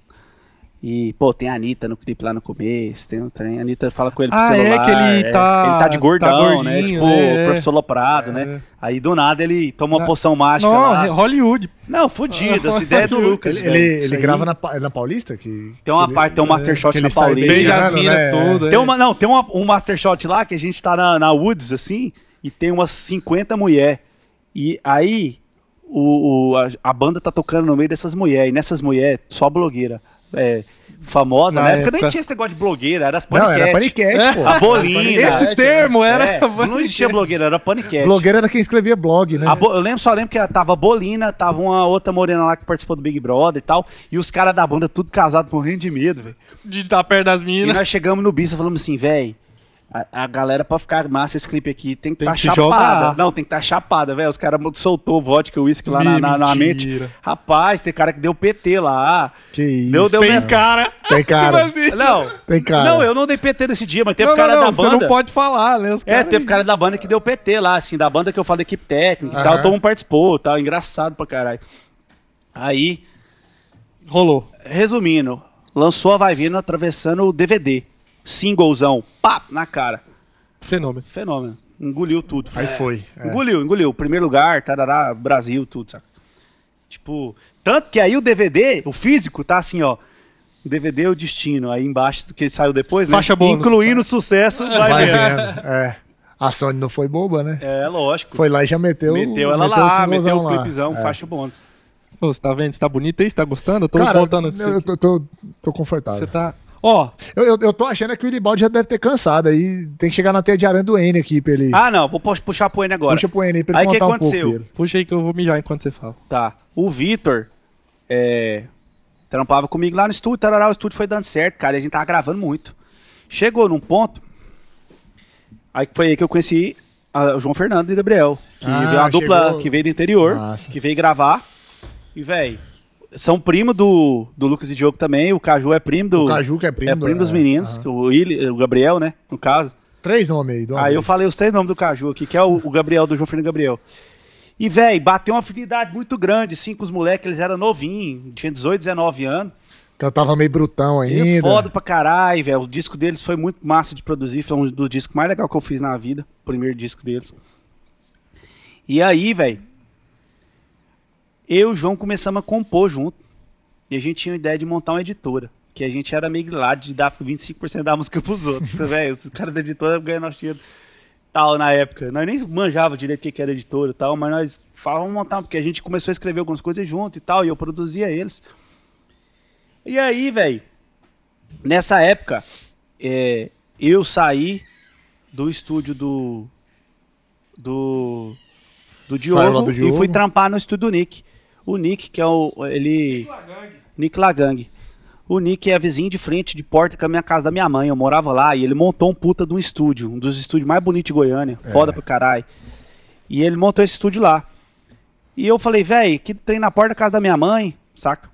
Speaker 1: E, pô, tem a Anitta no clipe lá no começo, tem um trem. A Anitta fala com ele pro
Speaker 2: Ah, é,
Speaker 1: celular.
Speaker 2: que ele tá-
Speaker 1: Ele tá de gordão,
Speaker 2: tá gordinho,
Speaker 1: né? Tipo,
Speaker 2: é, é.
Speaker 1: professor Loprado, né? Aí, do nada, ele toma uma
Speaker 2: Na-
Speaker 1: poção mágica
Speaker 2: Não,
Speaker 1: lá.
Speaker 2: Hollywood.
Speaker 1: Não, fudido,
Speaker 2: <laughs>
Speaker 1: essa ideia é do
Speaker 2: Ele-
Speaker 1: Lucas,
Speaker 3: Ele,
Speaker 1: velho.
Speaker 3: ele-
Speaker 1: Isso
Speaker 3: ele
Speaker 1: aí-
Speaker 3: grava na, Pa- na Paulista? Que,
Speaker 1: Tem uma
Speaker 3: que é,
Speaker 1: parte, tem um Masterchot
Speaker 3: que
Speaker 1: na
Speaker 3: ele sai
Speaker 1: Paulista.
Speaker 2: Beija as
Speaker 3: Beijando,
Speaker 2: minas
Speaker 3: né?
Speaker 2: todas.
Speaker 1: Tem
Speaker 2: é.
Speaker 1: uma, não, tem uma, um Mastershot lá que a gente tá na, na Woods, assim, e tem umas 50 mulher. E aí o, o- a, a banda tá tocando no meio dessas mulheres. E nessas mulheres, só blogueira. É, famosa,
Speaker 2: Na
Speaker 1: na, época,
Speaker 2: época.
Speaker 1: nem tinha esse negócio de blogueira, era as
Speaker 3: Não,
Speaker 1: paniquete.
Speaker 3: era paniquete, pô.
Speaker 1: É. A bolinha.
Speaker 2: Esse termo era...
Speaker 1: É, não existia blogueira, era paniquete.
Speaker 3: Blogueira era quem escrevia blog, né?
Speaker 1: A bo- Eu lembro, só lembro que ela tava Bolina, tava uma outra morena lá que participou do Big Brother e tal. E os caras da banda, tudo casado, morrendo de medo, velho.
Speaker 2: De estar perto das
Speaker 1: E
Speaker 2: minas.
Speaker 1: nós chegamos no Bissa e falamos assim, velho, a, a galera pra ficar massa esse clipe aqui tem que
Speaker 2: Tem
Speaker 1: estar tá
Speaker 2: que se
Speaker 1: chapada.
Speaker 2: jogar.
Speaker 1: Não, tem que estar tá chapada, velho. Os caras soltou vodka, uísque lá na, na, na mente.
Speaker 2: Mentira.
Speaker 1: Rapaz, tem cara que deu PT lá.
Speaker 3: Que isso.
Speaker 1: Deu- deu-
Speaker 2: Tem
Speaker 1: Não.
Speaker 2: cara.
Speaker 3: Tem cara.
Speaker 2: Tipo assim.
Speaker 1: Não,
Speaker 3: Tem cara.
Speaker 1: não, eu não dei PT nesse dia, mas teve
Speaker 2: Não, não,
Speaker 1: cara
Speaker 2: não,
Speaker 1: da
Speaker 2: você
Speaker 1: banda.
Speaker 2: não pode falar, né? Os
Speaker 1: É,
Speaker 2: caras-
Speaker 1: teve cara da banda que deu PT lá, assim, da banda que eu falo da equipe técnica e tal,
Speaker 3: Aham.
Speaker 1: todo mundo participou, tal, engraçado pra caralho. Aí,
Speaker 2: Rolou.
Speaker 1: resumindo, lançou a Vai Vindo atravessando o DVD. Singlezão, pá, na cara.
Speaker 2: Fenômeno.
Speaker 1: Fenômeno. Engoliu tudo.
Speaker 3: Aí foi. é.
Speaker 1: Engoliu, engoliu. Primeiro lugar, tarará, Brasil, tudo, saca? Tipo, tanto que aí o DVD, o físico, tá assim, ó. DVD é o destino, aí embaixo do que saiu depois, né?
Speaker 2: Faixa bônus.
Speaker 1: Incluindo o sucesso, vai,
Speaker 3: Vai
Speaker 1: ver.
Speaker 3: vendo. É. A Sony não foi boba, né?
Speaker 1: É, lógico.
Speaker 3: Foi lá e já meteu.
Speaker 1: meteu ela lá,
Speaker 3: singlezão
Speaker 1: meteu o
Speaker 3: lá.
Speaker 1: clipezão,
Speaker 3: É.
Speaker 1: faixa bônus.
Speaker 2: Ô, Você tá vendo? Você tá bonito aí? Você tá gostando? Eu tô
Speaker 3: Cara,
Speaker 2: contando disso
Speaker 3: eu
Speaker 2: aqui.
Speaker 3: tô, tô, tô
Speaker 2: Você
Speaker 3: confortável.
Speaker 2: tá... Ó,
Speaker 3: Eu, eu, eu tô achando é que o Ilibaldi já deve ter cansado. Aí tem que chegar na teia de aranha do N aqui pra ele.
Speaker 1: Ah, não, vou pu- puxar pro N agora.
Speaker 3: Puxa pro N aí pra
Speaker 1: Aí
Speaker 3: ele
Speaker 1: o que
Speaker 3: contar um pouco
Speaker 1: aconteceu?
Speaker 3: dele.
Speaker 2: puxa aí que eu vou mijar enquanto você fala.
Speaker 1: Tá. O Vitor é, trampava comigo lá no estúdio, tarará, o estúdio foi dando certo, cara, e a gente tava gravando muito. Chegou num ponto, aí que foi aí que eu conheci ah, o João Fernando e o Gabriel, que
Speaker 3: Ah,
Speaker 1: veio uma dupla
Speaker 3: chegou- Ah,
Speaker 1: que veio do interior,
Speaker 3: Massa.
Speaker 1: que veio gravar. E, velho, são primo do, do Lucas e Diogo também, o Caju é primo do...
Speaker 3: O Caju, que é primo.
Speaker 1: é primo
Speaker 3: do-
Speaker 1: dos
Speaker 3: é.
Speaker 1: meninos,
Speaker 3: Aham.
Speaker 1: o, Willi, o Gabriel, né, no caso.
Speaker 3: Três nomes aí. do
Speaker 1: Aí
Speaker 3: América.
Speaker 1: eu falei os três nomes do Caju aqui, que é o, o Gabriel, do João Fernando Gabriel. E, velho, bateu uma afinidade muito grande, assim, com os moleques, eles eram novinhos, tinha 18, 19 anos.
Speaker 3: Cantava meio brutão
Speaker 1: E
Speaker 3: ainda.
Speaker 1: é foda pra caralho, velho. O disco deles foi muito massa de produzir. Foi um dos discos mais legais que eu fiz na vida. O primeiro disco deles. E aí, velho. Eu e o João começamos a compor junto. E a gente tinha a ideia de montar uma editora. Que a gente era meio grilado de dar 25% da música pros outros. <laughs> velho, os caras da editora ganham nosso dinheiro. Tal, na época. Nós nem manjava direito o que que era editora e tal. Mas nós falávamos montar. Porque a gente começou a escrever algumas coisas junto e tal. E eu produzia eles. E aí, velho, nessa época, é, eu saí do estúdio do. do. do
Speaker 3: Saiu lá
Speaker 1: Diogo,
Speaker 3: do
Speaker 1: e
Speaker 3: Diogo.
Speaker 1: fui trampar no estúdio do Nick. O Nick, que é o. ele. Nick Lagang. O Nick é vizinho de frente, de porta, com a minha casa da minha mãe. Eu morava lá e ele montou um puta de um estúdio, um dos estúdios mais bonitos de Goiânia.
Speaker 3: É.
Speaker 1: Foda pra caralho. E ele montou esse estúdio lá. E eu falei, velho, que trem na porta da casa da minha mãe, saca?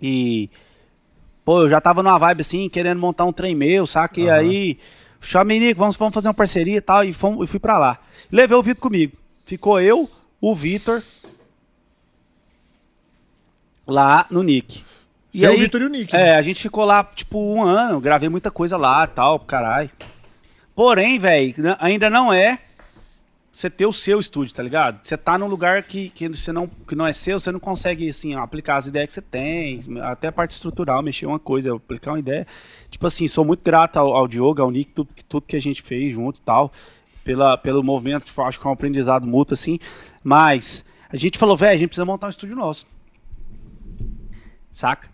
Speaker 1: E. Pô, eu já tava numa vibe assim, querendo montar um trem meu, saca? E aí, chamei Nico, vamos, vamos fazer uma parceria e tal. E fomos, eu fui pra lá. Levei o Vitor comigo. Ficou eu, o Vitor, lá no Nick.
Speaker 3: Você é o Vitor e o Nick,
Speaker 1: É,
Speaker 3: né?
Speaker 1: a gente ficou lá, tipo, um ano, gravei muita coisa lá tal, caralho. Porém, velho, ainda não é você ter o seu estúdio, tá ligado? Você tá num lugar que, que, você não, que não é seu, você não consegue, assim, aplicar as ideias que você tem, até a parte estrutural, mexer uma coisa, aplicar uma ideia. Tipo assim, sou muito grato ao, ao Diogo, ao Nick, tudo, que- tudo que a gente fez junto e tal, pela, pelo movimento, tipo, acho que é um aprendizado mútuo, assim. Mas a gente falou, velho, a gente precisa montar um estúdio nosso. Saca?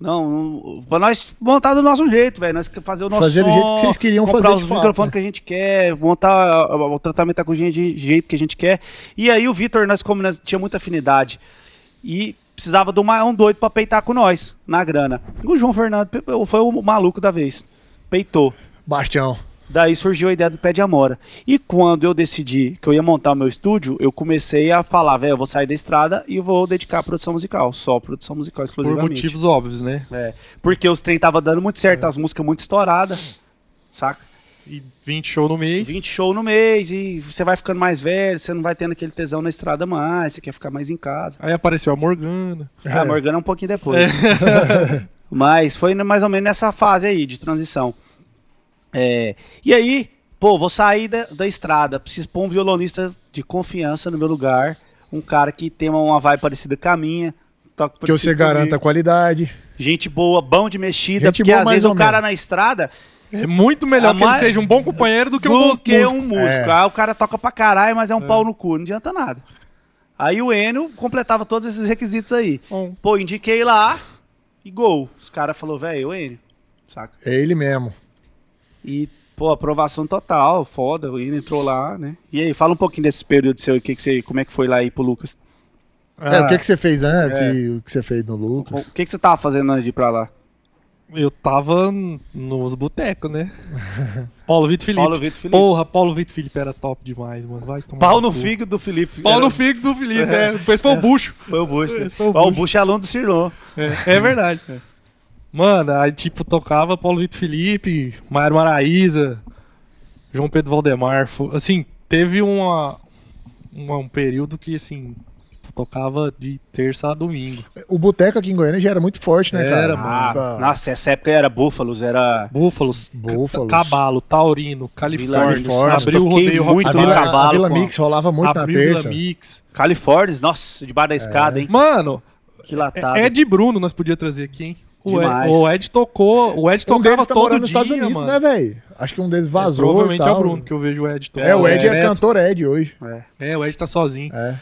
Speaker 1: Não, não, pra nós montar do nosso jeito, velho. Nós fazer o nosso
Speaker 3: Fazer do
Speaker 1: som,
Speaker 3: jeito que vocês queriam
Speaker 1: comprar
Speaker 3: fazer de
Speaker 1: os
Speaker 3: fato,
Speaker 1: microfones
Speaker 3: né?
Speaker 1: que a gente quer, montar a- a- o tratamento da cozinha de jeito que a gente quer. E aí o Vitor, nós como nós tinha muita afinidade e precisava de uma- um doido pra peitar com nós na grana. O João Fernando pe- foi o maluco da vez. Peitou.
Speaker 3: Bastião.
Speaker 1: Daí surgiu a ideia do pé de amora. E quando eu decidi que eu ia montar o meu estúdio, eu comecei a falar, velho, eu vou sair da estrada e vou dedicar à produção musical, só produção musical
Speaker 2: Por
Speaker 1: exclusivamente.
Speaker 2: motivos É. óbvios, né?
Speaker 1: É, porque os trem tava dando muito certo, as músicas muito estouradas, saca?
Speaker 2: E 20 shows no mês.
Speaker 1: 20 shows no mês e você vai ficando mais velho, você não vai tendo aquele tesão na estrada mais, você quer ficar mais em casa.
Speaker 2: Aí apareceu a Morgana.
Speaker 1: Ah, A Morgana é um pouquinho depois. <laughs> Mas foi mais ou menos nessa fase aí de transição. É, e aí, pô, vou sair da, da estrada, preciso pôr um violonista de confiança no meu lugar, um cara que tem uma, uma vibe parecida com a minha. toca
Speaker 3: Que
Speaker 1: parecido
Speaker 3: você garanta a
Speaker 1: comigo.
Speaker 3: qualidade.
Speaker 1: Gente boa, bom de mexida,
Speaker 3: Gente
Speaker 1: porque
Speaker 3: boa
Speaker 1: às
Speaker 3: mais
Speaker 1: vezes o
Speaker 3: ou
Speaker 1: cara
Speaker 3: menos.
Speaker 1: na estrada
Speaker 2: É muito melhor
Speaker 1: A
Speaker 2: que
Speaker 1: mais-
Speaker 2: ele seja um bom companheiro do que um
Speaker 1: do
Speaker 2: bom
Speaker 1: que
Speaker 2: músico. É.
Speaker 1: um músico. Aí o cara toca pra caralho, mas é um pau no cu, não adianta nada. Aí o Enio completava todos esses requisitos aí.
Speaker 2: Bom.
Speaker 1: Pô, indiquei lá e gol. Os caras falaram, velho, Enio, saca?
Speaker 3: É ele mesmo.
Speaker 1: E, pô, aprovação total, foda, o Enio entrou lá, né? E aí, fala um pouquinho desse período seu, o que que você, como é que foi lá aí pro Lucas?
Speaker 3: É,
Speaker 2: Ah,
Speaker 3: o que, que você fez antes
Speaker 1: É.
Speaker 3: e o que você fez no
Speaker 1: O
Speaker 3: Lucas.
Speaker 1: que que você tava fazendo antes de ir pra lá?
Speaker 2: Eu tava n- nos botecos, né?
Speaker 1: <laughs>
Speaker 2: Paulo Vitor Felipe.
Speaker 1: Paulo Vitor Felipe.
Speaker 2: Porra, Paulo Vitor Felipe era top demais, mano. Vai tomar
Speaker 1: Pau no
Speaker 2: cu.
Speaker 1: fígado do Felipe.
Speaker 2: Pau
Speaker 1: Era-
Speaker 2: no
Speaker 1: <laughs>
Speaker 2: fígado do Felipe, é. Depois foi o bucho.
Speaker 1: Foi o Bush, né?
Speaker 2: Esse foi o
Speaker 1: Ó, o
Speaker 2: Bush.
Speaker 1: Bush é aluno do Cirlon.
Speaker 2: É, é verdade. Mano, aí tipo, tocava Paulo Vitor Felipe, Mairo Maraíza, João Pedro Valdemar. fo- Assim, teve uma, uma- um período que, assim, tipo, tocava de terça a domingo.
Speaker 3: O boteco aqui em Goiânia já era muito forte, né, cara?
Speaker 2: Era,
Speaker 1: Ah,
Speaker 3: Pra-
Speaker 1: nossa, essa época era Búfalos, era...
Speaker 2: Búfalos, ca-
Speaker 3: Búfalos.
Speaker 2: Cabalo, Taurino, Califórnia.
Speaker 3: Califórnia.
Speaker 2: Abriu o
Speaker 1: Toquei
Speaker 2: rodeio rock
Speaker 1: muito
Speaker 3: a
Speaker 1: no
Speaker 2: and roll.
Speaker 3: Vila,
Speaker 1: Cavalo
Speaker 3: a Vila
Speaker 1: com a-
Speaker 3: Mix rolava muito na
Speaker 2: Abriu Vila
Speaker 3: terça.
Speaker 2: Mix.
Speaker 1: Califórnios, nossa, debaixo da escada, hein?
Speaker 2: Mano,
Speaker 1: Que
Speaker 3: Tá.
Speaker 1: latada.
Speaker 2: Ed e Bruno nós podíamos trazer aqui, hein? O Ed,
Speaker 1: Demais.
Speaker 2: o Ed tocou, o Ed
Speaker 3: Um
Speaker 2: tocava
Speaker 3: deles tá
Speaker 2: todo
Speaker 3: morando
Speaker 2: dia,
Speaker 3: nos Estados Unidos,
Speaker 2: mano.
Speaker 3: né, velho? Acho que um deles vazou.
Speaker 2: É, provavelmente
Speaker 3: e
Speaker 2: é
Speaker 3: tal.
Speaker 2: o Bruno, que eu vejo o Ed tocando.
Speaker 3: É, o Ed é,
Speaker 2: direto.
Speaker 3: cantor Ed hoje.
Speaker 2: É, o Ed tá sozinho.
Speaker 3: É.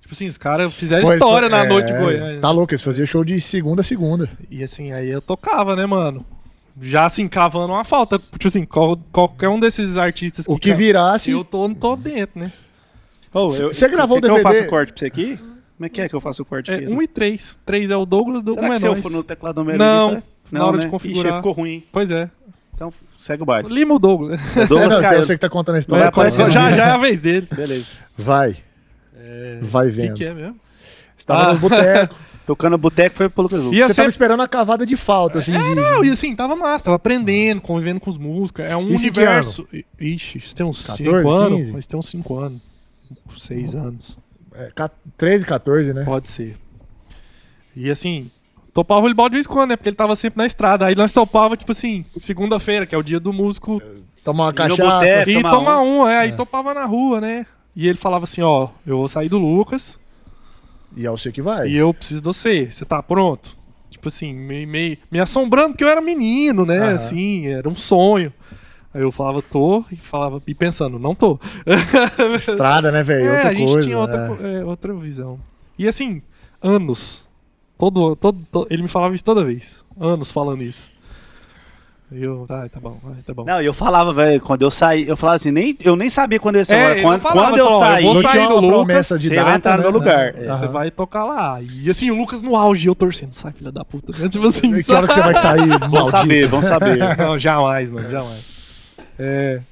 Speaker 2: Tipo assim, os caras fizeram
Speaker 3: Pô,
Speaker 2: história
Speaker 3: eles-
Speaker 2: na
Speaker 3: é,
Speaker 2: noite de Goiânia.
Speaker 3: Tá louco, eles faziam show de segunda a segunda.
Speaker 2: E assim, aí eu tocava, né, mano? Já assim, cavando uma falta. Tipo assim, qual- qualquer um desses artistas
Speaker 3: O que
Speaker 2: ca-
Speaker 3: virasse.
Speaker 2: Eu tô, tô dentro, né?
Speaker 3: eu- Você gravou
Speaker 1: que
Speaker 3: o
Speaker 1: Que eu
Speaker 3: DVD?
Speaker 1: faço o corte pra você aqui? Como é que é que eu faço o corte aqui?
Speaker 2: É, um e três. Três é o Douglas, do-
Speaker 1: Será
Speaker 2: um
Speaker 1: que
Speaker 2: é
Speaker 1: se eu
Speaker 2: nós.
Speaker 1: for no teclado número
Speaker 2: Não,
Speaker 1: ali, tá?
Speaker 2: na hora de configurar.
Speaker 1: Ixi, ficou ruim.
Speaker 2: Pois é.
Speaker 1: Então segue o
Speaker 2: <laughs>
Speaker 1: baile.
Speaker 2: Lima o Douglas.
Speaker 3: É,
Speaker 1: Douglas
Speaker 3: <laughs> não,
Speaker 1: caiu.
Speaker 3: eu sei que tá contando a
Speaker 1: Não
Speaker 3: história.
Speaker 1: vai
Speaker 2: Vai
Speaker 1: aparecer
Speaker 2: aparecer,
Speaker 1: no
Speaker 2: <laughs> já,
Speaker 1: vídeo.
Speaker 2: já é a vez dele.
Speaker 1: Beleza.
Speaker 3: Vai. Vai
Speaker 2: O que,
Speaker 3: vendo.
Speaker 2: que é mesmo?
Speaker 3: Você tava
Speaker 2: Ah.
Speaker 3: no boteco.
Speaker 1: Tocando boteco foi pro Lucas Lucas.
Speaker 2: E
Speaker 3: Você tá tava
Speaker 2: assim,
Speaker 3: esperando a cavada de falta, assim. de-
Speaker 2: não, e assim, tava massa, tava aprendendo, convivendo com os músicos. É um
Speaker 3: Isso em que
Speaker 2: universo. I- Ixi, isso tem uns
Speaker 3: 14,
Speaker 2: 5 anos.
Speaker 3: 15?
Speaker 2: Mas tem uns 5 anos. 6 anos.
Speaker 3: é, ca- 13, 14, né?
Speaker 2: Pode ser. E assim, Topava ele de vez em quando, né? Porque ele tava sempre na estrada. Aí nós topava, tipo assim, segunda-feira, que é o dia do músico.
Speaker 3: Tomar uma
Speaker 1: E no
Speaker 3: cachaça.
Speaker 1: boteco.
Speaker 2: e
Speaker 1: tomar
Speaker 2: tomar um, é, aí topava na rua, né? E ele falava assim, ó, eu vou sair do Lucas
Speaker 3: E é você que vai.
Speaker 2: e eu preciso de você. Você tá pronto? Tipo assim, me, me, me assombrando, porque eu era menino, né?
Speaker 3: Aham.
Speaker 2: Assim, era um sonho. Aí eu falava, tô, e falava, e pensando, não tô. <laughs>
Speaker 3: Estrada, né, velho?
Speaker 2: É,
Speaker 3: outra
Speaker 2: a gente
Speaker 3: coisa.
Speaker 2: tinha outra,
Speaker 3: né?
Speaker 2: co- é, outra visão. E assim, anos. Todo, todo, to- ele me falava isso toda vez. Anos falando isso. E eu, tá, tá bom, vai, tá bom.
Speaker 1: Não, eu falava, velho, quando eu saí, eu falava assim, nem, eu nem sabia quando eu ia sair.
Speaker 2: É,
Speaker 1: agora.
Speaker 2: ele
Speaker 1: quando,
Speaker 2: não falava,
Speaker 1: quando eu
Speaker 2: ele falava,
Speaker 1: saí,
Speaker 2: eu vou
Speaker 3: Não
Speaker 2: sair
Speaker 3: tinha
Speaker 2: do
Speaker 3: uma
Speaker 2: Lucas,
Speaker 3: promessa de
Speaker 1: você
Speaker 3: data,
Speaker 1: vai entrar no
Speaker 3: né?
Speaker 1: meu lugar.
Speaker 3: Não.
Speaker 1: É,
Speaker 2: Você
Speaker 3: Aham.
Speaker 2: vai tocar lá. E assim, o Lucas no auge, eu torcendo, sai, filha da puta. né? Tipo
Speaker 3: <laughs>
Speaker 2: assim,
Speaker 3: Que hora que
Speaker 2: <laughs>
Speaker 3: você vai sair,
Speaker 1: vão
Speaker 3: maldito?
Speaker 1: saber, vão saber.
Speaker 2: Não, jamais, mano, jamais. É.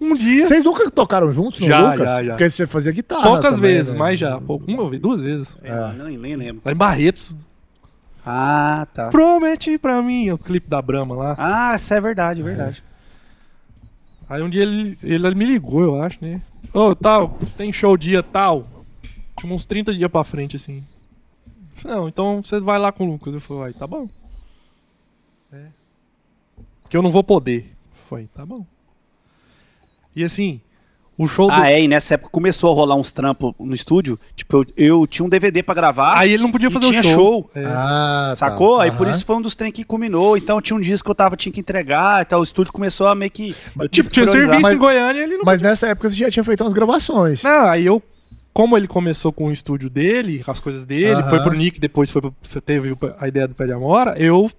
Speaker 2: Um dia.
Speaker 3: Vocês nunca tocaram juntos no
Speaker 2: Já,
Speaker 3: Lucas?
Speaker 2: já, já.
Speaker 3: Porque você fazia guitarra.
Speaker 2: Poucas
Speaker 3: também,
Speaker 2: vezes,
Speaker 3: né?
Speaker 2: mas já. Pô, uma vez, duas vezes.
Speaker 1: É, Não, nem lembro.
Speaker 2: Lá em Barretos.
Speaker 1: Ah, tá.
Speaker 2: Promete pra mim. é O clipe da Brahma lá.
Speaker 1: Ah, isso é verdade, verdade.
Speaker 2: Aí um dia ele, ele me ligou, eu acho, né? Ô, tal, você tem show dia tal? Tinha uns 30 dias pra frente, assim. Eu falei, não, então você vai lá com o Lucas. Eu falei, vai, tá bom. É. Que eu não vou poder. Foi, tá bom. E assim, o show do...
Speaker 1: Ah, é, e nessa época começou a rolar uns trampos no estúdio. Tipo, eu, eu tinha um DVD pra gravar,
Speaker 2: Aí ele não podia
Speaker 1: E
Speaker 2: fazer o
Speaker 1: tinha
Speaker 2: show.
Speaker 1: show.
Speaker 2: É.
Speaker 3: Ah, tá.
Speaker 1: sacou? Aí por
Speaker 3: Aham.
Speaker 1: isso foi um dos trem que culminou. Então tinha um disco que eu tava, tinha que entregar e tal. O estúdio começou a meio que. Eu tive
Speaker 2: Tipo,
Speaker 1: que
Speaker 2: tinha
Speaker 1: priorizar.
Speaker 2: serviço em
Speaker 1: Mas-
Speaker 2: Goiânia e ele não Né?
Speaker 3: Mas nessa época você já tinha feito umas gravações.
Speaker 2: Não, aí eu. Como ele começou com o estúdio dele, com as coisas dele,
Speaker 3: Aham.
Speaker 2: foi pro Nick, depois foi pro, teve o- a ideia do Pé de Amora, eu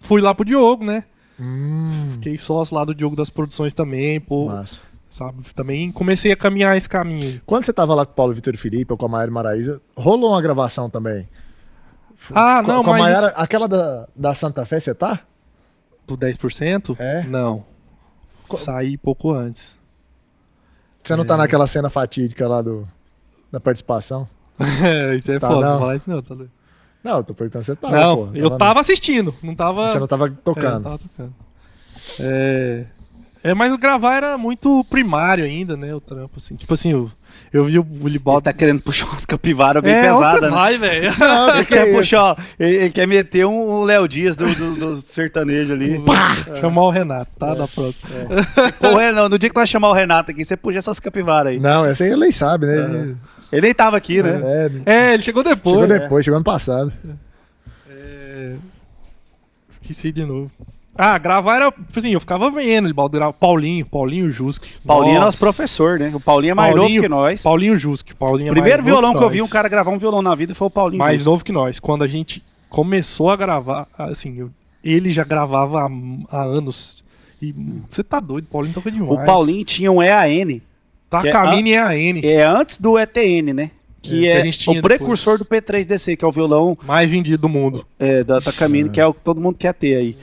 Speaker 2: fui lá pro Diogo, né?
Speaker 3: Hum,
Speaker 2: Fiquei sócio lá do Diogo das produções também, pô,
Speaker 3: massa.
Speaker 2: sabe? Também comecei a caminhar esse caminho.
Speaker 3: Quando você tava lá com o Paulo Vitor Felipe ou com a Maiara Maraíza, rolou uma gravação também.
Speaker 2: Ah,
Speaker 3: Com-
Speaker 2: não,
Speaker 3: com a
Speaker 2: mas
Speaker 3: Maiara, aquela da, da Santa Fé, você tá?
Speaker 2: do 10%?
Speaker 3: É?
Speaker 2: Não.
Speaker 3: Co-
Speaker 2: Saí pouco
Speaker 3: <laughs>
Speaker 2: antes.
Speaker 3: Você não
Speaker 2: É.
Speaker 3: tá naquela cena fatídica lá do, da participação?
Speaker 2: isso é
Speaker 3: Tá,
Speaker 2: foda,
Speaker 3: não.
Speaker 2: não falar isso não, tá doido.
Speaker 3: Não, eu tô perguntando se você tava,
Speaker 2: Não,
Speaker 3: pô. tá
Speaker 2: eu tava assistindo, não tava...
Speaker 3: Você não tava
Speaker 2: É, eu
Speaker 3: tocando.
Speaker 2: tava tocando. É... é, mas gravar era muito primário ainda, né? O trampo, assim. Tipo assim, eu, eu vi o
Speaker 1: Ele <laughs>
Speaker 2: Bulibol.
Speaker 1: tá querendo puxar umas capivaras bem
Speaker 2: É, onde
Speaker 1: pesadas,
Speaker 2: você
Speaker 1: né?
Speaker 2: vai, velho?
Speaker 3: Não, é
Speaker 1: Ele
Speaker 2: <laughs>
Speaker 3: que
Speaker 1: quer
Speaker 3: isso?
Speaker 1: puxar, ó, ele, ele quer meter um Léo Dias do, do- do sertanejo <laughs>
Speaker 2: <laughs>
Speaker 1: ali. É.
Speaker 2: Chamar o Renato, tá? Da próxima.
Speaker 1: Ô, Renan, no dia que nós chamar o Renato aqui, você puxa essas capivaras aí.
Speaker 3: Não, essa aí ele sabe, né?
Speaker 1: Ele nem tava aqui, né?
Speaker 3: É,
Speaker 2: É, ele chegou depois.
Speaker 3: chegou depois, chegou ano passado.
Speaker 2: É... Esqueci de novo. Ah, gravar era. tipo Assim, eu ficava vendo, Libaldo grava- Paulinho, Paulinho Jusque.
Speaker 1: Paulinho é nosso
Speaker 2: Nossa.
Speaker 1: professor, né? O Paulinho é mais novo
Speaker 2: Paulinho-
Speaker 1: que nós.
Speaker 2: Paulinho Jusque. Paulinho é
Speaker 1: O primeiro
Speaker 2: mais novo
Speaker 1: violão que eu vi um
Speaker 2: nós.
Speaker 1: cara gravar um violão na vida foi o Paulinho.
Speaker 2: mais
Speaker 1: Júnior.
Speaker 2: novo que nós. Quando a gente começou a gravar, assim, eu- ele já gravava há, há anos. E você tá doido, Paulinho toca demais.
Speaker 1: o Paulinho tinha um EAN,
Speaker 2: tá
Speaker 1: que é
Speaker 2: caminho é, AN.
Speaker 1: é antes do ETN, né? Que
Speaker 2: É, que
Speaker 1: é,
Speaker 2: a gente tinha
Speaker 1: o precursor do P3DC, que é o violão
Speaker 2: Mais vendido do mundo.
Speaker 1: é, da Takamine, que é o que todo mundo quer ter aí.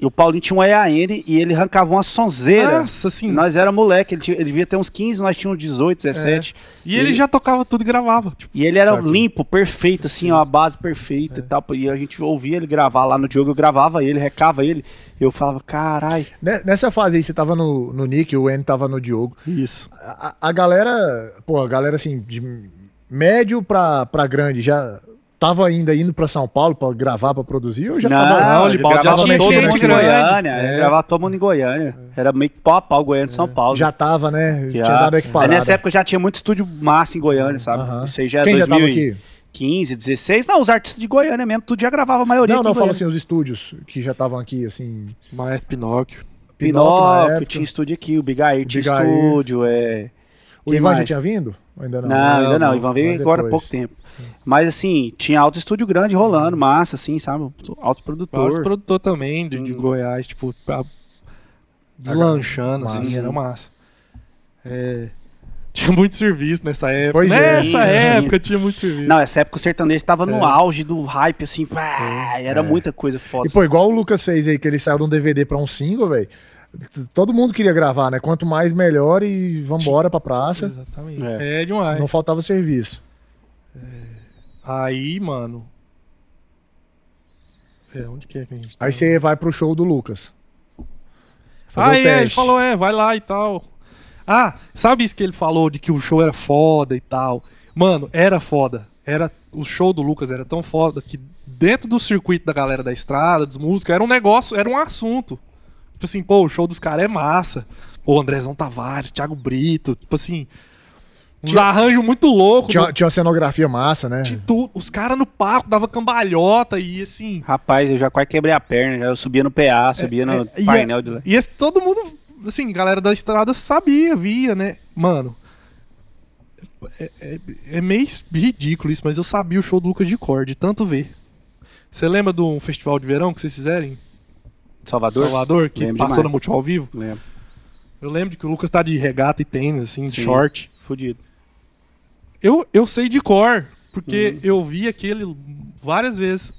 Speaker 1: E o Paulinho tinha um EAN e ele arrancava uma sonzeira.
Speaker 2: Nossa, assim.
Speaker 1: Nós era moleque, ele, tinha, ele devia ter uns 15, nós tínhamos 18, 17.
Speaker 2: E ele,
Speaker 1: ele-
Speaker 2: já tocava tudo e gravava. Tipo,
Speaker 1: E ele era
Speaker 2: Saca.
Speaker 1: limpo, perfeito, assim, ó, a base
Speaker 2: É.
Speaker 1: perfeita e tal. E a gente ouvia ele gravar lá no jogo, eu gravava ele, recava ele. Eu falava, carai.
Speaker 3: Ne- Né, Nessa fase aí, você tava no, no Nick, o N tava no Diogo.
Speaker 2: isso.
Speaker 3: A, a- a galera, pô, a galera assim, de médio pra, pra grande, já tava ainda indo pra São Paulo pra gravar, pra produzir? Ou já tava
Speaker 2: não,
Speaker 1: ele
Speaker 2: ele balde-
Speaker 1: gravava
Speaker 2: já tinha
Speaker 1: todo
Speaker 2: gente
Speaker 1: mundo em
Speaker 2: grande.
Speaker 1: Goiânia.
Speaker 2: É.
Speaker 1: Ele gravava todo mundo em Goiânia. Era meio que pau a pau Goiânia de São Paulo.
Speaker 3: É. Já tava, né?
Speaker 1: Já.
Speaker 3: Tinha dado a
Speaker 1: Aí
Speaker 2: É
Speaker 3: equiparada.
Speaker 1: nessa época já tinha muito estúdio massa em Goiânia, sabe?
Speaker 3: Aham.
Speaker 1: Isso aí já é
Speaker 3: Quem já tava
Speaker 1: 2015,
Speaker 3: aqui?
Speaker 1: 16. Não, os artistas de Goiânia mesmo, tudo já gravava a maioria.
Speaker 3: Não,
Speaker 1: aqui
Speaker 3: não,
Speaker 1: em
Speaker 3: falo
Speaker 1: Goiânia.
Speaker 3: assim, os estúdios que já estavam aqui, assim,
Speaker 2: Mais Pinóquio.
Speaker 3: Pinóquio, na
Speaker 1: Pinóquio,
Speaker 3: época.
Speaker 1: tinha estúdio aqui, o Big Air tinha
Speaker 3: Big Air.
Speaker 1: estúdio, é.
Speaker 3: O
Speaker 1: Quem
Speaker 3: Ivan já
Speaker 1: mais?
Speaker 3: tinha vindo? Ou ainda não?
Speaker 1: Não, ainda não. Ivan veio
Speaker 3: mas
Speaker 1: agora há
Speaker 3: depois. Uhum.
Speaker 1: pouco tempo. Mas assim, tinha alto estúdio grande rolando, massa, assim, sabe? Alto
Speaker 2: Vários
Speaker 1: produtor.
Speaker 2: produtor também de, de
Speaker 1: Uhum.
Speaker 2: Goiás, tipo, a- deslanchando,
Speaker 3: Massa.
Speaker 2: assim, era massa. É, tinha muito serviço nessa época.
Speaker 3: Pois é.
Speaker 2: nessa
Speaker 1: Tinha,
Speaker 2: época tinha muito serviço.
Speaker 1: Não, essa época o sertanejo tava no auge do hype, assim,
Speaker 3: É.
Speaker 1: pá, era muita coisa foda.
Speaker 3: E pô, igual o Lucas fez aí, que ele saiu de um DVD pra um single, velho. Todo mundo queria gravar, né? Quanto mais, melhor e vambora pra praça.
Speaker 2: Exatamente. É, demais.
Speaker 3: Não faltava serviço.
Speaker 2: Aí, mano. É, onde que é que a gente tá?
Speaker 3: Aí você vai pro show do Lucas.
Speaker 2: Ah,
Speaker 3: Fazer o
Speaker 2: é, ele
Speaker 3: um teste.
Speaker 2: falou, é, vai lá e tal. Ah, sabe isso que ele falou de que o show era foda e tal? Mano, era foda. Era, o show do Lucas era tão foda que dentro do circuito da galera da estrada, dos músicos, era um negócio, era um assunto. Tipo assim, pô, o show dos caras é massa. Pô, Andrezão Tavares, Thiago Brito, tipo assim. Uns
Speaker 3: Tinha-
Speaker 2: arranjos muito loucos.
Speaker 3: Tinha, tinha uma cenografia massa, né?
Speaker 2: de tudo. Os caras no palco dava cambalhota e assim.
Speaker 1: Rapaz, eu já quase quebrei a perna, já eu subia no PA, subia no
Speaker 2: É, e
Speaker 1: painel
Speaker 2: é-
Speaker 1: de lá.
Speaker 2: E esse, todo mundo, assim, galera da estrada sabia, via, né? Mano, é, é- é meio es- ridículo isso, mas eu sabia o show do Lucas de Cor, de tanto ver. Você lembra de um festival de verão que vocês fizeram em
Speaker 1: Salvador? É,
Speaker 2: Salvador, que
Speaker 1: Lembro
Speaker 2: passou
Speaker 1: demais.
Speaker 2: na Multishow ao vivo?
Speaker 1: Lembro.
Speaker 2: Eu lembro que o Lucas tá de regata e tênis, assim, de
Speaker 1: Sim.
Speaker 2: short.
Speaker 1: Fudido.
Speaker 2: Eu, eu sei de cor, porque
Speaker 1: Uhum.
Speaker 2: eu vi aquele várias vezes.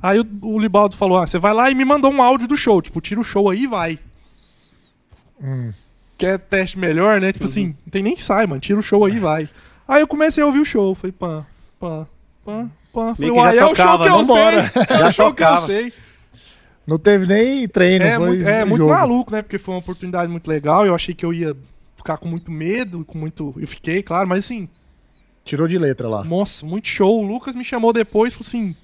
Speaker 2: Aí o, o Libaldo falou: Ah, você vai lá e me mandou um áudio do show. Tipo, tira o show aí e vai.
Speaker 1: Hum.
Speaker 2: Quer teste melhor, né? Tipo
Speaker 1: Uhum.
Speaker 2: assim, não tem nem sai, mano. Tira o show
Speaker 1: É.
Speaker 2: aí e vai. Aí eu comecei a ouvir o show. Falei, pã, pã, pã, pã. Falei,
Speaker 1: Meio que já
Speaker 2: uai, é o show
Speaker 1: tocava,
Speaker 2: que eu
Speaker 1: vambora.
Speaker 2: sei. <laughs>
Speaker 1: <laughs>
Speaker 2: É
Speaker 1: Já
Speaker 2: o show que eu
Speaker 1: tocava.
Speaker 2: sei.
Speaker 3: Não teve nem treino,
Speaker 2: É,
Speaker 3: foi
Speaker 2: muito, é
Speaker 3: um
Speaker 2: muito
Speaker 3: jogo.
Speaker 2: maluco, né? Porque foi uma oportunidade muito legal. Eu achei que eu ia ficar com muito medo, com muito. Eu fiquei, claro, mas assim,
Speaker 3: Tirou de letra lá.
Speaker 2: Nossa, muito show. O Lucas me chamou depois e falou assim: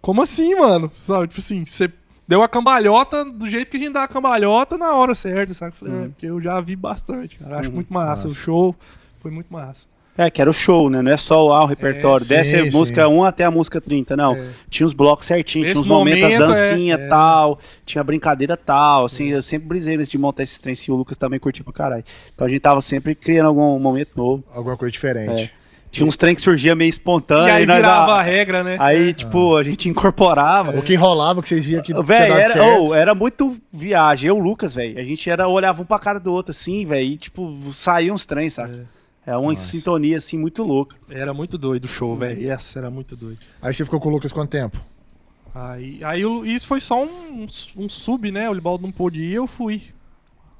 Speaker 2: Como assim, mano? Sabe, tipo assim, você deu a cambalhota do jeito que a gente dá a cambalhota na hora certa, sabe? Eu falei, "É, porque eu já vi bastante, cara. Acho muito Uhum. massa. O show foi muito massa.
Speaker 1: É, que era o show, né? Não é só o, ah, o repertório.
Speaker 3: É,
Speaker 1: Desce
Speaker 3: sim,
Speaker 1: a música 1 até a música 30, não.
Speaker 2: É.
Speaker 1: Tinha os blocos certinhos,
Speaker 2: Nesse
Speaker 1: tinha uns momentos, as
Speaker 2: momento, é,
Speaker 1: dancinhas
Speaker 2: é.
Speaker 1: tal, tinha brincadeira tal. Assim, eu sempre brisei nesse de montar esses trens e o Lucas também curtiu pra caralho. Então a gente tava sempre criando algum momento novo.
Speaker 3: Alguma coisa diferente.
Speaker 1: Tinha uns trem que surgia meio
Speaker 2: Ah, E
Speaker 1: espontâneo.
Speaker 2: aí
Speaker 1: nós
Speaker 2: virava a
Speaker 1: dava-
Speaker 2: regra, né?
Speaker 1: Aí, tipo, a gente incorporava.
Speaker 3: O que enrolava, que vocês viam que tinha
Speaker 1: Velho,
Speaker 3: dado
Speaker 1: É. era,
Speaker 3: certo.
Speaker 1: oh, era muito viagem. Eu, e o Lucas, velho, a gente era, olhava um pra cara do outro, assim, velho, e, tipo, saíam uns trens, sabe? É, uma sintonia, assim, muito louca.
Speaker 2: Era muito doido o show, velho. Essa era muito doido.
Speaker 3: Aí você ficou com o Lucas quanto tempo?
Speaker 2: Aí, aí o- isso foi só um, um sub, né? O Libaldo não pôde ir, eu fui.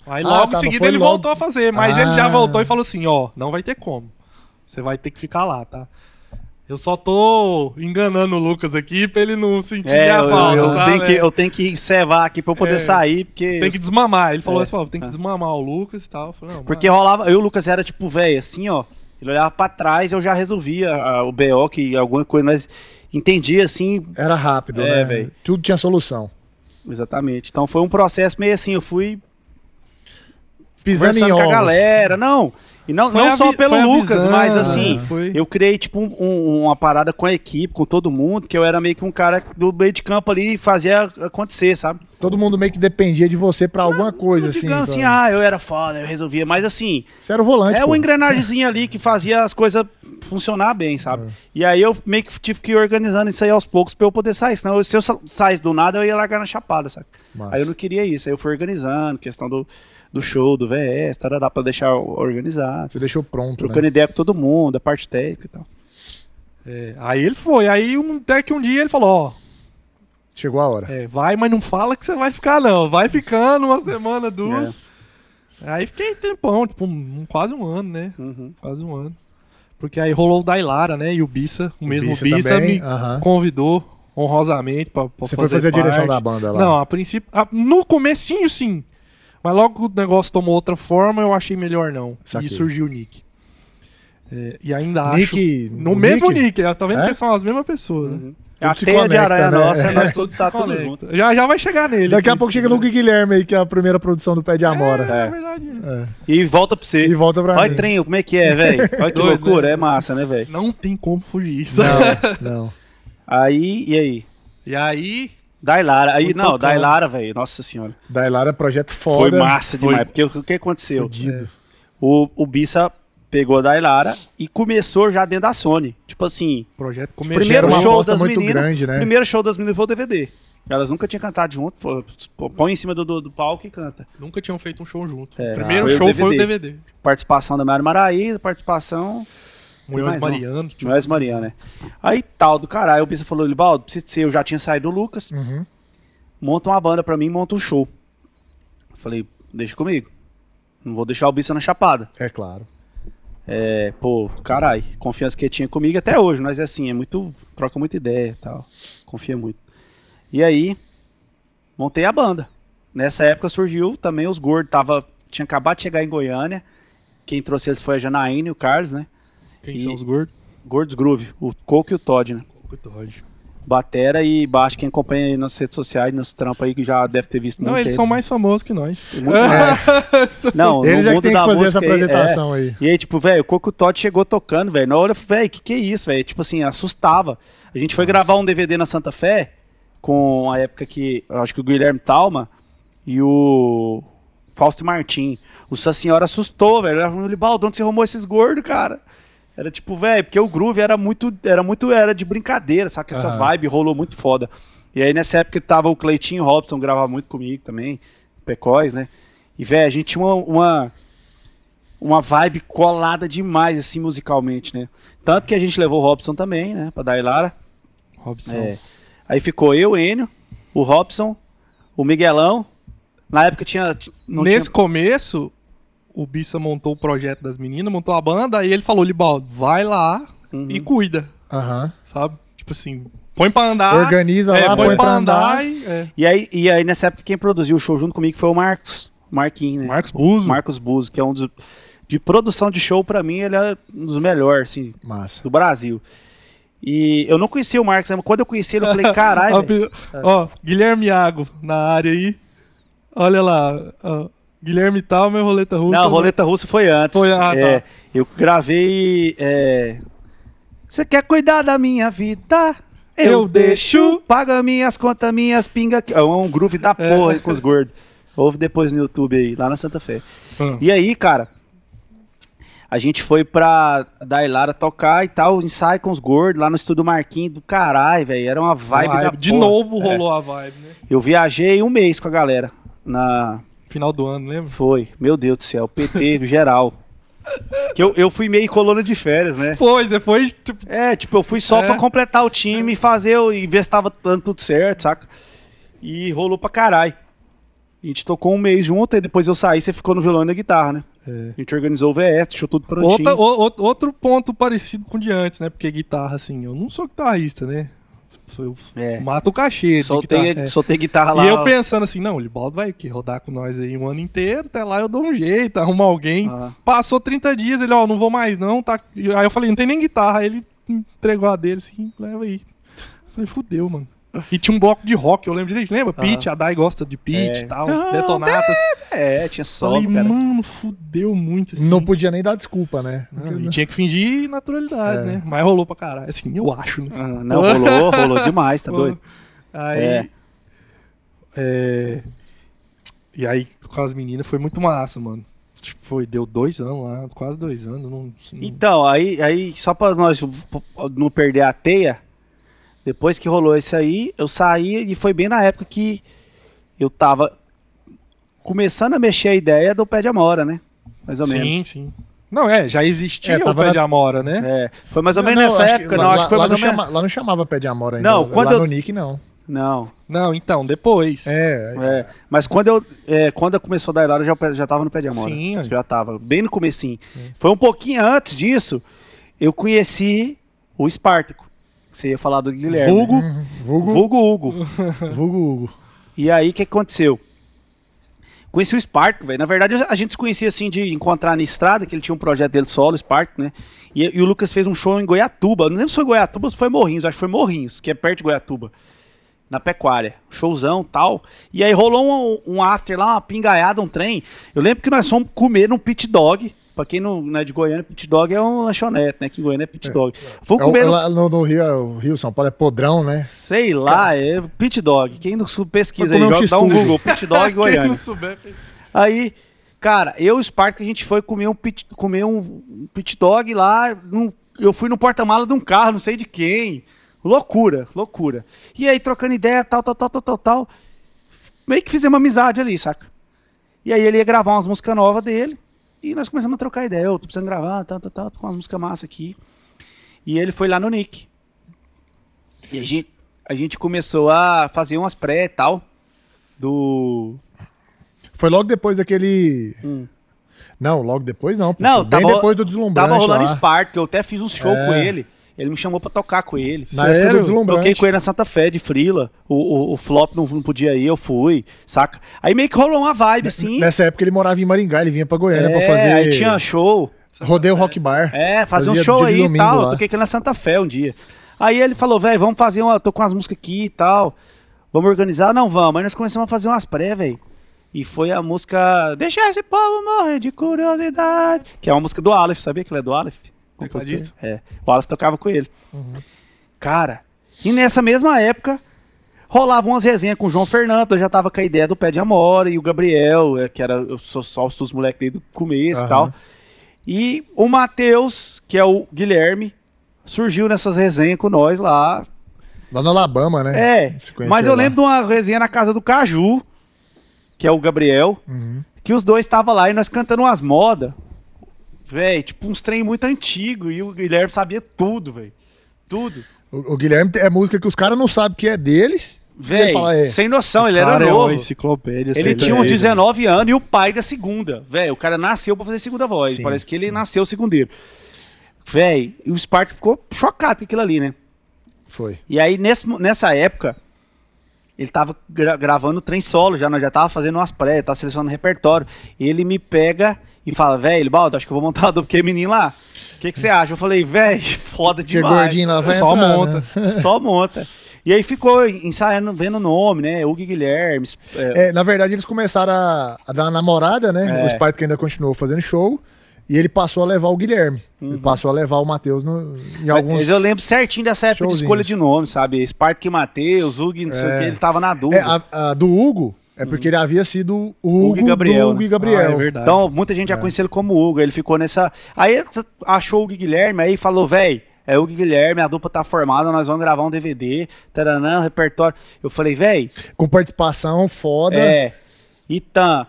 Speaker 2: Aí
Speaker 3: Ah,
Speaker 2: logo
Speaker 3: tá,
Speaker 2: em
Speaker 3: não
Speaker 2: seguida
Speaker 3: foi
Speaker 2: ele
Speaker 3: logo.
Speaker 2: voltou a fazer, mas ele
Speaker 3: Ah.
Speaker 2: já voltou e falou assim, ó, não vai ter como. Você vai ter que ficar lá, tá? Eu só tô enganando o Lucas aqui pra ele não sentir
Speaker 1: É,
Speaker 2: a
Speaker 1: eu,
Speaker 2: falta,
Speaker 1: eu
Speaker 2: sabe?
Speaker 1: tenho que, eu tenho que encevar aqui pra eu poder
Speaker 2: né? É.
Speaker 1: sair, porque.
Speaker 2: Tem que desmamar. Ele falou
Speaker 1: É.
Speaker 2: assim, ó, tem que desmamar o Lucas e tal. Eu falei, não,
Speaker 1: Porque rolava. Eu e o Lucas era, tipo, velho, assim, ó. Ele olhava pra trás eu já resolvia ah, o BO, que alguma coisa, mas entendia, assim,
Speaker 3: Era rápido,
Speaker 1: É,
Speaker 3: né?
Speaker 1: velho.
Speaker 3: Tudo tinha solução.
Speaker 1: exatamente. Então foi um processo meio assim, eu fui
Speaker 3: Pisando em
Speaker 1: conversando com a
Speaker 3: ovos.
Speaker 1: galera, não. E não,
Speaker 2: Foi
Speaker 1: não
Speaker 2: avi-
Speaker 1: só pelo
Speaker 2: foi
Speaker 1: Lucas,
Speaker 2: avisando,
Speaker 1: mas assim,
Speaker 2: né? Foi.
Speaker 1: eu criei tipo um- um- uma parada com a equipe, com todo mundo, que eu era meio que um cara do meio de campo ali e fazia acontecer, sabe?
Speaker 3: Todo mundo meio que dependia de você pra alguma coisa,
Speaker 1: Não
Speaker 3: assim.
Speaker 1: digamos assim,
Speaker 3: pra-
Speaker 1: ah, eu era foda, eu resolvia, mas assim,
Speaker 3: Você era o volante.
Speaker 1: é
Speaker 2: tipo,
Speaker 3: pô.
Speaker 1: uma engrenagemzinha ali que fazia as coisas funcionar bem,
Speaker 2: É.
Speaker 1: sabe? E aí eu meio que tive que ir organizando isso aí aos poucos pra eu poder sair, senão eu- se eu sa- saísse do nada eu ia largar na chapada, sabe?
Speaker 3: Massa.
Speaker 1: Aí eu não queria isso, aí eu fui organizando, questão do, do show, do VS, tarará, pra deixar organizado.
Speaker 3: Você deixou pronto.
Speaker 1: Trocando
Speaker 3: Né?
Speaker 1: ideia com todo mundo, a parte técnica e tal.
Speaker 2: É, aí ele foi. Aí um, até que um dia ele falou,
Speaker 3: Chegou a
Speaker 2: ó,
Speaker 3: hora.
Speaker 2: é, vai, mas não fala que você vai ficar, não. Vai ficando uma semana, duas.
Speaker 3: É.
Speaker 2: Aí fiquei tempão, tipo, um- quase um ano, né?
Speaker 3: Uhum.
Speaker 2: Quase um ano. Porque aí rolou o Dailara, né? E o Bissa, o mesmo
Speaker 3: Bissa
Speaker 2: Bissa,
Speaker 3: também,
Speaker 2: me
Speaker 3: aham.
Speaker 2: convidou honrosamente pra, pra
Speaker 3: Você foi fazer a direção da banda lá.
Speaker 2: Não, a princípio... a- no comecinho, sim. Mas logo que o negócio tomou outra forma, eu achei melhor não.
Speaker 3: Saquei.
Speaker 2: E surgiu o Nick. É, e ainda
Speaker 3: Nick-
Speaker 2: acho... No
Speaker 3: o
Speaker 2: mesmo
Speaker 3: Nick?
Speaker 2: Nick, tá vendo
Speaker 3: É?
Speaker 2: que são as mesmas pessoas, né?
Speaker 1: É a
Speaker 3: se
Speaker 1: teia de
Speaker 3: conecta,
Speaker 1: aranha
Speaker 3: né?
Speaker 1: nossa, é
Speaker 3: <laughs>
Speaker 1: nós todos
Speaker 2: Se
Speaker 1: tá tudo
Speaker 2: conecta.
Speaker 1: junto.
Speaker 2: Já, já vai chegar nele.
Speaker 3: Daqui a
Speaker 2: aqui.
Speaker 3: pouco chega no Gui Guilherme aí, que é a primeira produção do Pé de Amora.
Speaker 2: É, é verdade.
Speaker 1: E volta pra você.
Speaker 3: E volta pra
Speaker 1: É. Olha
Speaker 3: mim.
Speaker 1: o trem, como é que é,
Speaker 3: <laughs>
Speaker 1: velho? Olha que
Speaker 2: Doido,
Speaker 1: loucura,
Speaker 2: né?
Speaker 1: é massa, né, velho?
Speaker 2: Não tem como fugir isso.
Speaker 3: Não, não.
Speaker 1: Aí, e aí?
Speaker 2: <laughs> E aí...
Speaker 1: Dailara, aí
Speaker 2: Muito
Speaker 1: não,
Speaker 2: bacana.
Speaker 1: Dailara, velho, nossa senhora.
Speaker 3: Dailara, projeto
Speaker 1: Foi
Speaker 3: foda.
Speaker 1: massa demais,
Speaker 2: Foi.
Speaker 1: porque o- o que aconteceu?
Speaker 3: Fudido.
Speaker 1: O, o Bissa pegou a Dailara e começou já dentro da Sony. Tipo assim,
Speaker 2: O projeto começou...
Speaker 1: primeiro
Speaker 3: uma
Speaker 1: show
Speaker 3: aposta
Speaker 1: das
Speaker 3: muito
Speaker 1: meninas,
Speaker 3: grande, né?
Speaker 1: primeiro show das meninas foi o DVD. Elas nunca tinham cantado junto, pô, pô, põe em cima do, do, do palco e canta.
Speaker 2: Nunca tinham feito um show junto.
Speaker 1: É,
Speaker 2: o primeiro
Speaker 1: foi o
Speaker 2: show foi o
Speaker 1: DVD.
Speaker 2: DVD.
Speaker 1: Participação da Mário Maraíza, participação
Speaker 2: Munhoz
Speaker 1: mais um.
Speaker 2: Mariano. tipo,
Speaker 1: Nós Mariana, né? Aí tal do caralho, o Bissa falou, Libaldo, precisa ser, eu já tinha saído do Lucas,
Speaker 3: Uhum.
Speaker 1: monta uma banda pra mim, monta um show. Eu Falei, deixa comigo. Não vou deixar o Bissa na chapada.
Speaker 3: É claro.
Speaker 1: É, pô, caralho, confiança que ele tinha comigo até hoje, mas é assim, é muito. Troca muita ideia e tal. Confia muito. E aí, montei a banda. Nessa época surgiu também os gordos, tava. Tinha acabado de chegar em Goiânia. Quem trouxe eles foi a Janaína e o Carlos, né?
Speaker 2: Quem
Speaker 1: E-
Speaker 2: são os gordos?
Speaker 1: Gordos Groove, o Coco e o Todd, né?
Speaker 2: O Todd.
Speaker 1: Batera e baixo, quem acompanha aí nas redes sociais, nos trampos aí, que já deve ter visto
Speaker 2: Não,
Speaker 1: muito
Speaker 2: eles são mais famosos que nós.
Speaker 1: Muito
Speaker 2: <laughs>
Speaker 3: <laughs>
Speaker 1: mais. Não,
Speaker 3: Eles
Speaker 1: no
Speaker 3: é que
Speaker 1: mundo
Speaker 3: tem que
Speaker 1: da
Speaker 3: fazer essa
Speaker 1: música aí, é.
Speaker 3: apresentação aí.
Speaker 1: E aí, tipo, velho, o Cocutote chegou tocando, velho. Na hora, eu falei, velho, que que é isso, velho? Tipo assim, assustava. A gente foi gravar um DVD na Santa Fé, com a época que, eu acho que o Guilherme Talma e o Fausto Martim. O Sua Senhora assustou, velho. Ela falou, Libaldo, onde você arrumou esses gordos, cara? Era tipo, velho, porque o groove era muito, era muito, era de brincadeira, saca? Essa
Speaker 3: Aham.
Speaker 1: vibe rolou muito foda. E aí nessa época tava o Cleitinho Robson, gravava muito comigo também, Pecóis, né? E, velho, a gente tinha uma, uma, uma vibe colada demais, assim, musicalmente, né? Tanto que a gente levou o Robson também, né, pra Dailara.
Speaker 2: Robson.
Speaker 1: É. Aí ficou eu, o Enio, o Robson, o Miguelão. Na época tinha. Não
Speaker 2: Nesse começo, o Bissa montou o projeto das meninas, montou a banda, aí ele falou, Libaldo, vai lá
Speaker 1: Uhum.
Speaker 2: e cuida,
Speaker 3: Aham.
Speaker 2: sabe? Tipo assim, põe pra
Speaker 1: Ah,
Speaker 2: andar.
Speaker 3: Organiza
Speaker 2: é,
Speaker 3: lá,
Speaker 2: põe pra andar. e- é.
Speaker 1: E aí, e aí, nessa época, quem produziu o show junto comigo foi o Marcos. Marquinhos, né?
Speaker 2: Marcos Buzo.
Speaker 1: Marcos Buzzi, que é um dos. De produção de show, pra mim, ele é um dos melhores, assim,
Speaker 3: Massa.
Speaker 1: do Brasil. E eu não conhecia o Marcos, né? mas quando eu conheci ele, eu falei, caralho.
Speaker 2: Ó,
Speaker 1: velho."
Speaker 2: Bi- Ó, Guilherme Iago na área aí. Olha lá. ó, Guilherme tal, meu roleta russa.
Speaker 1: Não, a roleta russa foi antes.
Speaker 2: é Foi, ah,
Speaker 1: É,
Speaker 2: tá.
Speaker 1: Eu gravei. é, Você quer cuidar da minha vida? Eu,
Speaker 2: Eu
Speaker 1: deixo.
Speaker 2: deixo.
Speaker 1: Paga minhas contas, minhas pingas. É um groove da porra aí com os gordos. Ouve depois no YouTube aí, lá na Santa Fé.
Speaker 2: Hum.
Speaker 1: E aí, cara, a gente foi pra Dailara tocar e tal, ensaio com os gordos lá no estúdio Marquinhos do caralho, velho. Era uma vibe, da
Speaker 2: De
Speaker 1: porra.
Speaker 2: novo
Speaker 1: É.
Speaker 2: rolou a vibe, né?
Speaker 1: Eu viajei um mês com a galera na,
Speaker 2: Final do ano, lembra?
Speaker 1: foi, meu Deus do céu, PT geral. Que eu, eu fui meio coluna de férias, né?
Speaker 2: Foi, você foi, tipo,
Speaker 1: É, tipo, eu fui só
Speaker 2: É.
Speaker 1: pra completar o time e fazer, o- e ver se tava dando tudo certo, saca? E rolou pra caralho. A gente tocou um mês junto, e depois eu saí, você ficou no violão e na guitarra, né? A gente organizou o VS, deixou tudo prontinho.
Speaker 2: É. outra- o- o- outro ponto parecido com o de antes, né? Porque guitarra, assim, eu não sou guitarrista, né? Eu
Speaker 1: É.
Speaker 2: mato o cachê de
Speaker 1: soltei,
Speaker 2: guitarra, é.
Speaker 1: soltei guitarra lá.
Speaker 2: E eu pensando assim, não, o Libaldo vai que rodar com nós aí um ano inteiro, até lá eu dou um jeito, arrumo alguém.
Speaker 1: Ah.
Speaker 2: Passou 30 dias, ele, ó, não vou mais não, tá... E Aí eu falei, não tem nem guitarra, aí ele entregou a dele, assim, leva aí. Eu falei, fudeu, mano. E tinha um bloco de rock, eu lembro direito, lembra? Pete, a Dai gosta de Pete e tal,
Speaker 1: Não,
Speaker 2: detonatas.
Speaker 1: É, tinha solo,
Speaker 2: É. falei,
Speaker 1: cara.
Speaker 2: mano, fudeu muito, assim.
Speaker 3: Não podia nem dar desculpa, né?
Speaker 2: Não, E tinha que fingir naturalidade, né? Mas rolou pra caralho. Assim, eu acho, né? é
Speaker 1: Ah, não, rolou, rolou demais,
Speaker 2: <laughs>
Speaker 1: tá doido?
Speaker 2: Aí.
Speaker 1: É.
Speaker 2: é, E aí, com as meninas, foi muito massa, mano. Tipo, Foi, deu dois anos lá, quase dois anos. Não, assim, não-
Speaker 1: Então, aí, aí só pra nós não perder a teia, depois que rolou isso aí, eu saí e foi bem na época que eu tava começando a mexer a ideia do pé de amora, né? Mais ou menos.
Speaker 2: sim, sim. Não, é, já existia
Speaker 3: É,
Speaker 2: o
Speaker 3: tava
Speaker 2: pé
Speaker 3: na-
Speaker 2: de Amora, né?
Speaker 1: É, foi mais ou menos nessa
Speaker 3: acho que
Speaker 1: época,
Speaker 3: lá-
Speaker 1: não,
Speaker 3: lá-
Speaker 1: acho que foi
Speaker 3: lá
Speaker 1: mais
Speaker 3: não
Speaker 1: ou menos.
Speaker 3: chama- Lá não chamava pé de amor ainda.
Speaker 1: Não, quando
Speaker 3: lá
Speaker 1: eu-
Speaker 3: no Nick, não.
Speaker 1: Não,
Speaker 2: Não, então, depois.
Speaker 3: É,
Speaker 1: é, mas quando eu, é, quando eu começou a dar Hilário, eu já, já tava no pé de amora.
Speaker 2: Sim, é.
Speaker 1: já tava, bem no comecinho. Foi um pouquinho antes disso, eu conheci o Espartaco. que Você ia falar do Guilherme.
Speaker 2: Vulgo,
Speaker 3: Uhum.
Speaker 1: <laughs>
Speaker 3: Vulgo,
Speaker 1: Vulgo Hugo.
Speaker 3: vulgo Hugo.
Speaker 1: E aí, o que aconteceu? Conheci o Spark, velho. Na verdade, a gente se conhecia assim de encontrar na estrada, que ele tinha um projeto dele solo, Spark, né? E, e o Lucas fez um show em Goiatuba. Não lembro se foi Goiatuba ou se foi Morrinhos. Acho que foi Morrinhos, que é perto de Goiatuba. Na pecuária. Showzão tal. E aí rolou um, um after lá, uma pingaiada, um trem. Eu lembro que nós fomos comer num pit dog. Pra quem não, não é de Goiânia, pit dog é um lanchonete, né? Que em Goiânia é pit dog. Fomos
Speaker 3: É, o-
Speaker 1: comer num-
Speaker 3: lá no, no Rio, é, o Rio, São Paulo é podrão, né?
Speaker 1: Sei lá, é pit dog. Quem não su- pesquisa
Speaker 3: Foi
Speaker 1: aí,
Speaker 3: comer um
Speaker 1: joga, dá um
Speaker 3: X-Tudo.
Speaker 1: Google, pit
Speaker 3: <laughs>
Speaker 1: dog
Speaker 2: quem não
Speaker 1: Goiânia.
Speaker 2: souber. fez-
Speaker 1: Aí, cara, eu e o Spark, a gente foi comer um pit, comer um pit dog lá. num- eu fui no porta-mala de um carro, não sei de quem. Loucura, loucura. E aí, trocando ideia, tal, tal, tal, tal, tal, tal. Meio que fizemos uma amizade ali, saca? E aí ele ia gravar umas músicas novas dele. E nós começamos a trocar ideia. Eu tô precisando gravar, tal, tal, tal, tô com umas músicas massas aqui. E ele foi lá no Nick. E a gente, a gente começou a fazer umas pré e tal. Do.
Speaker 3: Foi logo depois daquele.
Speaker 1: Hum.
Speaker 3: Não, logo depois não. pô.
Speaker 1: Não,
Speaker 3: Foi bem
Speaker 1: tava-
Speaker 3: depois do deslumbrante.
Speaker 1: Tava rolando
Speaker 3: lá.
Speaker 1: Spark, eu até fiz um show
Speaker 3: É.
Speaker 1: com ele. Ele me chamou pra tocar com ele.
Speaker 3: Na época do deslumbrante.
Speaker 1: Toquei com ele na Santa Fé de Frila. O, o- o Flop não, não podia ir, eu fui, saca? Aí meio que rolou uma vibe, assim.
Speaker 3: Nessa época ele morava em Maringá, ele vinha pra Goiânia
Speaker 1: É,
Speaker 3: pra fazer.
Speaker 1: Aí tinha show.
Speaker 3: Rodeio Rock Bar.
Speaker 1: É, fazer um
Speaker 3: Fazia
Speaker 1: show
Speaker 3: dia de
Speaker 1: aí e
Speaker 3: domingo
Speaker 1: tal.
Speaker 3: lá.
Speaker 1: Eu toquei com ele na Santa Fé um dia. Aí ele falou, velho, vamos fazer uma. Tô com as músicas aqui e tal. Vamos organizar? Não vamos. Aí nós começamos a fazer umas pré, velho. E foi a música Deixa esse povo morrer de curiosidade. Que é uma música do Aleph, sabia que ela é do Aleph? Compositor. É. O Aleph tocava com ele. Cara, e nessa mesma época, rolava umas resenhas com o João Fernando, eu já tava com a ideia do Pé de Amora e o Gabriel, é, que era eu sou só os seus moleques desde o começo e
Speaker 3: Aham.
Speaker 1: tal. E o Matheus, que é o Guilherme, surgiu nessas resenhas com nós lá.
Speaker 3: Lá no Alabama, né?
Speaker 1: É,
Speaker 3: se conheceu
Speaker 1: mas eu
Speaker 3: lá.
Speaker 1: lembro de uma resenha na casa do Caju, que é o Gabriel,
Speaker 3: Uhum.
Speaker 1: que os dois estavam lá e nós cantando umas modas. Véi, tipo uns trem muito antigo e o Guilherme sabia tudo, velho. Tudo.
Speaker 3: O, o Guilherme é música que os caras não sabem que é deles.
Speaker 1: Véi,
Speaker 3: falar, é.
Speaker 1: sem noção, ele era
Speaker 2: Cara, é
Speaker 1: novo.
Speaker 2: uma enciclopédia.
Speaker 1: Ele
Speaker 2: sei
Speaker 1: tinha um
Speaker 2: lá.
Speaker 3: né?
Speaker 1: uns 19 anos e o pai da segunda. Velho, o cara nasceu pra fazer segunda voz.
Speaker 3: Sim,
Speaker 1: Parece que ele nasceu segundeiro. Velho, e o Spark ficou chocado com aquilo ali, né?
Speaker 3: Foi.
Speaker 1: E aí, nesse, mo- nessa época, ele tava gra- gravando trem solo já, nós já tava fazendo umas pré, tava selecionando repertório. Ele me pega e fala, velho, Baldo, acho que eu vou montar uma dupla, porque é menino lá. O que que você acha? Eu falei, velho, <laughs> foda
Speaker 3: Que
Speaker 1: demais.
Speaker 3: gordinho lá vai
Speaker 2: Só
Speaker 3: entrar, né?
Speaker 2: monta.
Speaker 1: Só monta. E aí ficou ensaiando, vendo o nome, né? Hugo Guilherme, é,
Speaker 3: É, na verdade, eles começaram a, a dar uma namorada, né?
Speaker 1: É.
Speaker 3: O Sparta que ainda continuou fazendo show. E ele passou a levar o Guilherme. Ele passou a levar o Matheus no- em
Speaker 1: Uhum. Mas
Speaker 3: alguns.
Speaker 1: eu lembro certinho dessa época de
Speaker 3: showzinhos.
Speaker 1: escolha de nome, sabe? Spark e Matheus, Hugo, não sei o que, ele tava na dúvida.
Speaker 3: É, a, a do Hugo é porque ele havia sido o Hugo,
Speaker 1: Uhum. Hugo e Gabriel,
Speaker 3: do Hugo
Speaker 1: né?
Speaker 3: e Gabriel.
Speaker 2: Ah, é verdade.
Speaker 1: então, muita gente já conhecia ele como Hugo, ele ficou nessa. Aí ele achou o Hugo Guilherme, aí falou, véi, é o Hugo Guilherme, a dupla tá formada, nós vamos gravar um DVD, taranã, repertório. Eu falei, véi,
Speaker 3: Com participação foda.
Speaker 1: É. Então.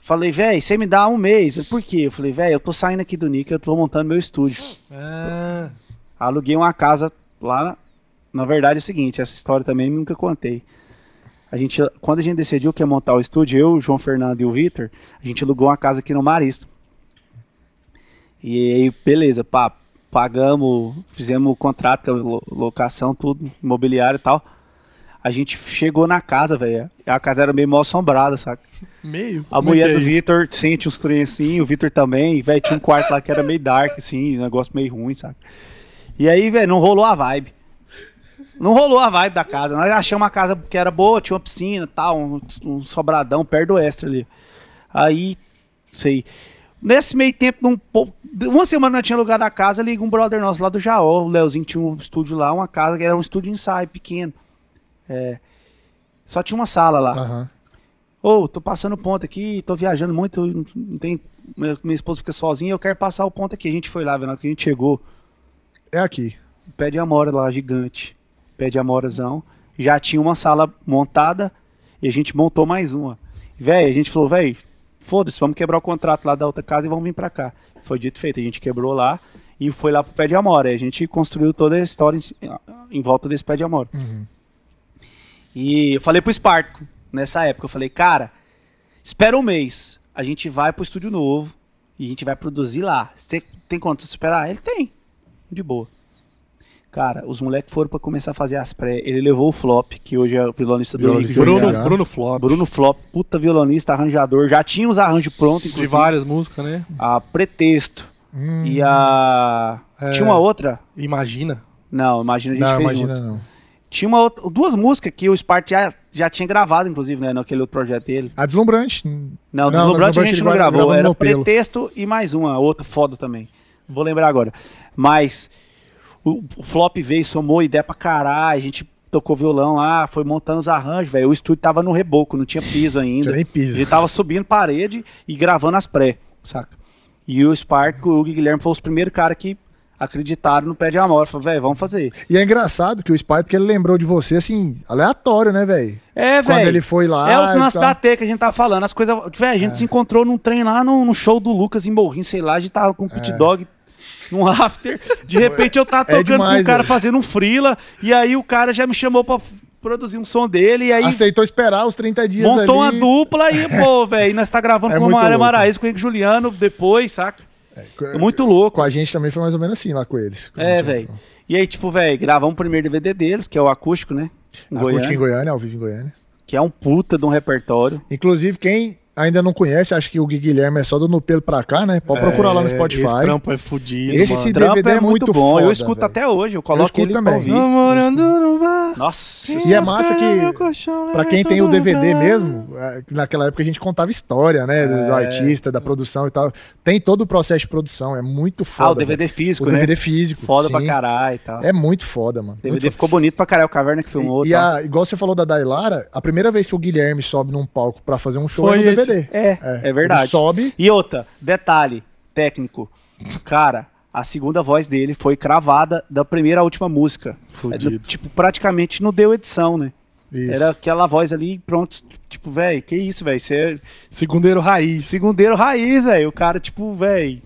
Speaker 1: Falei, velho, você me dá um mês. Eu, Por quê? Eu falei, velho, eu tô saindo aqui do Nick, eu tô montando meu estúdio.
Speaker 2: Ah,
Speaker 1: Aluguei uma casa lá. Na... na verdade é o seguinte, essa história também nunca contei. A gente, quando a gente decidiu que ia montar o estúdio, eu, o João Fernando e o Vitor, a gente alugou uma casa aqui no Marista. E aí, beleza, pá, pagamos, fizemos o contrato, com a lo- locação, tudo, imobiliário e tal. A gente chegou na casa, velho. A casa era meio mal assombrada, saca?
Speaker 2: Meio. é
Speaker 1: A mulher do Vitor sente uns trem assim, o Vitor também, velho, tinha um quarto lá que era meio dark, assim, um negócio meio ruim, saca? E aí, velho, não rolou a vibe. Não rolou a vibe da casa. Nós achamos uma casa que era boa, tinha uma piscina e tal, um, um sobradão perto do extra ali. Aí, sei. Nesse meio tempo, num pouco. Uma semana nós tinha lugar na casa, liga um brother nosso lá do Jaó, o Leozinho tinha um estúdio lá, uma casa que era um estúdio de ensaio pequeno. É, Só tinha uma sala lá.
Speaker 3: Aham.
Speaker 1: Ô, tô passando ponto aqui, tô viajando muito, não- não tem. Minha, minha esposa fica sozinha, eu quero passar o ponto aqui. A gente foi lá, velho, que a gente chegou,
Speaker 3: É aqui.
Speaker 1: pé de amora lá, gigante, pé de amorazão. Já tinha uma sala montada e a gente montou mais uma. Véi, a gente falou, véi, foda-se, vamos quebrar o contrato lá da outra casa e vamos vir pra cá. Foi dito e feito, a gente quebrou lá e foi lá pro pé de amora. E A gente construiu toda a história em, em volta desse pé de amora. E eu falei pro Esparto, nessa época, eu falei, cara, espera um mês, a gente vai pro estúdio novo e a gente vai produzir lá. Você tem quanto pra esperar? Ele tem, de boa. Cara, os moleques foram pra começar a fazer as pré. Ele levou o Flop, que hoje é o violonista do Nick.
Speaker 3: Violonista
Speaker 1: Bruno,
Speaker 3: do
Speaker 2: Bruno, Bruno Flop.
Speaker 1: Bruno Flop, puta violonista, arranjador. Já tinha os arranjos prontos,
Speaker 2: De
Speaker 1: inclusive.
Speaker 2: várias músicas, né?
Speaker 1: A Pretexto.
Speaker 3: Hum,
Speaker 1: E a...
Speaker 2: É.
Speaker 1: Tinha uma outra?
Speaker 2: Imagina.
Speaker 1: Não, imagina a gente
Speaker 3: não,
Speaker 1: fez
Speaker 3: imagina
Speaker 1: junto.
Speaker 3: não.
Speaker 1: Tinha uma outra- duas músicas que o Spart já, já tinha gravado, inclusive, né? Naquele outro projeto dele.
Speaker 3: A deslumbrante.
Speaker 1: Não,
Speaker 3: Não,
Speaker 1: Deslumbrante a
Speaker 3: Deslumbrante
Speaker 1: gente não
Speaker 3: ele gra-
Speaker 1: gravou.
Speaker 3: gravou
Speaker 1: Era
Speaker 3: no pelo.
Speaker 1: Pretexto e mais uma, outra foda também. Não Vou lembrar agora. Mas o, o Flop veio, somou ideia pra caralho, a gente tocou violão lá, foi montando os arranjos, velho. O estúdio tava no reboco, não tinha piso ainda.
Speaker 3: Tinha nem piso.
Speaker 1: Ele tava subindo parede e gravando as pré, saca? E o Spark, o Hugo e o Guilherme foram os primeiros caras que acreditaram no pé de amor. Falaram, velho, vamos fazer.
Speaker 3: E é engraçado que o Sparta que ele lembrou de você, assim, aleatório, né, velho?
Speaker 1: É,
Speaker 3: Quando
Speaker 1: velho.
Speaker 3: ele foi lá.
Speaker 1: É o
Speaker 3: e
Speaker 1: lance
Speaker 3: tal. É.
Speaker 1: da T que a gente tá falando. As coisas. Véi, a gente se encontrou num trem lá no, no show do Lucas em Morrinho, sei lá, a gente tava com um pit dog num after. De repente eu tava
Speaker 3: É
Speaker 1: tocando com
Speaker 3: demais,
Speaker 1: o cara
Speaker 3: velho.
Speaker 1: fazendo um frila. E aí o cara já me chamou pra f- produzir um som dele. E aí
Speaker 3: Aceitou esperar os 30 dias
Speaker 1: montou
Speaker 3: ali.
Speaker 1: uma dupla e,
Speaker 3: <laughs>
Speaker 1: pô, velho, nós tá gravando
Speaker 3: É
Speaker 1: com o
Speaker 3: muito
Speaker 1: Maria
Speaker 3: louco.
Speaker 1: Maraíza, com o Henrique Juliano depois, saca? É
Speaker 3: co-
Speaker 1: muito louco.
Speaker 3: Com a gente também foi mais ou menos assim lá com eles. Quando a
Speaker 1: É,
Speaker 3: gente
Speaker 1: velho. E aí, tipo, velho, gravamos o primeiro DVD deles, que é o acústico, né? Em
Speaker 3: Acústica em
Speaker 1: Goiânia,
Speaker 3: Goiânia, ao vivo em Goiânia.
Speaker 1: que é um puta de um repertório.
Speaker 3: Inclusive, quem ainda não conhece, acho que o Gui Guilherme é só do No Pelo pra cá, né? Pode procurar lá no
Speaker 2: É,
Speaker 3: Spotify.
Speaker 2: Esse trampo é fudido,
Speaker 3: Esse
Speaker 2: mano.
Speaker 3: se-
Speaker 1: Trampa
Speaker 3: DVD é muito
Speaker 1: bom. eu
Speaker 3: foda,
Speaker 1: escuto
Speaker 3: velho.
Speaker 1: até hoje, eu coloco
Speaker 3: escuto
Speaker 1: ele
Speaker 3: também.
Speaker 1: pra ouvir.
Speaker 2: Tô morando no bar.
Speaker 1: Nossa,
Speaker 3: E é massa que, Pra quem tem o DVD mesmo, é, naquela época a gente contava história, né? do-
Speaker 1: É.
Speaker 3: Do artista, da produção e tal. Tem todo o processo de produção, é muito foda.
Speaker 1: ah, o DVD
Speaker 3: velho.
Speaker 1: físico,
Speaker 3: o
Speaker 1: né?
Speaker 3: DVD físico.
Speaker 1: Foda pra
Speaker 3: é sim.
Speaker 1: caralho e tal.
Speaker 3: É muito foda, mano.
Speaker 1: DVD
Speaker 3: Muito foda.
Speaker 1: ficou bonito pra caralho, o Caverna que filmou tá?
Speaker 3: E,
Speaker 1: e
Speaker 3: e
Speaker 1: tal.
Speaker 3: a, igual você falou da Dailara, a primeira vez que o Guilherme sobe num palco pra fazer um show
Speaker 2: Foi
Speaker 3: é no
Speaker 2: esse.
Speaker 3: DVD.
Speaker 1: É, é, verdade.
Speaker 3: Ele sobe.
Speaker 1: E outra, detalhe técnico. Cara, a segunda voz dele foi cravada da primeira à última música.
Speaker 2: Fudido.
Speaker 1: É, tipo, praticamente não deu edição, né?
Speaker 3: Isso.
Speaker 1: Era aquela voz ali e pronto. Tipo, velho, que isso, velho? Você é
Speaker 2: Segundeiro raiz. <laughs>
Speaker 1: segundeiro raiz, velho. O cara, tipo, velho,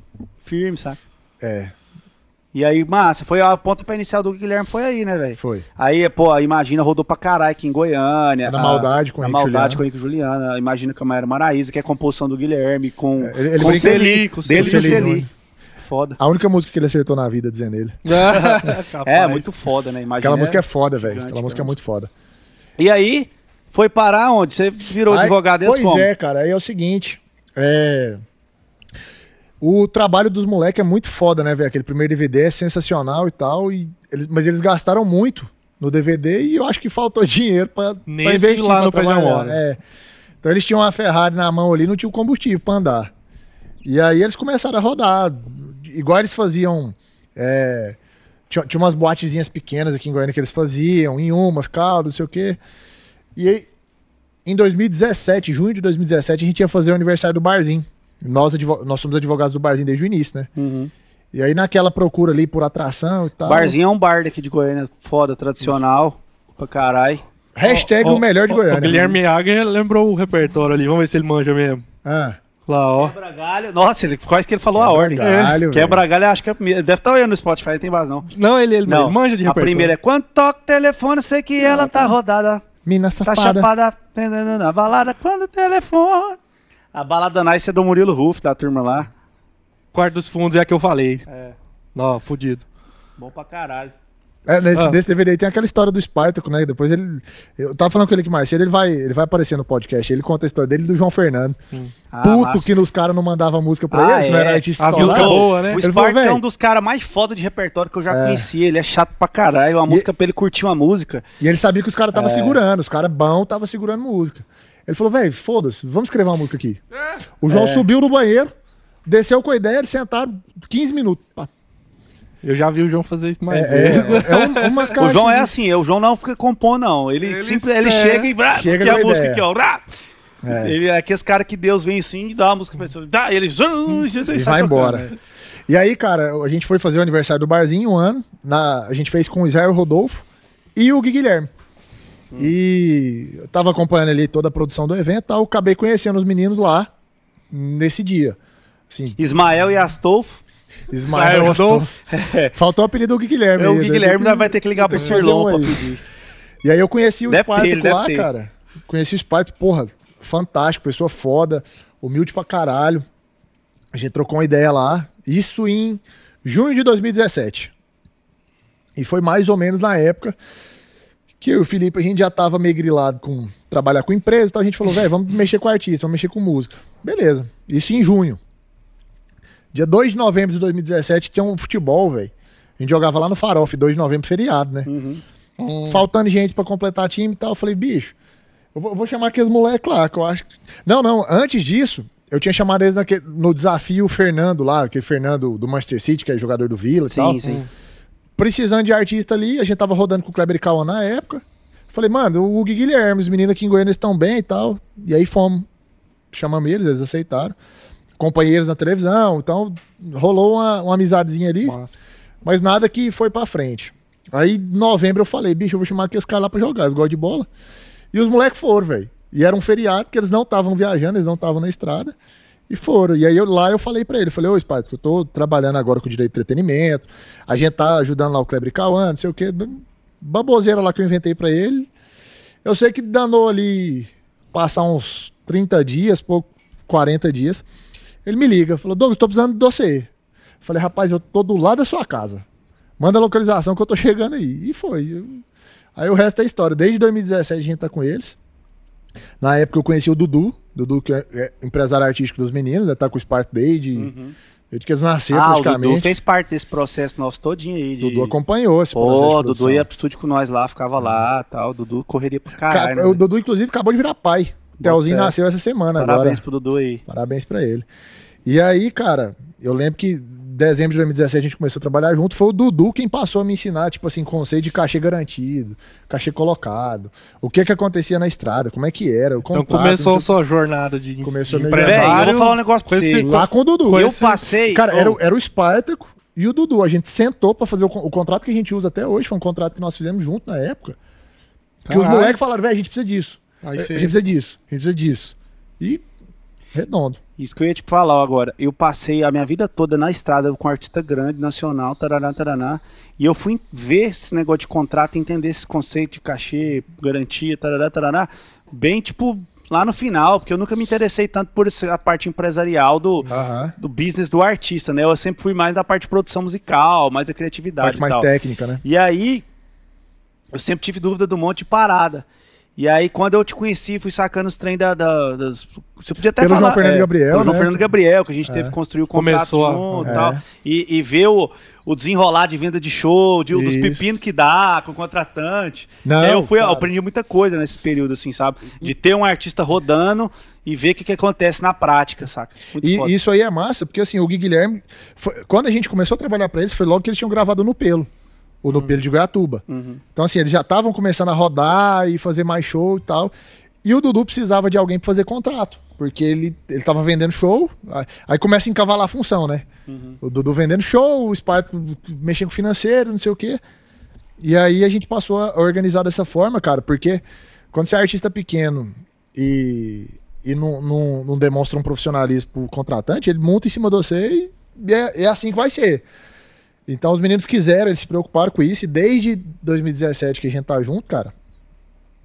Speaker 1: firme, saca?
Speaker 3: É,
Speaker 1: E aí, massa, foi a ponta pra inicial do Guilherme, foi aí, né, velho?
Speaker 3: foi.
Speaker 1: Aí, pô, imagina, rodou pra caralho aqui em Goiânia.
Speaker 3: Na
Speaker 1: a-
Speaker 3: maldade com o
Speaker 1: na
Speaker 3: Henrique
Speaker 1: maldade com o
Speaker 3: Juliano.
Speaker 1: Henrique Juliana. Imagina com a Maera Maraíza, que é a composição do Guilherme, com,
Speaker 3: É, ele- ele
Speaker 1: com
Speaker 3: brinca-
Speaker 1: Celi,
Speaker 2: com
Speaker 1: dele e
Speaker 3: Celi.
Speaker 1: Celi. Foda.
Speaker 3: A única música que ele acertou na vida, dizendo ele.
Speaker 1: É, muito foda, né? Imagina.
Speaker 3: Aquela música é foda, velho.
Speaker 1: gigante,
Speaker 3: Aquela música é
Speaker 1: cara.
Speaker 3: muito foda.
Speaker 1: E aí, foi parar onde? Você virou
Speaker 3: Aí-
Speaker 1: advogado deles
Speaker 3: Pois
Speaker 1: como?
Speaker 3: é, cara. Aí é o seguinte. É... O trabalho dos moleques é muito foda, né, velho? Aquele primeiro DVD é sensacional e tal. E eles... Mas eles gastaram muito no DVD e eu acho que faltou <laughs> dinheiro pra, pra
Speaker 2: Nesse
Speaker 3: investir
Speaker 2: lá
Speaker 3: pra
Speaker 2: no Pé de
Speaker 3: trabalhar,
Speaker 2: Amora.
Speaker 3: é. Então eles tinham uma Ferrari na mão ali, não tinha o combustível pra andar. E aí eles começaram a rodar. Igual eles faziam. é, Tinha, tinha umas boatezinhas pequenas aqui em Goiânia que eles faziam, em umas, caldo, não sei o quê. E aí, em 2017, junho de 2017, a gente ia fazer o aniversário do Barzinho. Nós, advo- nós somos advogados do Barzinho desde o início, né?
Speaker 1: Uhum.
Speaker 3: E aí naquela procura ali por atração e tal.
Speaker 1: Barzinho é um bar daqui de Goiânia, foda, tradicional, pra caralho.
Speaker 3: Hashtag o melhor de Goiânia. né?
Speaker 2: O Guilherme Águia lembrou o repertório ali. Vamos ver se ele manja mesmo.
Speaker 3: Ah,
Speaker 2: Lá, ó.
Speaker 1: Quebra galho. Nossa, ele, quase que ele falou a
Speaker 3: Quebra
Speaker 1: ordem.
Speaker 3: galho,
Speaker 1: É. Quebra galho, acho que é a primeira. Deve estar olhando no Spotify, não tem base não.
Speaker 2: Não, ele, ele, ele manja de
Speaker 1: a
Speaker 2: repertório.
Speaker 1: primeira é quando toca o telefone, eu sei que ela tá rodada,
Speaker 3: mina
Speaker 1: tá
Speaker 3: safada.
Speaker 1: chapada, pendendo na balada, quando o telefone. A balada nice é do Murilo Ruf, da turma lá.
Speaker 2: Quarto dos Fundos é a que eu falei.
Speaker 1: É,
Speaker 2: Ó, fudido.
Speaker 1: bom pra caralho.
Speaker 3: É, nesse,
Speaker 2: Ah.
Speaker 3: nesse DVD aí tem aquela história do Espartaco, né? Depois ele. Eu tava falando com ele aqui mais cedo, ele vai, ele vai aparecer no podcast. Ele conta a história dele e do João Fernando.
Speaker 1: Ah,
Speaker 3: Puto
Speaker 1: massa.
Speaker 3: que os caras não mandavam música pra
Speaker 1: Ah,
Speaker 3: eles, não
Speaker 1: é.
Speaker 3: era artista.
Speaker 2: As
Speaker 3: autoral.
Speaker 2: músicas boas, né?
Speaker 1: O
Speaker 3: Ele
Speaker 1: Spark
Speaker 3: falou,
Speaker 1: é um
Speaker 3: "Véi,
Speaker 1: dos caras mais foda de repertório que eu já
Speaker 3: É.
Speaker 1: conhecia. Ele é chato pra caralho. Uma música pra ele curtir uma música.
Speaker 3: E ele sabia que os caras
Speaker 1: É.
Speaker 3: estavam segurando, os caras bão estavam segurando música. Ele falou, velho, foda-se, vamos escrever uma música aqui. O
Speaker 1: É.
Speaker 3: João subiu no banheiro, desceu com a ideia, eles sentaram 15 minutos. Pá,
Speaker 2: Eu já vi o João fazer isso
Speaker 3: É,
Speaker 2: mais
Speaker 3: é,
Speaker 2: vezes.
Speaker 3: é um- uma
Speaker 1: <laughs>
Speaker 3: caixa
Speaker 1: o João é
Speaker 3: de-
Speaker 1: assim, é, o João não fica compor, não. Ele,
Speaker 2: Ele
Speaker 1: simples, ele
Speaker 2: é.
Speaker 1: chega e brá,
Speaker 3: Chega
Speaker 1: que é a
Speaker 3: numa
Speaker 1: música
Speaker 3: ideia.
Speaker 1: aqui, ó. brá.
Speaker 3: É.
Speaker 1: Ele é aqueles caras que Deus vem assim e dá uma música pra pessoa. Dá, e ele zum, já sai
Speaker 3: E vai
Speaker 1: tocando,
Speaker 3: embora.
Speaker 1: né?
Speaker 3: E aí, cara, a gente foi fazer o aniversário do barzinho um ano. na- a gente fez com o Israel Rodolfo e o Gui Guilherme.
Speaker 1: Hum.
Speaker 3: E eu tava acompanhando ali toda a produção do evento e tal. Acabei conhecendo os meninos lá nesse dia. Assim,
Speaker 1: Ismael e Astolfo.
Speaker 3: Ismael
Speaker 2: Israel
Speaker 3: Rodolfo. Faltou o apelido do Gui Guilherme.
Speaker 1: É, o
Speaker 3: aí,
Speaker 1: Gui
Speaker 3: né?
Speaker 1: Guilherme
Speaker 3: Tem que-
Speaker 1: vai ter que ligar
Speaker 3: tem
Speaker 1: pro
Speaker 3: que fazer um
Speaker 1: Sirlon pra
Speaker 3: aí.
Speaker 1: pedir.
Speaker 3: E aí eu conheci o
Speaker 1: Deve ter,
Speaker 3: Espartaco
Speaker 1: ele deve
Speaker 3: lá,
Speaker 1: ter.
Speaker 3: cara. Conheci o Espartaco, porra, fantástico, pessoa foda, humilde pra caralho. A gente trocou uma ideia lá. Isso em junho de 2017. E foi mais ou menos na época que eu e o Felipe, a gente já tava meio grilado com trabalhar com empresa, então a gente falou, velho, vamos mexer com artista, vamos mexer com música. Beleza. Isso em junho. Dia 2 de novembro de 2017 tinha um futebol, velho. A gente jogava lá no Farof, 2 de novembro, feriado,
Speaker 1: Uhum.
Speaker 3: né? faltando gente pra completar time e tal. Eu falei, bicho, eu vou, eu vou chamar aqueles moleques lá, que eu acho. que- Não, não, antes disso, eu tinha chamado eles naquele- no desafio o Fernando lá, aquele Fernando do Manchester City, que é jogador do Vila e tal.
Speaker 1: Sim, Tá, sim.
Speaker 3: Precisando de artista ali, a gente tava rodando com o Kleber e Cauã na época. Falei, mano, o Gui Guilherme, os meninos aqui em Goiânia estão bem e tal. E aí fomos. Chamamos eles, eles aceitaram. Companheiros na televisão, então rolou uma, uma amizadezinha ali.
Speaker 2: Massa.
Speaker 3: Mas nada que foi pra frente. Aí, em novembro, eu falei, bicho, eu vou chamar aqueles caras lá pra jogar, eles gostam de bola. E os moleques foram, velho. E era um feriado, que eles não estavam viajando, eles não estavam na estrada. E foram. E aí eu, lá eu falei pra ele, falei, ô Sparta, que eu tô trabalhando agora com direito de entretenimento, a gente tá ajudando lá o Kleber e Cauã, não sei o quê. Baboseira lá que eu inventei pra ele. Eu sei que danou ali passar uns 30 dias, pouco, 40 dias. Ele me liga, falou, Douglas, tô precisando de você. Eu Falei, rapaz, eu tô do lado da sua casa. Manda a localização que eu tô chegando aí. E foi. Eu- Aí o resto é história. Desde 2017 a gente tá com eles. Na época eu conheci o Dudu, Dudu que é- é empresário artístico dos meninos, né, tá com o Spark Dade, desde que eles nasceram
Speaker 1: Uhum. Ah, o
Speaker 3: praticamente.
Speaker 1: Dudu fez parte desse processo nosso todinho aí. De...
Speaker 3: Dudu acompanhou esse
Speaker 1: Pô,
Speaker 3: processo de
Speaker 1: o Dudu
Speaker 3: produção. Uhum.
Speaker 1: ia pro estúdio com nós lá, ficava lá tal. O Dudu correria pro
Speaker 3: Ca-
Speaker 1: caralho. né?
Speaker 3: O Dudu, inclusive, acabou de virar pai. O Telzinho
Speaker 1: certo.
Speaker 3: nasceu essa semana agora.
Speaker 1: Parabéns pro Dudu aí.
Speaker 3: Parabéns pra ele. E aí, cara, eu lembro que em dezembro de 2017 a gente começou a trabalhar junto, foi o Dudu quem passou a me ensinar, tipo assim, conceito de cachê garantido, cachê colocado, o que que acontecia na estrada, como é que era, o
Speaker 2: Então
Speaker 3: contrato,
Speaker 2: começou
Speaker 3: não
Speaker 2: a
Speaker 3: sei-
Speaker 2: sua jornada de
Speaker 3: Começou meio-
Speaker 1: Véi, eu
Speaker 2: empresário.
Speaker 1: vou falar um negócio pra
Speaker 2: com
Speaker 1: você.
Speaker 2: esse-
Speaker 3: lá com o Dudu.
Speaker 2: com
Speaker 3: Eu-
Speaker 1: Eu
Speaker 2: esse-
Speaker 1: passei.
Speaker 3: cara,
Speaker 1: ô,
Speaker 3: era, o- era o Espartaco e o Dudu, a gente sentou pra fazer o, con- o contrato que a gente usa até hoje, foi um contrato que nós fizemos junto na época, que os
Speaker 2: Caralho.
Speaker 3: moleques falaram, velho, a gente precisa disso,
Speaker 2: Aí
Speaker 3: a gente
Speaker 2: você-
Speaker 3: precisa disso, a gente precisa disso. E redondo.
Speaker 1: Isso que eu ia te falar agora. Eu passei a minha vida toda na estrada com artista grande, nacional, tarará, tarará. E eu fui ver esse negócio de contrato, entender esse conceito de cachê, garantia, tarará, tarará. Bem, tipo, lá no final, porque eu nunca me interessei tanto por esse- a parte empresarial do,
Speaker 3: Aham.
Speaker 1: do business do artista, né? Eu sempre fui mais da parte de produção musical, mais da criatividade.
Speaker 3: Parte
Speaker 1: e
Speaker 3: mais
Speaker 1: tal.
Speaker 3: técnica, né?
Speaker 1: E aí, eu sempre tive dúvida do monte de parada. E aí, quando eu te conheci, fui sacando os trem da, da- das. Você podia até
Speaker 3: Pelo
Speaker 1: falar. é,
Speaker 3: João Fernando Gabriel,
Speaker 1: pelo João
Speaker 3: né?
Speaker 1: Fernando Gabriel, que a gente
Speaker 3: É.
Speaker 1: teve que construir o contrato
Speaker 2: Começou a-
Speaker 1: junto
Speaker 3: é.
Speaker 1: e tal. E, e ver o, o desenrolar de venda de show, de, dos
Speaker 3: Isso.
Speaker 1: pepinos que dá com o contratante.
Speaker 3: Não,
Speaker 1: É, eu fui, eu
Speaker 3: cara.
Speaker 1: aprendi muita coisa nesse período, assim, sabe? De ter um artista rodando e ver o que, que acontece na prática, saca? Muito
Speaker 3: E
Speaker 1: foda.
Speaker 3: isso aí é massa, porque assim, o Gui Guilherme, foi- quando a gente começou a trabalhar pra eles, foi logo que eles tinham gravado no pelo. O no pelo de Goiatuba.
Speaker 1: Uhum.
Speaker 3: Então, assim, eles já estavam começando a rodar e fazer mais show e tal. E o Dudu precisava de alguém pra fazer contrato. Porque ele, ele tava vendendo show, aí- aí começa a encavalar a função, né? O Dudu vendendo show, o Sparta mexendo com financeiro, não sei o quê. E aí a gente passou a organizar dessa forma, cara, porque quando você é artista pequeno e, e não, não, não demonstra um profissionalismo pro contratante, ele monta em cima de você e é, é assim que vai ser. Então os meninos quiseram, eles se preocuparam com isso, e desde 2017 que a gente tá junto, cara,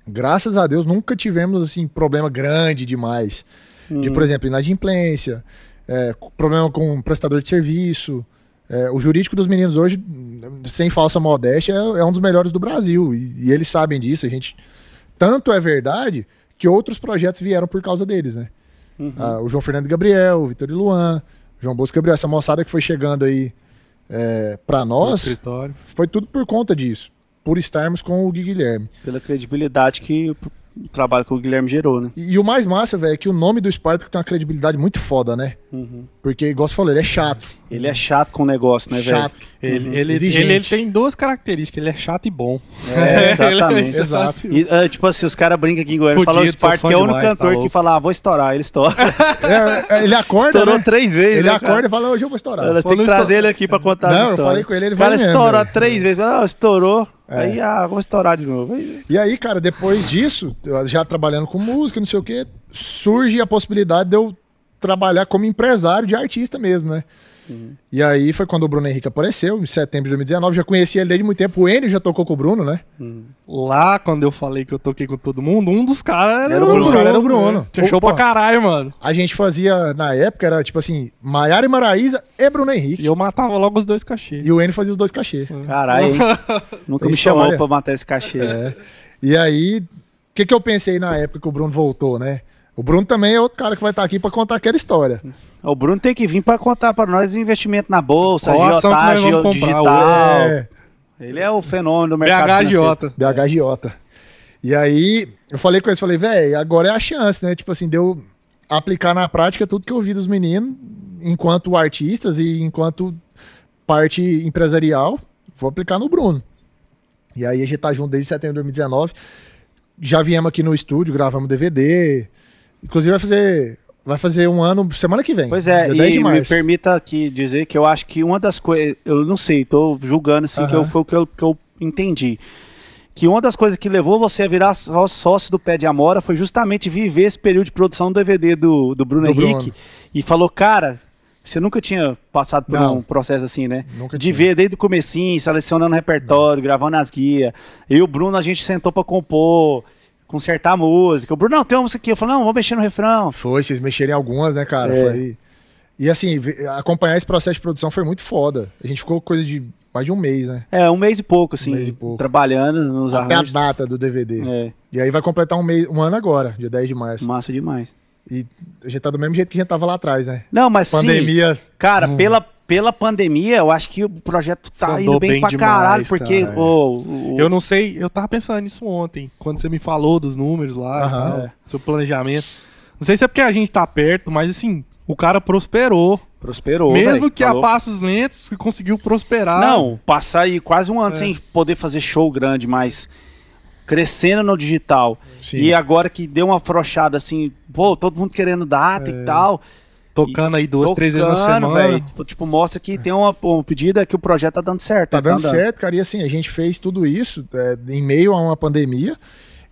Speaker 3: graças a Deus nunca tivemos assim problema grande demais. De, por exemplo, inadimplência, é, co- problema com prestador de serviço. É, o jurídico dos meninos hoje, hum, sem falsa modéstia, é, é um dos melhores do Brasil. E, e eles sabem disso. A gente Tanto é verdade que outros projetos vieram por causa deles, né?
Speaker 1: Uhum.
Speaker 3: Ah, o João Fernando Gabriel, o Vitor e Luan, João Bosco Gabriel, essa moçada que foi chegando aí é, para
Speaker 2: no
Speaker 3: nós,
Speaker 2: escritório.
Speaker 3: foi tudo por conta disso. Por estarmos com o Gui Guilherme.
Speaker 1: Pela credibilidade que o o trabalho que o Guilherme gerou, né?
Speaker 3: E, e o mais massa, velho, é que o nome do Spartak tem uma credibilidade muito foda, né?
Speaker 1: Uhum.
Speaker 3: Porque, igual você falou, ele é chato.
Speaker 1: Ele é chato com o negócio, né, velho?
Speaker 3: chato.
Speaker 2: Ele, ele,
Speaker 3: Uhum. Exigente.
Speaker 2: ele- ele tem duas características, ele é chato e bom.
Speaker 3: <laughs>
Speaker 1: É, exatamente.
Speaker 2: Ele é chato e bom.
Speaker 1: E, ah, tipo assim, os caras brincam aqui em Goiânia,
Speaker 2: Fudido,
Speaker 1: falam o Spark,
Speaker 2: sou fã
Speaker 1: que é o único
Speaker 2: demais,
Speaker 1: cantor
Speaker 2: tá
Speaker 1: que
Speaker 2: louco.
Speaker 1: fala, ah, vou estourar, ele estoura.
Speaker 3: É, é, ele acorda,
Speaker 1: Estourou
Speaker 3: né?
Speaker 1: três vezes,
Speaker 3: Ele
Speaker 1: né, cara?
Speaker 3: acorda e fala, hoje eu vou estourar.
Speaker 1: Elas têm
Speaker 2: Quando
Speaker 1: que trazer
Speaker 2: estoura-
Speaker 1: ele aqui pra contar
Speaker 3: Não,
Speaker 1: a
Speaker 3: eu
Speaker 1: história.
Speaker 3: falei com ele, ele
Speaker 1: o
Speaker 3: vai É.
Speaker 1: cara
Speaker 3: mesmo,
Speaker 1: estourar
Speaker 3: velho.
Speaker 1: três vezes, ah, estourou. Aí, ah, vou estourar de novo. Aí,
Speaker 3: E aí, cara, depois disso, eu já trabalhando com música, não sei o quê, surge a possibilidade de eu trabalhar como empresário de artista mesmo, né?
Speaker 1: Uhum.
Speaker 3: E aí foi quando o Bruno Henrique apareceu, em setembro de 2019. Já conhecia ele desde muito tempo. O Enio já tocou com o Bruno, né?
Speaker 2: Lá, quando eu falei que eu toquei com todo mundo, um dos caras era,
Speaker 1: Era o Bruno.
Speaker 2: o Bruno.
Speaker 1: Um dos
Speaker 3: caras era o Bruno.
Speaker 2: Tinha show
Speaker 3: Opa.
Speaker 2: pra caralho, mano.
Speaker 3: A gente fazia, na época, era tipo assim, Maiara e Maraísa e Bruno Henrique.
Speaker 2: E eu matava logo os dois cachês.
Speaker 3: E o Enio fazia os dois cachês.
Speaker 1: caralho,
Speaker 3: <laughs>
Speaker 1: hein? Nunca
Speaker 3: Tem
Speaker 1: me chamou
Speaker 3: história.
Speaker 1: pra matar esse cachê.
Speaker 3: É. E aí, o que, que eu pensei na época que o Bruno voltou, né? O Bruno também é outro cara que vai estar aqui pra contar aquela história.
Speaker 1: O Bruno tem que vir pra contar pra nós o investimento na bolsa,
Speaker 2: Qual ação que nós
Speaker 1: agiotagem
Speaker 2: vamos comprar?
Speaker 1: digital.
Speaker 3: É,
Speaker 1: Ele é o fenômeno do mercado
Speaker 2: BH
Speaker 1: financeiro.
Speaker 2: Jota.
Speaker 3: BH Giota. E aí, eu falei com eles, falei, velho, agora é a chance, né? Tipo assim, de eu aplicar na prática tudo que eu vi dos meninos, enquanto artistas e enquanto parte empresarial, vou aplicar no Bruno. E aí a gente tá junto desde setembro de 2019. Já viemos aqui no estúdio, gravamos DVD. Inclusive vai fazer, vai fazer um ano semana que vem.
Speaker 1: Pois é,
Speaker 3: dia
Speaker 1: e me permita aqui dizer que eu acho que uma das coisas, eu não sei, tô julgando assim, que eu,
Speaker 3: Aham.
Speaker 1: foi o que eu, que eu entendi. Que uma das coisas que levou você a virar só- sócio do Pé de Amora foi justamente viver esse período de produção do DVD do, do Bruno
Speaker 3: Do Bruno.
Speaker 1: Henrique. E falou, cara, você nunca tinha passado por
Speaker 3: Não.
Speaker 1: um processo assim, né?
Speaker 3: Nunca
Speaker 1: de
Speaker 3: tinha.
Speaker 1: ver desde o comecinho, selecionando repertório, gravando as guias. Eu e o Bruno, a gente sentou pra compor, consertar a música. O Bruno, não, tem uma música aqui. Eu falei, não, vou mexer no refrão.
Speaker 3: Foi, vocês mexerem em algumas, né, cara?
Speaker 1: É.
Speaker 3: Foi. E assim, ve- acompanhar esse processo de produção foi muito foda. A gente ficou coisa de quase de um mês, né?
Speaker 1: É, um mês e pouco, assim,
Speaker 3: mês e pouco.
Speaker 1: trabalhando nos
Speaker 3: Até a
Speaker 1: arranjos.
Speaker 3: data do DVD.
Speaker 1: É,
Speaker 3: E aí vai completar um, mês, um ano agora, dia 10 de março.
Speaker 1: massa demais.
Speaker 3: E a gente tá do mesmo jeito que a gente tava lá atrás, né?
Speaker 1: Não, mas sim,
Speaker 3: Pandemia.
Speaker 2: Hum.
Speaker 1: cara, pela, pela pandemia, eu acho que o projeto tá
Speaker 2: Andou
Speaker 1: indo bem,
Speaker 2: bem
Speaker 1: pra
Speaker 2: demais,
Speaker 1: caralho, porque
Speaker 2: cara, é.
Speaker 1: ô, o- o-
Speaker 2: Eu não sei, eu tava pensando nisso ontem, quando você me falou dos números lá, e
Speaker 3: Aham. é.
Speaker 2: tal, seu planejamento. Não sei se é porque a gente tá perto, mas assim, o cara prosperou.
Speaker 1: prosperou,
Speaker 2: mesmo
Speaker 1: velho,
Speaker 2: que
Speaker 3: tá
Speaker 1: falou.
Speaker 2: a passos lentos, que conseguiu prosperar.
Speaker 1: Não, passar aí quase um ano
Speaker 2: É.
Speaker 1: sem poder fazer show grande, mas crescendo no digital.
Speaker 3: Sim.
Speaker 1: E agora que deu uma afrouxada assim, pô, todo mundo querendo data e tal.
Speaker 2: Tocando aí É. duas, três vezes na
Speaker 1: tocando,
Speaker 2: semana.
Speaker 1: velho. Tipo, tipo, mostra que tem uma, uma pedida que o projeto tá dando certo.
Speaker 3: Tá dando
Speaker 1: andando.
Speaker 3: certo, cara. E assim, a gente fez tudo isso é, em meio a uma pandemia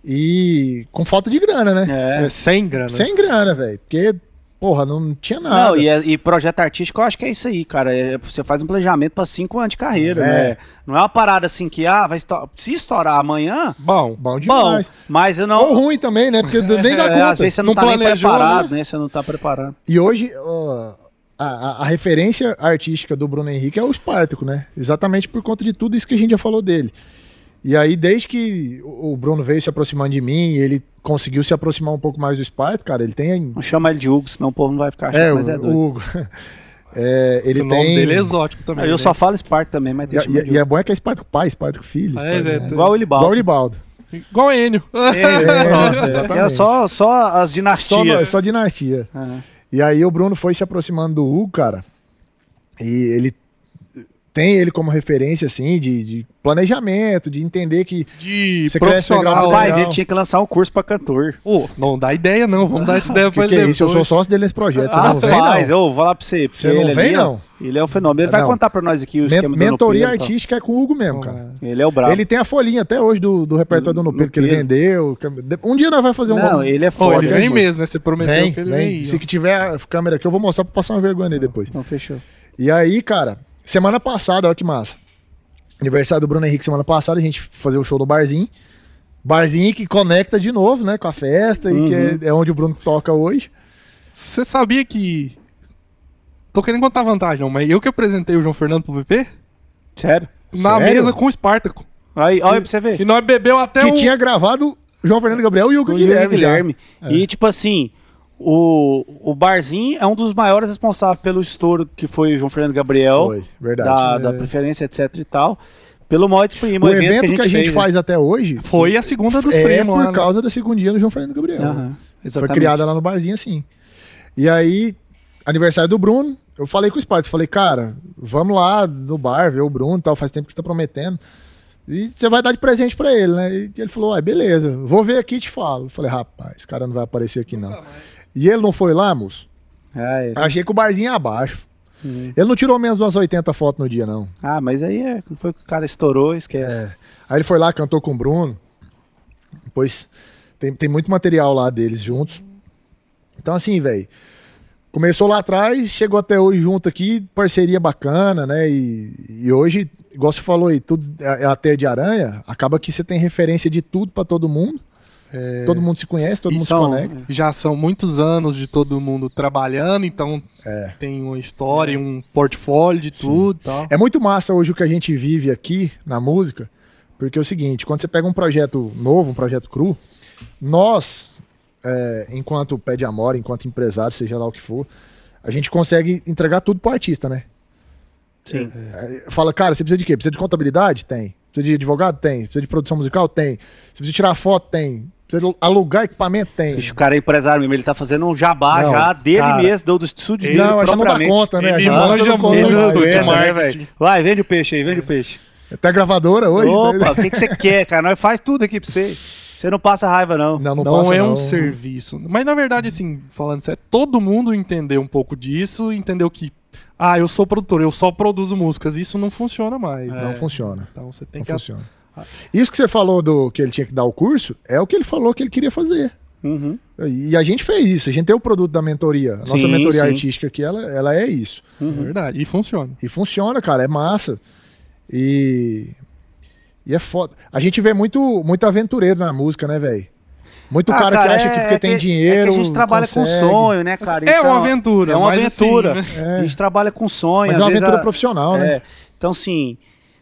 Speaker 3: e com falta de grana, né?
Speaker 1: É.
Speaker 2: É, sem grana.
Speaker 3: Sem grana, velho. Porque, porra, não tinha nada.
Speaker 1: Não, e, é- e projeto artístico eu acho que é isso aí, cara. É, você faz um planejamento pra cinco anos de carreira,
Speaker 3: É.
Speaker 1: né? Não é uma parada assim que, ah, vai esto- se estourar amanhã,
Speaker 2: Bom,
Speaker 3: Bom
Speaker 1: bom.
Speaker 3: demais.
Speaker 1: Mas eu
Speaker 3: Ou
Speaker 1: não.
Speaker 3: ruim também, né? Porque nem
Speaker 1: <laughs>
Speaker 3: dá
Speaker 1: é,
Speaker 3: conta.
Speaker 1: às vezes você não,
Speaker 2: Não
Speaker 1: tá nem
Speaker 2: planejou,
Speaker 1: preparado, né? Você não tá preparado.
Speaker 3: E hoje, ó, a, a- a referência artística do Bruno Henrique é o Espartaco, né? Exatamente por conta de tudo isso que a gente já falou dele. E aí, desde que o o Bruno veio se aproximando de mim, e ele conseguiu se aproximar um pouco mais do Espartaco, cara, ele tem...
Speaker 1: Não chama ele de Hugo, senão o povo não vai ficar achando,
Speaker 3: É,
Speaker 1: mas
Speaker 3: o,
Speaker 1: é
Speaker 3: o <laughs>
Speaker 1: doido.
Speaker 3: Hugo. É, ele
Speaker 2: o nome
Speaker 3: tem...
Speaker 2: dele é exótico também.
Speaker 1: eu
Speaker 2: né?
Speaker 1: só falo Sparta também, mas
Speaker 3: E,
Speaker 1: tem que chamar de
Speaker 3: e- e é bom é que é Espartaco pai, Espartaco filho,
Speaker 2: É,
Speaker 3: Espartaco- né?
Speaker 2: exato.
Speaker 1: Hugo. Igual o
Speaker 3: Igual o
Speaker 1: Ilibaldo.
Speaker 3: Ribaldo.
Speaker 2: Igual Enio. <laughs>
Speaker 3: É, exatamente.
Speaker 1: É só, só as
Speaker 3: Só,
Speaker 2: né?
Speaker 1: dinastias.
Speaker 3: só dinastia.
Speaker 1: Ah,
Speaker 3: E aí o Bruno foi se aproximando do Hugo, cara. E ele tem ele como referência, assim, de, de planejamento, de entender que.
Speaker 2: De
Speaker 3: Você cresce
Speaker 2: profissional. né?
Speaker 3: legal,
Speaker 1: Rapaz,
Speaker 3: Ah, legal.
Speaker 1: ele tinha que lançar um curso pra cantor.
Speaker 2: Ô, não dá ideia não, vamos dar essa ideia pra
Speaker 3: <laughs> Que, que
Speaker 2: ele
Speaker 3: é isso? Eu sou
Speaker 2: depois.
Speaker 3: sócio dele nesse projeto. Você não vem,
Speaker 1: Ah, Rapaz,
Speaker 3: não.
Speaker 1: eu vou falar pra você. porque
Speaker 3: Você não
Speaker 1: ele
Speaker 3: vem,
Speaker 1: ó,
Speaker 3: não. Ah,
Speaker 1: Ele é um fenômeno. Ele vai
Speaker 3: Não.
Speaker 1: contar pra nós aqui o
Speaker 3: Men-
Speaker 1: esquema do
Speaker 3: mentoria
Speaker 1: Nopelho, ele fala.
Speaker 3: artística é com o Hugo mesmo, cara.
Speaker 1: Ele é o brabo.
Speaker 3: Ele tem a folhinha até hoje do, do repertório do Nupelo que ele
Speaker 1: Nupelo.
Speaker 3: vendeu. Um dia nós vamos fazer um.
Speaker 1: Não, ele é
Speaker 2: Ô,
Speaker 1: foda.
Speaker 2: ele vem
Speaker 1: né?
Speaker 2: mesmo, né? Você prometeu
Speaker 3: Vem,
Speaker 2: que ele
Speaker 3: vem.
Speaker 2: vem.
Speaker 3: Se que tiver a câmera aqui, eu vou mostrar pra passar uma vergonha nele depois.
Speaker 1: Então, fechou.
Speaker 3: E aí, cara, semana passada, olha que massa. Aniversário do Bruno Henrique semana passada, a gente fazer o show no barzinho. Barzinho que conecta de novo, né, com a festa e que é, é onde o Bruno toca hoje.
Speaker 2: Você sabia que. Tô querendo contar vantagem, não, mas eu que apresentei o João Fernando pro VP
Speaker 1: Sério?
Speaker 2: na
Speaker 3: Sério?
Speaker 2: mesa com o Espartaco.
Speaker 1: Aí, olha
Speaker 2: E-
Speaker 1: pra você ver.
Speaker 2: E nós bebeu até
Speaker 3: que
Speaker 2: o.
Speaker 3: tinha gravado João Fernando Gabriel e o
Speaker 1: Com
Speaker 3: Hugo
Speaker 1: o
Speaker 3: Guilherme. já.
Speaker 1: Guilherme. E, tipo assim, o, o Barzinho é um dos maiores responsáveis pelo estouro que foi o João Fernando Gabriel.
Speaker 3: Foi, verdade. É.
Speaker 1: da, da preferência, etc e tal. Pelo um maior desprimo,
Speaker 3: o evento que a gente,
Speaker 1: fez, né?
Speaker 3: faz até hoje
Speaker 2: Foi a segunda dos
Speaker 3: é
Speaker 2: prêmios
Speaker 3: por
Speaker 2: lá. né?
Speaker 3: causa da segundinha do João Fernando Gabriel.
Speaker 1: né? Aham,
Speaker 3: Foi
Speaker 1: exatamente.
Speaker 3: criada lá no barzinho, assim. E aí, aniversário do Bruno, eu falei com o Sparta, falei, cara, vamos lá no bar ver o Bruno e tal, faz tempo que você tá prometendo. E você vai dar de presente pra ele, né? E ele falou, ué, beleza, vou ver aqui e te falo. Eu falei, rapaz, esse cara não vai aparecer aqui não. E ele não foi lá, moço?
Speaker 1: Ah, é.
Speaker 3: Achei que o barzinho é abaixo.
Speaker 1: Uhum.
Speaker 3: Ele não tirou menos de umas 80 fotos no dia, não.
Speaker 1: Ah, mas aí é, foi que o cara estourou,
Speaker 3: É,
Speaker 1: esquece.
Speaker 3: Aí ele foi lá, cantou com o Bruno. Depois tem, tem muito material lá deles juntos. Então, assim, velho. Começou lá atrás, chegou até hoje junto aqui, parceria bacana, né? E, e hoje, igual você falou aí, tudo é é a teia de aranha, acaba que você tem referência de tudo pra todo mundo. Todo mundo se conhece, todo
Speaker 1: E
Speaker 3: mundo
Speaker 1: são-
Speaker 3: se conecta.
Speaker 2: Já são muitos anos de todo mundo trabalhando, então
Speaker 3: É.
Speaker 2: tem uma história, um portfólio de tudo e tal.
Speaker 3: É muito massa hoje o que a gente vive aqui na música, porque é o seguinte, quando você pega um projeto novo, um projeto cru, nós, é, enquanto pé de amor, enquanto empresário, seja lá o que for, a gente consegue entregar tudo pro artista, né?
Speaker 1: Sim.
Speaker 3: É, Fala, cara, você precisa de quê? Precisa de contabilidade? Tem. Precisa de advogado? Tem. Precisa de produção musical? Tem. Você precisa tirar foto? Tem. Precisa alugar equipamento? Tem.
Speaker 1: Bicho, o cara é empresário mesmo, ele tá fazendo um jabá
Speaker 3: Não,
Speaker 1: já dele
Speaker 2: cara.
Speaker 1: mesmo, do, do estúdio dele
Speaker 3: não, a gente não dá
Speaker 1: propriamente.
Speaker 3: conta, né? A gente
Speaker 2: Ele
Speaker 3: não
Speaker 2: manja
Speaker 3: dá conta
Speaker 2: muito,
Speaker 1: Ele não
Speaker 3: demais,
Speaker 2: é,
Speaker 1: aguenta,
Speaker 3: cara.
Speaker 1: né,
Speaker 2: marketing.
Speaker 1: velho? Vai, vende o peixe aí, vende o peixe.
Speaker 3: Até gravadora hoje. né?
Speaker 1: Opa, o que, que você quer, cara? Nós faz tudo aqui pra você. Você não passa raiva, não.
Speaker 3: Não, não,
Speaker 2: Não,
Speaker 3: passa,
Speaker 2: é um
Speaker 3: não.
Speaker 2: serviço. Mas na verdade, assim, falando sério, todo mundo entendeu um pouco disso, entendeu que, ah, eu sou produtor, eu só produzo músicas. Isso não funciona mais.
Speaker 3: Não
Speaker 2: né?
Speaker 3: funciona.
Speaker 2: Então você tem
Speaker 3: É. Não
Speaker 2: que.
Speaker 3: funciona. Isso que você falou do que ele tinha que dar o curso é o que ele falou que ele queria fazer.
Speaker 1: Uhum,
Speaker 3: E a gente fez isso. A gente tem o produto da mentoria. A nossa
Speaker 1: Sim,
Speaker 3: mentoria
Speaker 1: sim.
Speaker 3: artística aqui, ela, ela é isso.
Speaker 2: É verdade. E funciona.
Speaker 3: E funciona, cara. É massa. E. E é foda. A gente vê muito, muito aventureiro na música, né, velho? Muito
Speaker 1: Ah,
Speaker 3: cara, que acha
Speaker 1: é-
Speaker 3: que porque
Speaker 1: é
Speaker 3: tem
Speaker 1: é
Speaker 3: dinheiro.
Speaker 1: que a gente trabalha
Speaker 3: consegue.
Speaker 1: com sonho, né, cara?
Speaker 2: é uma
Speaker 1: Então,
Speaker 2: aventura.
Speaker 1: É uma
Speaker 2: mas assim,
Speaker 1: aventura.
Speaker 2: né?
Speaker 1: A gente trabalha com sonho.
Speaker 3: é. Mas é
Speaker 1: às
Speaker 3: uma
Speaker 1: vezes
Speaker 3: aventura
Speaker 1: a-
Speaker 3: profissional, né?
Speaker 1: é. Então, assim,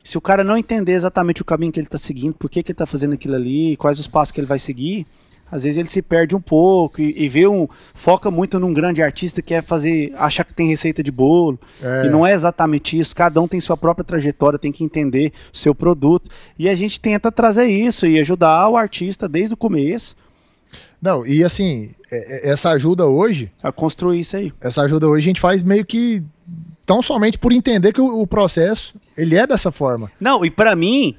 Speaker 1: Se o cara não entender exatamente o caminho que ele está seguindo, por que, que ele está fazendo aquilo ali, quais os passos que ele vai seguir, às vezes ele se perde um pouco e, e vê um. foca muito num grande artista que quer fazer. achar que tem receita de bolo.
Speaker 3: É.
Speaker 1: E não é exatamente isso. Cada um tem sua própria trajetória, tem que entender o seu produto. E a gente tenta trazer isso e ajudar o artista desde o começo
Speaker 3: Não, e assim, é- é- essa ajuda hoje,
Speaker 1: a construir isso aí.
Speaker 3: essa ajuda hoje a gente faz meio que tão somente por entender que o, o processo, ele é dessa forma.
Speaker 1: Não, e pra mim,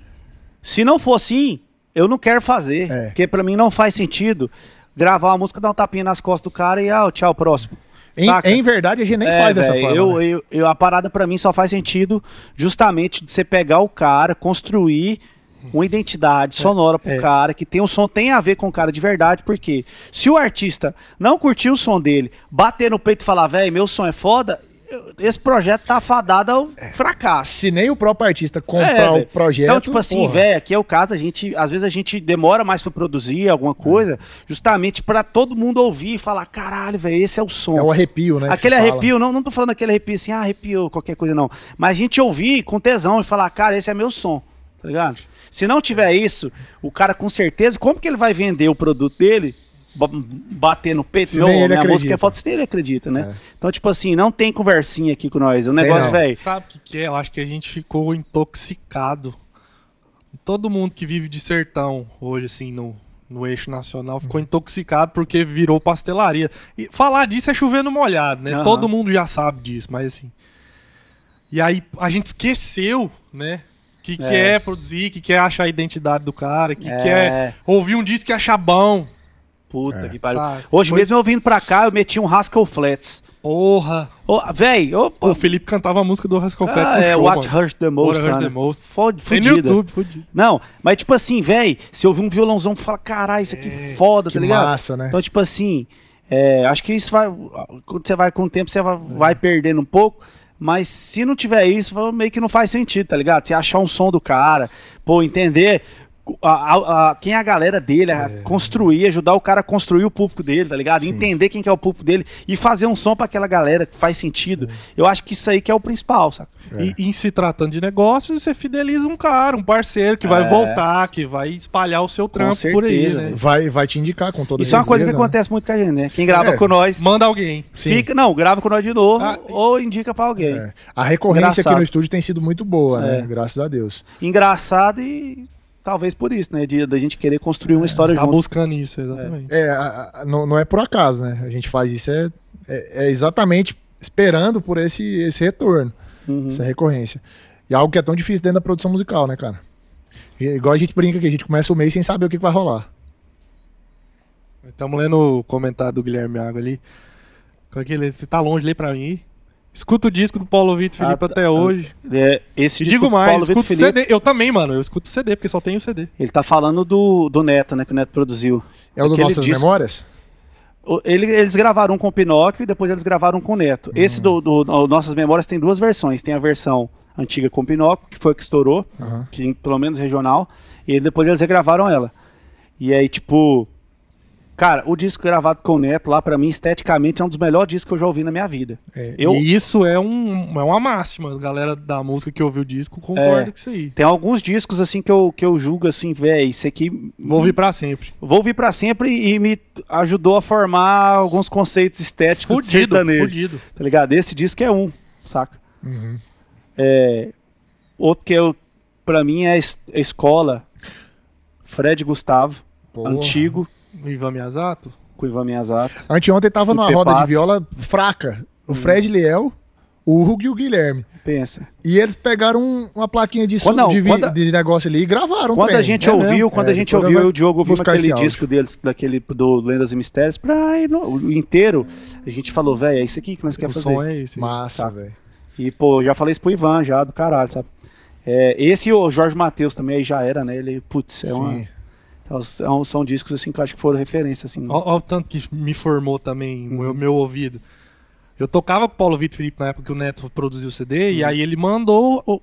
Speaker 1: se não for assim, eu não quero fazer.
Speaker 3: É.
Speaker 1: Porque pra mim não faz sentido gravar uma música, dar um tapinha nas costas do cara e ah, tchau, próximo.
Speaker 3: Em,
Speaker 1: Saca?
Speaker 3: em verdade, a gente nem
Speaker 1: É,
Speaker 3: faz dessa
Speaker 1: véi,
Speaker 3: forma.
Speaker 1: Eu,
Speaker 3: né?
Speaker 1: eu, eu- a parada pra mim só faz sentido justamente de você pegar o cara, construir uma identidade sonora pro
Speaker 2: é.
Speaker 1: cara, que tem um som tem a ver com o cara de verdade, porque se o artista não curtir o som dele, bater no peito e falar, velho, meu som é foda, eu- esse projeto tá fadado ao
Speaker 3: É.
Speaker 1: fracasso.
Speaker 3: Se nem o próprio artista
Speaker 1: É,
Speaker 3: comprar o
Speaker 1: velho.
Speaker 3: projeto.
Speaker 1: Então, tipo assim,
Speaker 3: porra.
Speaker 1: velho, aqui é o caso, a gente, às vezes a gente demora mais pra produzir alguma coisa, justamente pra todo mundo ouvir e falar, caralho, velho, esse é o som.
Speaker 3: É o arrepio, né? que
Speaker 1: aquele
Speaker 3: se fala.
Speaker 1: arrepio, não, não tô falando aquele arrepio assim, ah, arrepiou, qualquer coisa não. Mas a gente ouvir com tesão e falar, cara, esse é meu som, tá ligado? Se não tiver isso, o cara com certeza, como que ele vai vender o produto dele? Ba- Bater no peito,
Speaker 3: Se
Speaker 1: meu,
Speaker 3: nem ele
Speaker 1: minha música
Speaker 3: acredita. É.
Speaker 1: é foto, se nem ele acredita, né? Então, tipo assim, não tem conversinha aqui com nós. O negócio,
Speaker 3: não.
Speaker 1: velho,
Speaker 2: Sabe o que, que é? Eu acho que a gente ficou intoxicado. Todo mundo que vive de sertão hoje, assim, no, no eixo nacional, ficou intoxicado porque virou pastelaria. E falar disso é chovendo molhado, né?
Speaker 1: Aham.
Speaker 2: Todo mundo já sabe disso, mas assim. E aí a gente esqueceu, né? O que, que é. produzir, o que, que é achar a identidade do cara, o que, que
Speaker 1: É.
Speaker 2: é ouvir um disco e achar bom. É.
Speaker 1: Puta que pariu.
Speaker 2: Sabe?
Speaker 1: Hoje
Speaker 2: Pois-
Speaker 1: mesmo eu vindo pra cá, eu meti um Rascal Flats.
Speaker 2: Porra!
Speaker 1: Ô, véi, opa.
Speaker 2: O Felipe cantava a música do Rascal Flatts
Speaker 1: ah,
Speaker 2: no
Speaker 1: é,
Speaker 2: show,
Speaker 1: What
Speaker 2: mano.
Speaker 1: Hurt the Most.
Speaker 2: What Hurt
Speaker 1: lá,
Speaker 2: the
Speaker 1: né?
Speaker 2: Most.
Speaker 1: Fode-
Speaker 2: Tem no
Speaker 1: Fudida.
Speaker 2: YouTube, fudido.
Speaker 1: Não, mas tipo assim, véi, se eu ouvir um violãozão, fala, caralho, isso aqui é foda,
Speaker 3: Que
Speaker 1: tá ligado?
Speaker 3: massa, né?
Speaker 1: Então, tipo assim, é, acho que isso vai. Quando você vai com o tempo, você vai,
Speaker 3: É.
Speaker 1: vai perdendo um pouco. Mas se não tiver isso, meio que não faz sentido, tá ligado? Você achar um som do cara, pô, entender a- a- a- quem é a galera dele, a construir, ajudar o cara a construir o público dele, tá ligado? Entender quem que é o público dele e fazer um som pra aquela galera que faz
Speaker 3: É.
Speaker 1: sentido. Eu acho que isso aí que é o principal, saca?
Speaker 2: E, em se tratando de negócios, você fideliza um cara, um parceiro que vai voltar, que vai espalhar o seu trampo por aí,
Speaker 1: É. certeza,
Speaker 2: né?
Speaker 1: velho.
Speaker 3: Vai, vai te indicar com toda
Speaker 1: Isso é uma coisa que
Speaker 3: certeza, né?
Speaker 1: acontece muito com a gente, né? Quem grava
Speaker 3: É.
Speaker 1: com nós,
Speaker 2: Manda alguém.
Speaker 3: Sim.
Speaker 1: fica, não, grava com nós de novo
Speaker 2: Ah,
Speaker 1: ou indica pra alguém.
Speaker 3: É. A recorrência
Speaker 1: Engraçado. É.
Speaker 3: aqui no estúdio tem sido muito boa, né? Graças a Deus.
Speaker 1: engraçado e talvez por isso, né? De, da gente querer construir uma história
Speaker 2: Tá
Speaker 1: junto.
Speaker 2: buscando isso, exatamente.
Speaker 3: É, a- a- não, não é por acaso, né? A gente faz isso é, é- é exatamente esperando por esse, esse retorno,
Speaker 1: Uhum.
Speaker 3: essa é recorrência. E algo que é tão difícil dentro da produção musical, né, cara? E- igual a gente brinca que a gente começa o mês sem saber o que, que vai rolar.
Speaker 1: É.
Speaker 2: Estamos lendo o comentário do Guilherme Água ali. Com aquele, você tá longe, lê pra mim. Escuta o disco do Paulo Vitor
Speaker 1: Ah,
Speaker 2: Felipe
Speaker 1: tá.
Speaker 2: até hoje.
Speaker 1: É, esse disco
Speaker 2: Digo
Speaker 1: do
Speaker 2: mais,
Speaker 1: Paulo Vitor
Speaker 2: escuto
Speaker 1: Felipe,
Speaker 2: CD. Eu também, mano. Eu escuto CD, porque só tenho CD.
Speaker 1: ele tá falando do, do Neto, né? Que o Neto produziu.
Speaker 3: É o das
Speaker 1: Aquele
Speaker 3: nossas
Speaker 1: disco.
Speaker 3: memórias?
Speaker 1: O- ele- eles gravaram um com o Pinóquio e depois eles gravaram um com o
Speaker 2: Uhum.
Speaker 1: Neto. Esse do, do- do Nossas Memórias tem duas versões. Tem a versão antiga com o Pinóquio, que foi a que estourou,
Speaker 2: Uhum.
Speaker 3: Aham.
Speaker 1: que pelo menos regional, e depois eles regravaram ela. E aí, tipo. Cara, o disco gravado com o Neto lá, pra mim, esteticamente, é um dos melhores discos que eu já ouvi na minha vida. Eu-
Speaker 2: E isso é, um, é uma máxima. A galera da música que ouviu o disco
Speaker 1: É.
Speaker 2: concorda com isso aí.
Speaker 1: Tem alguns discos, assim, que eu, que eu julgo, assim, véi, isso aqui
Speaker 2: Vou ouvir pra sempre.
Speaker 1: Vou vir pra sempre e me ajudou a formar alguns conceitos estéticos de
Speaker 2: Fudido,
Speaker 1: sertanejo,
Speaker 2: fudido.
Speaker 1: tá ligado? Esse disco é um, saca?
Speaker 3: Uhum.
Speaker 1: É, outro que eu, pra mim é es- é Escola, Fred Gustavo,
Speaker 3: Porra.
Speaker 1: antigo,
Speaker 2: Ivan Miyazato?
Speaker 1: com Ivan Miyazato.
Speaker 3: Anteontem tava
Speaker 1: O
Speaker 3: numa roda
Speaker 1: Pepato.
Speaker 3: de viola fraca. O Fred Liel, o Hugo e o Guilherme.
Speaker 1: Pensa.
Speaker 3: E eles pegaram um- uma plaquinha de, su-
Speaker 1: Quando não,
Speaker 3: de, vi-
Speaker 1: quando a-
Speaker 3: de negócio ali e gravaram. um
Speaker 1: Quando a
Speaker 3: trem.
Speaker 1: gente
Speaker 3: É
Speaker 1: ouviu,
Speaker 3: mesmo?
Speaker 1: quando
Speaker 3: É,
Speaker 1: a gente
Speaker 3: depois
Speaker 1: ouviu,
Speaker 3: vai
Speaker 1: eu e o Diogo ouvimos
Speaker 3: buscar
Speaker 1: aquele
Speaker 3: esse áudio.
Speaker 1: disco deles, daquele do Lendas e Mistérios, pra ir no- o inteiro, a gente falou, velho, é isso aqui que nós
Speaker 2: o
Speaker 1: queremos fazer.
Speaker 2: som é esse.
Speaker 3: Massa,
Speaker 1: Tá.
Speaker 3: velho.
Speaker 1: E, pô, eu já falei isso pro Ivan, já, do caralho, sabe? É, esse e o Jorge Matheus também aí já era, né? Ele, putz, é uma, é
Speaker 3: Sim.
Speaker 1: um- são, são discos assim que eu acho que foram referência, assim.
Speaker 2: Olha o tanto que me formou também
Speaker 1: Uhum.
Speaker 2: o meu, meu ouvido. Eu tocava com o Paulo Vitor Felipe na época que o Neto produziu o CD,
Speaker 1: Uhum.
Speaker 2: e aí ele mandou o-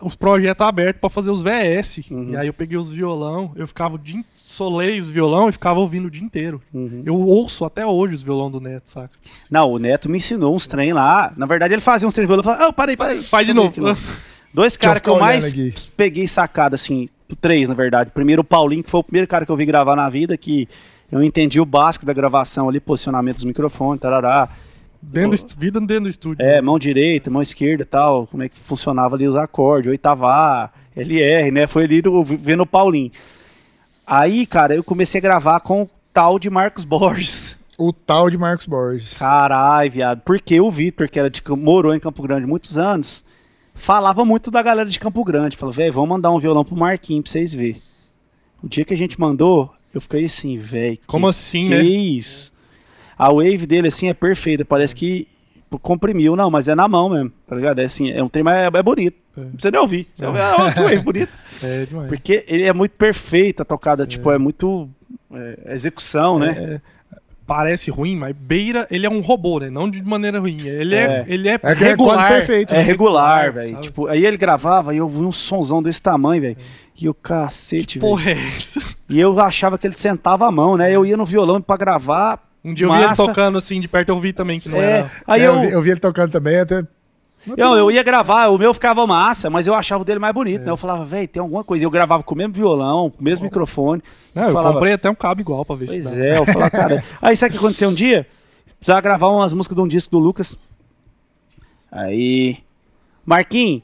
Speaker 2: os projetos abertos pra fazer os VS.
Speaker 1: Uhum.
Speaker 2: E aí eu peguei os violão, eu ficava o dia, in- solei os violão e ficava ouvindo o dia inteiro.
Speaker 1: Uhum.
Speaker 2: Eu ouço até hoje os violão do Neto, saca?
Speaker 1: Não, o Neto me ensinou uns trem lá. Na verdade, ele fazia uns trem violão e falava, ah, parei, parei.
Speaker 2: Faz de
Speaker 1: Deixa eu
Speaker 2: novo.
Speaker 1: ver aqui, não. Dois
Speaker 3: Deixa eu
Speaker 1: caras que eu
Speaker 3: ficar olhando
Speaker 1: mais
Speaker 3: aqui.
Speaker 1: peguei sacada, assim, três, na verdade. Primeiro o Paulinho, que foi o primeiro cara que eu vi gravar na vida, que eu entendi o básico da gravação ali, posicionamento dos microfones, tarará.
Speaker 2: <laughs> Dentro do estu- vida dentro do estúdio.
Speaker 1: É, mão direita, mão esquerda e tal, como é que funcionava ali os acordes, oitava A, LR, né? Foi ali do- vendo o Paulinho. Aí, cara, eu comecei a gravar com o tal de Marcos Borges.
Speaker 3: O tal de Marcos Borges.
Speaker 1: Caralho, viado. Porque o Vitor, que era de, Cam- morou em Campo Grande muitos anos, falava muito da galera de Campo Grande. Falou, velho, vamos mandar um violão pro Marquinhos pra vocês verem. O dia que a gente mandou, eu fiquei assim, velho.
Speaker 2: Como assim,
Speaker 1: Que é
Speaker 2: né?
Speaker 1: isso? A wave dele, assim, é perfeita. Parece que pô, comprimiu. Não, mas é na mão mesmo, tá ligado? É assim, é um trem, mas é, é bonito. Não precisa nem ouvir. Você ouve, ah, que wave bonita.
Speaker 2: <laughs> É demais.
Speaker 1: Porque ele é muito perfeito, a tocada, tipo, é muito... é, execução, né?
Speaker 2: Parece ruim, mas beira, ele é um robô, né? Não de maneira ruim. Ele é,
Speaker 1: É.
Speaker 2: ele é,
Speaker 3: É, que é quase
Speaker 2: regular.
Speaker 3: perfeito.
Speaker 1: É regular,
Speaker 2: regular,
Speaker 1: velho.
Speaker 2: sabe?
Speaker 1: Tipo, aí ele gravava e eu vi um sonzão desse tamanho, velho. E o cacete, velho.
Speaker 2: Porra, é essa?
Speaker 1: E eu achava que ele sentava a mão, né? Eu ia no violão pra gravar.
Speaker 2: Um dia eu vi ele
Speaker 1: massa.
Speaker 2: tocando assim de perto, eu vi também que não
Speaker 1: É,
Speaker 2: era.
Speaker 1: aí
Speaker 3: É,
Speaker 1: eu,
Speaker 3: eu... vi, eu vi ele tocando também, é até.
Speaker 1: Eu, eu ia gravar, o meu ficava massa, mas eu achava o dele mais bonito, né? Eu falava, velho, tem alguma coisa. Eu gravava com o mesmo violão, com o mesmo microfone.
Speaker 2: Não, eu
Speaker 1: falava,
Speaker 2: comprei até um cabo igual pra ver se
Speaker 1: Pois
Speaker 2: dá.
Speaker 1: é, eu falava, cara. Aí sabe o que aconteceu um dia? Precisava gravar umas músicas de um disco do Lucas. Aí. Marquinhos,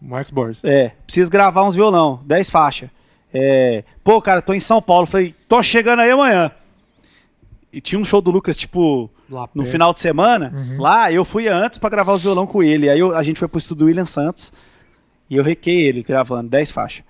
Speaker 2: Marcos Borges.
Speaker 1: é, preciso gravar uns violão, 10 faixas. É, pô, cara, tô em São Paulo. Falei, tô chegando aí amanhã. E tinha um show do Lucas, tipo,
Speaker 2: Lá
Speaker 1: no
Speaker 2: perto. <laughs>
Speaker 1: final de semana,
Speaker 2: Uhum.
Speaker 1: lá eu fui antes pra gravar os violão com ele. Aí eu- a gente foi pro estúdio do William Santos e eu requei ele gravando 10 faixas.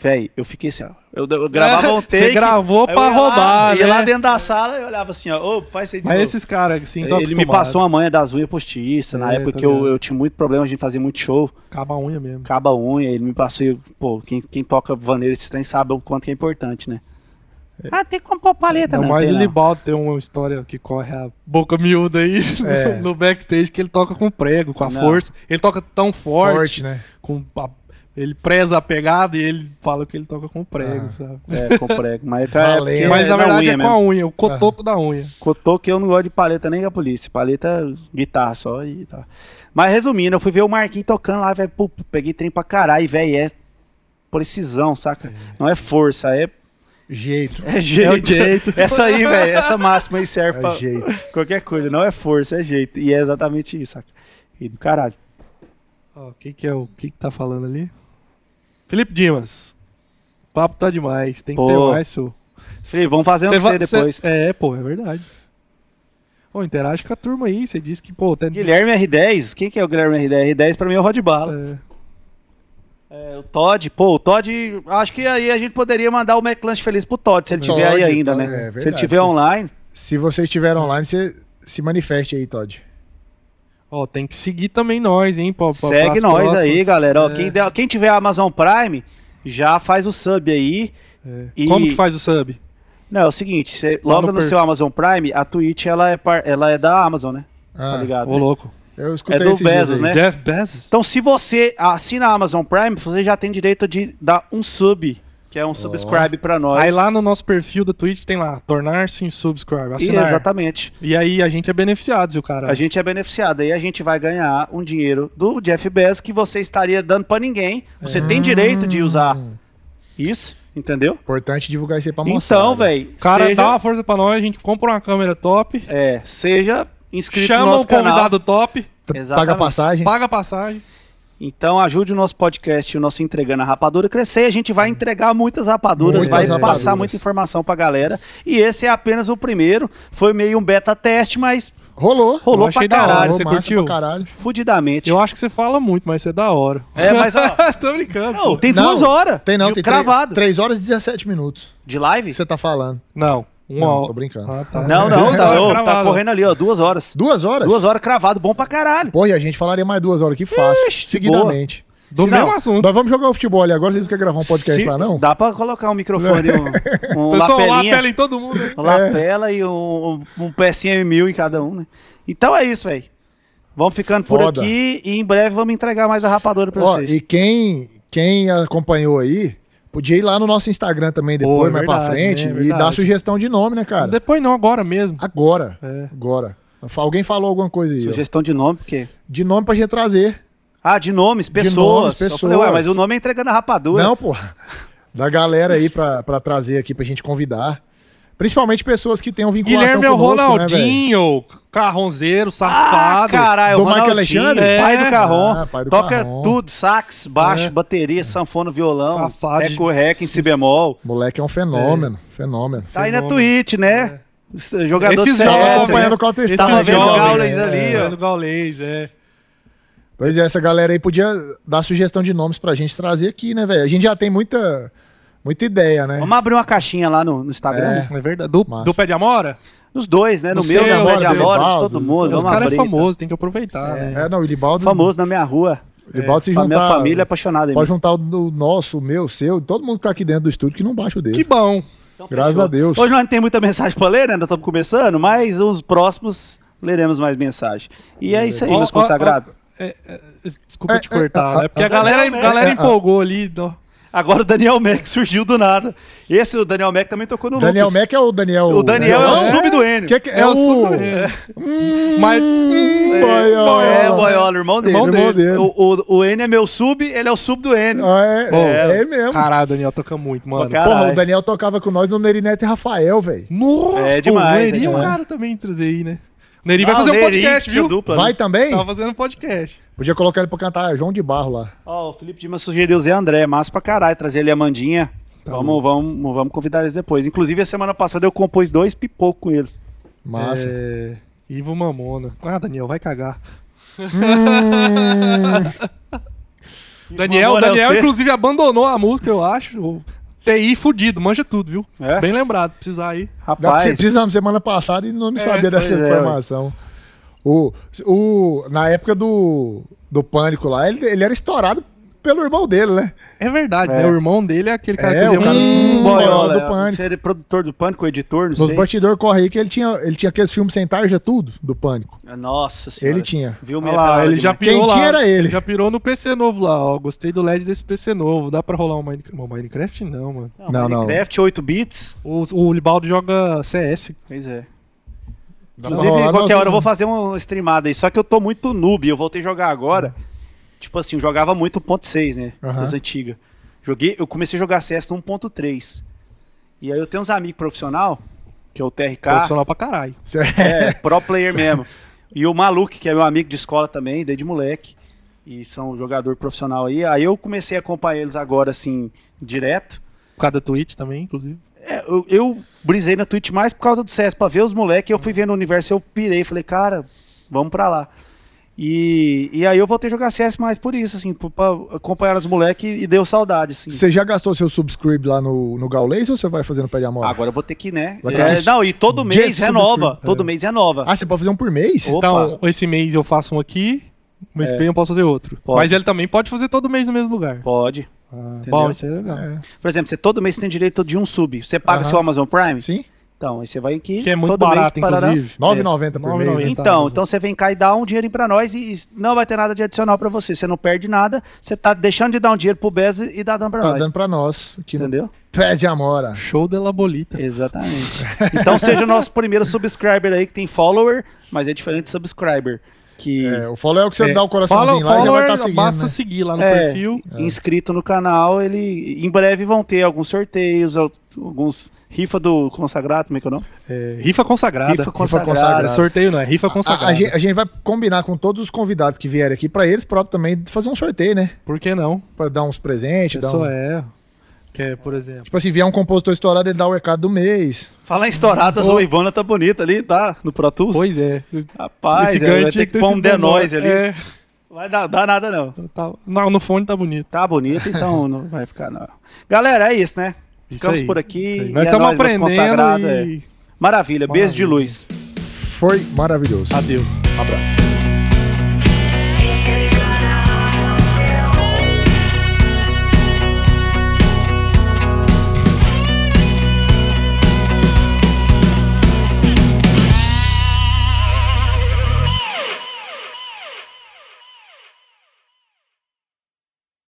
Speaker 1: Véi, eu fiquei assim, ó. Eu, eu gravava um
Speaker 2: É. <laughs> Você
Speaker 1: take.
Speaker 2: gravou
Speaker 1: aí eu ia
Speaker 2: pra
Speaker 1: lá-
Speaker 2: roubar,
Speaker 1: Ia lá
Speaker 2: né?
Speaker 1: dentro da sala e olhava assim, ó. Ô, faz isso aí de
Speaker 2: Mas
Speaker 1: novo.
Speaker 2: esses caras, assim,
Speaker 1: Ele
Speaker 2: tão
Speaker 1: me
Speaker 2: acostumados.
Speaker 1: passou a manha das unhas postiças. na
Speaker 2: É,
Speaker 1: época
Speaker 2: tá
Speaker 1: que eu,
Speaker 2: vendo.
Speaker 1: eu tinha muito problema, a gente fazia muito show
Speaker 2: Caba a unha mesmo.
Speaker 1: caba unha, ele me passou, e eu- pô, quem, quem toca vaneira esse trem sabe o quanto que é importante, né? Ah, tem como pôr paleta, né?
Speaker 2: Ainda
Speaker 1: não,
Speaker 2: mais
Speaker 1: tem
Speaker 2: o
Speaker 1: não.
Speaker 2: Libaldo tem uma história que corre a boca miúda aí <laughs>
Speaker 3: É.
Speaker 2: no backstage, que ele toca com prego, com a
Speaker 1: Não.
Speaker 2: força. Ele toca tão forte,
Speaker 3: Forte, né?
Speaker 2: com a- ele preza a pegada e ele fala que ele toca com prego,
Speaker 3: Ah.
Speaker 2: sabe?
Speaker 1: É, com prego, mas, é,
Speaker 3: Valeu.
Speaker 1: porque
Speaker 2: Mas
Speaker 1: é
Speaker 2: na verdade
Speaker 1: unha
Speaker 2: é com
Speaker 1: mesmo.
Speaker 2: a unha, o cotoco da unha.
Speaker 1: Cotou que eu não gosto de paleta nem com a polícia. Paleta, guitarra só e tal. Mas resumindo, eu fui ver o Marquinhos tocando lá, velho. pô, Peguei trem pra caralho, velho. É precisão, saca? Não é força, é,
Speaker 3: Jeito.
Speaker 1: é jeito. <laughs>
Speaker 2: jeito.
Speaker 1: Essa aí, velho. Essa máxima aí serve
Speaker 3: É
Speaker 1: pra
Speaker 3: jeito.
Speaker 1: qualquer coisa. Não é força, é jeito. E é exatamente isso, saca? E do caralho.
Speaker 2: Ó, quem que é o que, que tá falando ali? Felipe Dimas. O papo tá demais, tem que
Speaker 1: Pô.
Speaker 2: ter mais, senhor.
Speaker 1: Ei, vamos fazer um pra
Speaker 2: Cê
Speaker 1: você
Speaker 2: va- cê-
Speaker 1: depois.
Speaker 2: É, pô, é verdade. Ô, interage com a turma aí, você disse que, pô, tem...
Speaker 1: Guilherme R10? Quem que é o Guilherme R10? R10 pra mim é o Rod Bala.
Speaker 2: É,
Speaker 1: É, o Todd, pô, o Todd, acho que aí a gente poderia mandar o McLanche feliz pro Todd, se ele tiver aí
Speaker 3: Todd,
Speaker 1: ainda,
Speaker 3: Todd,
Speaker 1: né?
Speaker 3: é verdade,
Speaker 1: se ele tiver
Speaker 3: sim.
Speaker 1: online.
Speaker 3: Se você estiver online, você se manifeste aí, Todd.
Speaker 2: Ó, tem que seguir também nós, hein? Pra, pra-
Speaker 1: Segue
Speaker 2: pras
Speaker 1: nós
Speaker 2: próximas.
Speaker 1: aí, galera. Ó,
Speaker 2: É.
Speaker 1: quem, der- quem tiver Amazon Prime, já faz o sub aí.
Speaker 2: É.
Speaker 1: E-
Speaker 2: Como que faz o sub?
Speaker 1: Não, é o seguinte, você-
Speaker 2: Lá
Speaker 1: logo
Speaker 2: no
Speaker 1: no,
Speaker 2: perfil.
Speaker 1: seu Amazon Prime, a Twitch ela é, par- ela é da Amazon, né?
Speaker 3: Ah,
Speaker 1: tá ligado?
Speaker 2: Ô,
Speaker 1: né?
Speaker 2: louco.
Speaker 3: Eu
Speaker 1: É
Speaker 3: escutei
Speaker 1: do
Speaker 3: esses dias
Speaker 1: Bezos, né?
Speaker 3: aí.
Speaker 2: Jeff Bezos?
Speaker 1: Então, se você assina a Amazon Prime, você já tem direito de dar um sub, que é um subscribe pra nós.
Speaker 2: Aí lá no nosso perfil da Twitch tem lá, tornar-se um subscriber,
Speaker 1: e,
Speaker 2: assinar.
Speaker 1: exatamente.
Speaker 2: E aí a gente é beneficiado, se o cara...
Speaker 1: A gente é beneficiado. Aí a gente vai ganhar um dinheiro do Jeff Bezos que você estaria dando pra ninguém. Você tem direito de usar isso, entendeu?
Speaker 3: Importante divulgar isso aí pra moçada. né?
Speaker 1: Então, velho,
Speaker 2: O cara
Speaker 1: seja,
Speaker 2: dá uma força pra nós, a gente compra uma câmera top,
Speaker 1: é, seja inscrito no
Speaker 2: chama
Speaker 1: nosso
Speaker 2: o convidado
Speaker 1: canal.
Speaker 2: top,
Speaker 3: T- Paga a
Speaker 1: Exatamente.
Speaker 3: passagem.
Speaker 2: paga a passagem.
Speaker 1: Então ajude o nosso podcast, o nosso Entregando a Rapadura crescer. A gente vai entregar muitas rapaduras,
Speaker 3: Muitas
Speaker 1: vai
Speaker 3: rapaduras.
Speaker 1: passar muita informação pra galera. E esse é apenas o primeiro. Foi meio um beta teste, mas
Speaker 3: Rolou.
Speaker 1: rolou
Speaker 2: Eu achei
Speaker 1: pra
Speaker 2: da hora,
Speaker 1: caralho,
Speaker 2: você
Speaker 3: massa
Speaker 2: curtiu?
Speaker 3: pra caralho.
Speaker 1: fudidamente.
Speaker 2: Eu acho que você fala muito, mas você é da hora.
Speaker 1: É, mas ó,
Speaker 2: <laughs> Tô brincando.
Speaker 1: não,
Speaker 2: pô.
Speaker 1: tem
Speaker 3: Não,
Speaker 1: duas horas.
Speaker 3: Tem não,
Speaker 1: e
Speaker 3: tem
Speaker 1: cravado.
Speaker 3: 3 horas e 17 minutos
Speaker 1: De live?
Speaker 3: que você tá falando.
Speaker 2: Não, uma
Speaker 3: Não,
Speaker 2: hora.
Speaker 3: tô brincando.
Speaker 2: Ah, tá.
Speaker 1: Não, não,
Speaker 2: Duas
Speaker 1: tá,
Speaker 2: horas
Speaker 1: ô, tá
Speaker 2: gravado.
Speaker 1: correndo ali, ó, duas horas.
Speaker 3: Duas horas?
Speaker 1: Duas horas cravado, bom pra caralho.
Speaker 3: Pô, e a gente falaria mais duas horas aqui fácil,
Speaker 1: Ixi, de
Speaker 3: seguidamente.
Speaker 2: Do
Speaker 1: Se não,
Speaker 2: mesmo assunto.
Speaker 3: Nós vamos jogar o futebol ali agora, vocês não querem gravar um podcast
Speaker 1: Se-
Speaker 3: lá, não?
Speaker 1: Dá pra colocar um microfone,
Speaker 3: <laughs>
Speaker 1: um, um
Speaker 2: Pessoal, lá
Speaker 1: lapelinha,
Speaker 2: pela em todo mundo. hein?
Speaker 1: um
Speaker 3: É.
Speaker 1: lapela e um, um, um PSM1000 em cada um, né? Então é isso, velho. Vamos ficando por
Speaker 3: Foda.
Speaker 1: aqui e em breve vamos entregar mais a rapadura pra
Speaker 3: Ó,
Speaker 1: vocês.
Speaker 3: e quem, quem acompanhou aí, podia ir lá no nosso Instagram também depois,
Speaker 2: Pô, é
Speaker 3: mais pra
Speaker 2: verdade,
Speaker 3: frente,
Speaker 2: né? É
Speaker 3: e
Speaker 2: verdade.
Speaker 3: dar sugestão de nome, né, cara?
Speaker 2: Depois não, agora mesmo.
Speaker 3: Agora.
Speaker 2: É.
Speaker 3: Agora. Alguém falou alguma coisa aí. ó.
Speaker 1: Sugestão de nome, porque
Speaker 3: De nome pra gente trazer.
Speaker 1: Ah, de nomes, pessoas.
Speaker 3: nomes,
Speaker 1: Eu falei, ué,
Speaker 3: pessoas.
Speaker 1: mas o nome é entregando a rapadura.
Speaker 3: Não, porra. <laughs> Da galera aí pra, pra trazer aqui pra gente convidar. Principalmente pessoas que tenham vinculação
Speaker 2: Guilherme é o
Speaker 3: conosco, né, velho?
Speaker 2: Ronaldinho, carronzeiro,
Speaker 1: Ah,
Speaker 2: safado.
Speaker 1: caralho,
Speaker 3: Do
Speaker 1: o
Speaker 3: Mike
Speaker 1: Ronaldinho,
Speaker 3: Alexandre?
Speaker 1: pai
Speaker 2: É.
Speaker 1: do Carron.
Speaker 3: Ah, pai do
Speaker 1: Toca
Speaker 3: Carrom.
Speaker 1: tudo, sax, baixo,
Speaker 3: É.
Speaker 1: bateria, sanfona, violão,
Speaker 2: Safado de-
Speaker 1: eco, rec, em si bemol.
Speaker 3: Moleque é um fenômeno, fenômeno.
Speaker 1: Tá aí na
Speaker 2: Fenômeno.
Speaker 1: Twitch, né? Jogador
Speaker 2: Esses
Speaker 1: de
Speaker 2: jogos
Speaker 3: Tava
Speaker 2: é,
Speaker 1: CS,
Speaker 3: acompanhando
Speaker 1: né?
Speaker 3: o Counter
Speaker 2: Esses
Speaker 1: Tava
Speaker 3: Strike.
Speaker 1: vendo
Speaker 2: jovens,
Speaker 1: Gaules
Speaker 2: é,
Speaker 1: ali, ó.
Speaker 2: vendo Gaules, é.
Speaker 3: Pois é, essa galera aí podia dar sugestão de nomes pra gente trazer aqui, né, velho? A gente já tem muita, muita ideia, né?
Speaker 1: Vamos abrir uma caixinha lá no, no Instagram.
Speaker 3: É.
Speaker 1: né?
Speaker 2: É verdade. Do,
Speaker 3: Massa.
Speaker 2: do pé de amora?
Speaker 1: Nos dois, né? No,
Speaker 2: No
Speaker 1: meu,
Speaker 2: seu,
Speaker 1: na
Speaker 2: no
Speaker 1: Média
Speaker 2: seu,
Speaker 1: Amora, de
Speaker 3: Baldo.
Speaker 1: todo mundo.
Speaker 2: Os
Speaker 1: Vamos
Speaker 2: caras é
Speaker 1: abrir.
Speaker 2: famoso, tem que aproveitar, né?
Speaker 3: É, não, o Libaldo,
Speaker 1: Famoso na minha rua.
Speaker 3: o Libaldo se
Speaker 1: A minha
Speaker 3: juntar.
Speaker 1: família é apaixonada. em
Speaker 3: Pode
Speaker 1: mim.
Speaker 3: juntar o do nosso, o meu, o seu, todo mundo que tá aqui dentro do estúdio que não baixa o dele.
Speaker 2: Que bom.
Speaker 1: Então,
Speaker 3: Graças
Speaker 1: fechou.
Speaker 3: a Deus.
Speaker 1: Hoje nós não tem muita mensagem pra ler, né? Nós estamos começando, mas os próximos leremos mais mensagem. E é isso aí,
Speaker 2: Ó,
Speaker 1: meus
Speaker 2: ó, ó,
Speaker 1: consagrados.
Speaker 2: é, é, desculpa
Speaker 3: É,
Speaker 2: te
Speaker 3: é,
Speaker 2: cortar,
Speaker 3: é,
Speaker 2: né? Porque
Speaker 3: é,
Speaker 2: a galera,
Speaker 1: é,
Speaker 2: a galera
Speaker 3: é, é.
Speaker 2: empolgou ali. ó.
Speaker 1: Agora o Daniel Mac <laughs> surgiu do nada. Esse, o Daniel Mac, também tocou no
Speaker 3: Daniel
Speaker 1: Lucas.
Speaker 3: Mac é o Daniel.
Speaker 1: O Daniel é o
Speaker 3: Não?
Speaker 1: sub do Enio.
Speaker 3: Que que- é,
Speaker 2: É
Speaker 3: o.
Speaker 2: sub- é. Mas.
Speaker 3: Hum, boiola.
Speaker 1: É, boiola, irmão dele.
Speaker 2: Irmão
Speaker 3: dele.
Speaker 1: O, o, o N é meu sub, ele é o sub do N.
Speaker 3: Ah, é,
Speaker 2: Bom,
Speaker 3: é ele mesmo.
Speaker 2: Caralho, Daniel toca muito, mano.
Speaker 1: Toca-
Speaker 3: Porra,
Speaker 1: caralho.
Speaker 3: o Daniel tocava com nós no Nerinete e Rafael, velho.
Speaker 2: Nossa,
Speaker 1: É
Speaker 2: pô,
Speaker 1: demais,
Speaker 2: o Neri
Speaker 1: é
Speaker 2: é um
Speaker 1: demais.
Speaker 2: cara também trazer aí, né? O Neri
Speaker 1: Ah,
Speaker 2: vai fazer
Speaker 1: o
Speaker 2: um
Speaker 1: Neri,
Speaker 2: podcast,
Speaker 1: tio
Speaker 2: viu?
Speaker 1: Dupla,
Speaker 3: Vai
Speaker 1: né?
Speaker 3: também?
Speaker 2: Tava fazendo um podcast.
Speaker 3: Podia colocar ele pra cantar João de Barro lá.
Speaker 1: Ó, o Felipe Dimas sugeriu o Zé André, massa pra caralho, trazer ele a Mandinha.
Speaker 3: Tá
Speaker 1: vamos, vamos, vamos convidar eles depois. Inclusive, a semana passada eu compus dois pipocos com eles.
Speaker 3: Massa.
Speaker 2: É, Ivo Mamona. Ah, Daniel, vai cagar. Daniel,
Speaker 1: Mamona é o
Speaker 2: Daniel
Speaker 1: sexto?
Speaker 2: inclusive, abandonou a música, eu acho. O TI fudido, manja tudo, viu?
Speaker 1: É?
Speaker 2: Bem lembrado, precisar aí.
Speaker 1: Rapaz,
Speaker 3: Precisamos semana passada e não me sabia
Speaker 1: pois
Speaker 3: dessa
Speaker 1: é,
Speaker 3: informação. O, o, na época do, do Pânico lá, ele, ele era estourado pelo irmão dele, né?
Speaker 2: É verdade,
Speaker 1: É.
Speaker 2: né? O irmão dele é aquele cara
Speaker 3: É,
Speaker 2: que
Speaker 3: o cara-
Speaker 1: hum, boiola.
Speaker 3: do Pânico.
Speaker 1: Você é produtor do Pânico, editor, não
Speaker 3: Nos
Speaker 1: sei.
Speaker 3: bastidores corre aí que ele tinha, ele tinha aqueles filmes sem tarja tudo do Pânico.
Speaker 1: Nossa senhora.
Speaker 3: Ele tinha.
Speaker 1: Viu
Speaker 2: Olha
Speaker 1: minha né?
Speaker 2: lá,
Speaker 1: pelada
Speaker 2: ele já
Speaker 1: demais.
Speaker 2: pirou
Speaker 3: Quem
Speaker 2: lá.
Speaker 3: tinha era ele.
Speaker 2: já pirou no PC novo lá, ó. Gostei do LED desse PC novo. Dá pra rolar um Minecraft? Minecraft não, mano.
Speaker 3: Não, não.
Speaker 1: Minecraft, 8 bits.
Speaker 2: O, o Libaldo joga CS.
Speaker 1: Pois é.
Speaker 3: Dá pra
Speaker 1: Inclusive,
Speaker 3: rolar,
Speaker 1: qualquer
Speaker 3: nós-
Speaker 1: hora eu vou fazer uma streamada aí. Só que eu tô muito noob, eu voltei a jogar agora. Tipo assim, eu jogava muito 1.6, né?
Speaker 3: Aham.
Speaker 1: Das antigas. Joguei, eu comecei a jogar CS no 1.3. E aí eu tenho uns amigos profissional, que é o TRK,
Speaker 2: Profissional pra caralho.
Speaker 3: <laughs>
Speaker 1: é, pro player mesmo. E o Maluque, que é meu amigo de escola também, desde moleque. E são um jogador profissional aí. Aí eu comecei a acompanhar eles agora, assim, direto.
Speaker 2: Por causa da Twitch também, inclusive.
Speaker 1: É, eu, eu brisei na Twitch mais por causa do CS, pra ver os moleques. Eu fui vendo o universo, eu pirei. Falei, cara, vamos pra lá. E, e aí eu voltei a jogar CS mais por isso, assim, por- pra acompanhar os moleques e deu saudade, assim.
Speaker 3: Você já gastou seu subscribe lá no, no Gaulês ou você vai fazendo pé de amor?
Speaker 1: Agora eu vou ter que, né?
Speaker 3: Vai ter
Speaker 1: É,
Speaker 3: que
Speaker 1: não, e todo mês
Speaker 3: subscrever.
Speaker 1: renova.
Speaker 2: É.
Speaker 1: Todo mês renova.
Speaker 3: Ah, você pode fazer um por mês?
Speaker 1: Opa.
Speaker 2: Então, esse mês eu faço um aqui,
Speaker 3: É.
Speaker 2: mês que vem eu posso fazer outro.
Speaker 1: Pode.
Speaker 2: Mas ele também pode fazer todo mês no mesmo lugar.
Speaker 1: Pode.
Speaker 2: Ah,
Speaker 1: Entendeu?
Speaker 2: bom, isso é legal.
Speaker 3: É.
Speaker 1: Por exemplo, você todo mês tem direito de um sub. Você paga
Speaker 3: Aham.
Speaker 1: seu Amazon Prime?
Speaker 3: Sim?
Speaker 1: Então, aí você vai aqui.
Speaker 2: Que é muito
Speaker 1: todo
Speaker 2: barato,
Speaker 1: mês, parará.
Speaker 2: inclusive.
Speaker 3: 9,90 por mês, né?
Speaker 1: Então, então você vem cá e dá um dinheirinho pra nós e, e não vai ter nada de adicional pra você. Você não perde nada. Você tá deixando de dar um dinheiro pro Bez e dá dando pra
Speaker 3: Tá
Speaker 1: nós.
Speaker 3: dando pra nós. Aqui no
Speaker 1: Entendeu?
Speaker 3: pé de amora.
Speaker 2: Show da Labolita.
Speaker 1: Exatamente. Então seja o nosso primeiro subscriber aí que tem follower, mas é diferente de subscriber. Que
Speaker 3: É,
Speaker 1: é,
Speaker 3: o follow é o que você
Speaker 2: É,
Speaker 3: dá o coraçãozinho
Speaker 2: Follower,
Speaker 3: lá e já vai estar
Speaker 2: basta
Speaker 3: seguindo. né? É.
Speaker 2: seguir lá no
Speaker 1: É.
Speaker 2: perfil. É.
Speaker 1: inscrito no canal, ele em breve vão ter alguns sorteios, al- alguns rifa do consagrado, como é que é o nome?
Speaker 2: É, rifa consagrada.
Speaker 1: Rifa consagrada.
Speaker 2: Cara,
Speaker 3: consagrada.
Speaker 2: sorteio não é, rifa
Speaker 3: A,
Speaker 2: consagrada.
Speaker 3: a gente, a gente vai combinar com todos os convidados que vierem aqui pra eles próprios também fazer um sorteio, né?
Speaker 2: Por que não?
Speaker 3: Pra dar uns presentes. Dar
Speaker 2: Pessoa
Speaker 3: um...
Speaker 2: é. Que é, por exemplo.
Speaker 3: Tipo assim, vier um compositor estourado, ele dá o recado do mês.
Speaker 1: Falar em estouradas,
Speaker 2: Ô.
Speaker 1: o Ivana tá bonita ali, tá? No Pro Tools.
Speaker 2: Pois é.
Speaker 1: Rapaz,
Speaker 2: Esse
Speaker 1: ela vai
Speaker 2: ganho
Speaker 1: ter
Speaker 2: tinha
Speaker 1: que
Speaker 2: ter
Speaker 1: pôr um
Speaker 2: sido
Speaker 1: denoise
Speaker 2: menor.
Speaker 1: ali.
Speaker 2: É,
Speaker 1: Vai dar, dar nada, não.
Speaker 2: tá- não, no fone tá bonito.
Speaker 1: Tá bonito, então
Speaker 2: <laughs>
Speaker 1: não vai ficar, não. Galera, é isso, né?
Speaker 2: Isso
Speaker 1: Ficamos
Speaker 2: aí,
Speaker 1: por aqui.
Speaker 2: Nós
Speaker 1: e é
Speaker 2: estamos
Speaker 1: nóis, meus
Speaker 2: aprendendo
Speaker 1: consagrados, é.
Speaker 2: e...
Speaker 1: Maravilha, beijo de
Speaker 2: Maravilha.
Speaker 1: luz.
Speaker 3: Foi maravilhoso.
Speaker 2: Adeus.
Speaker 3: Abraço.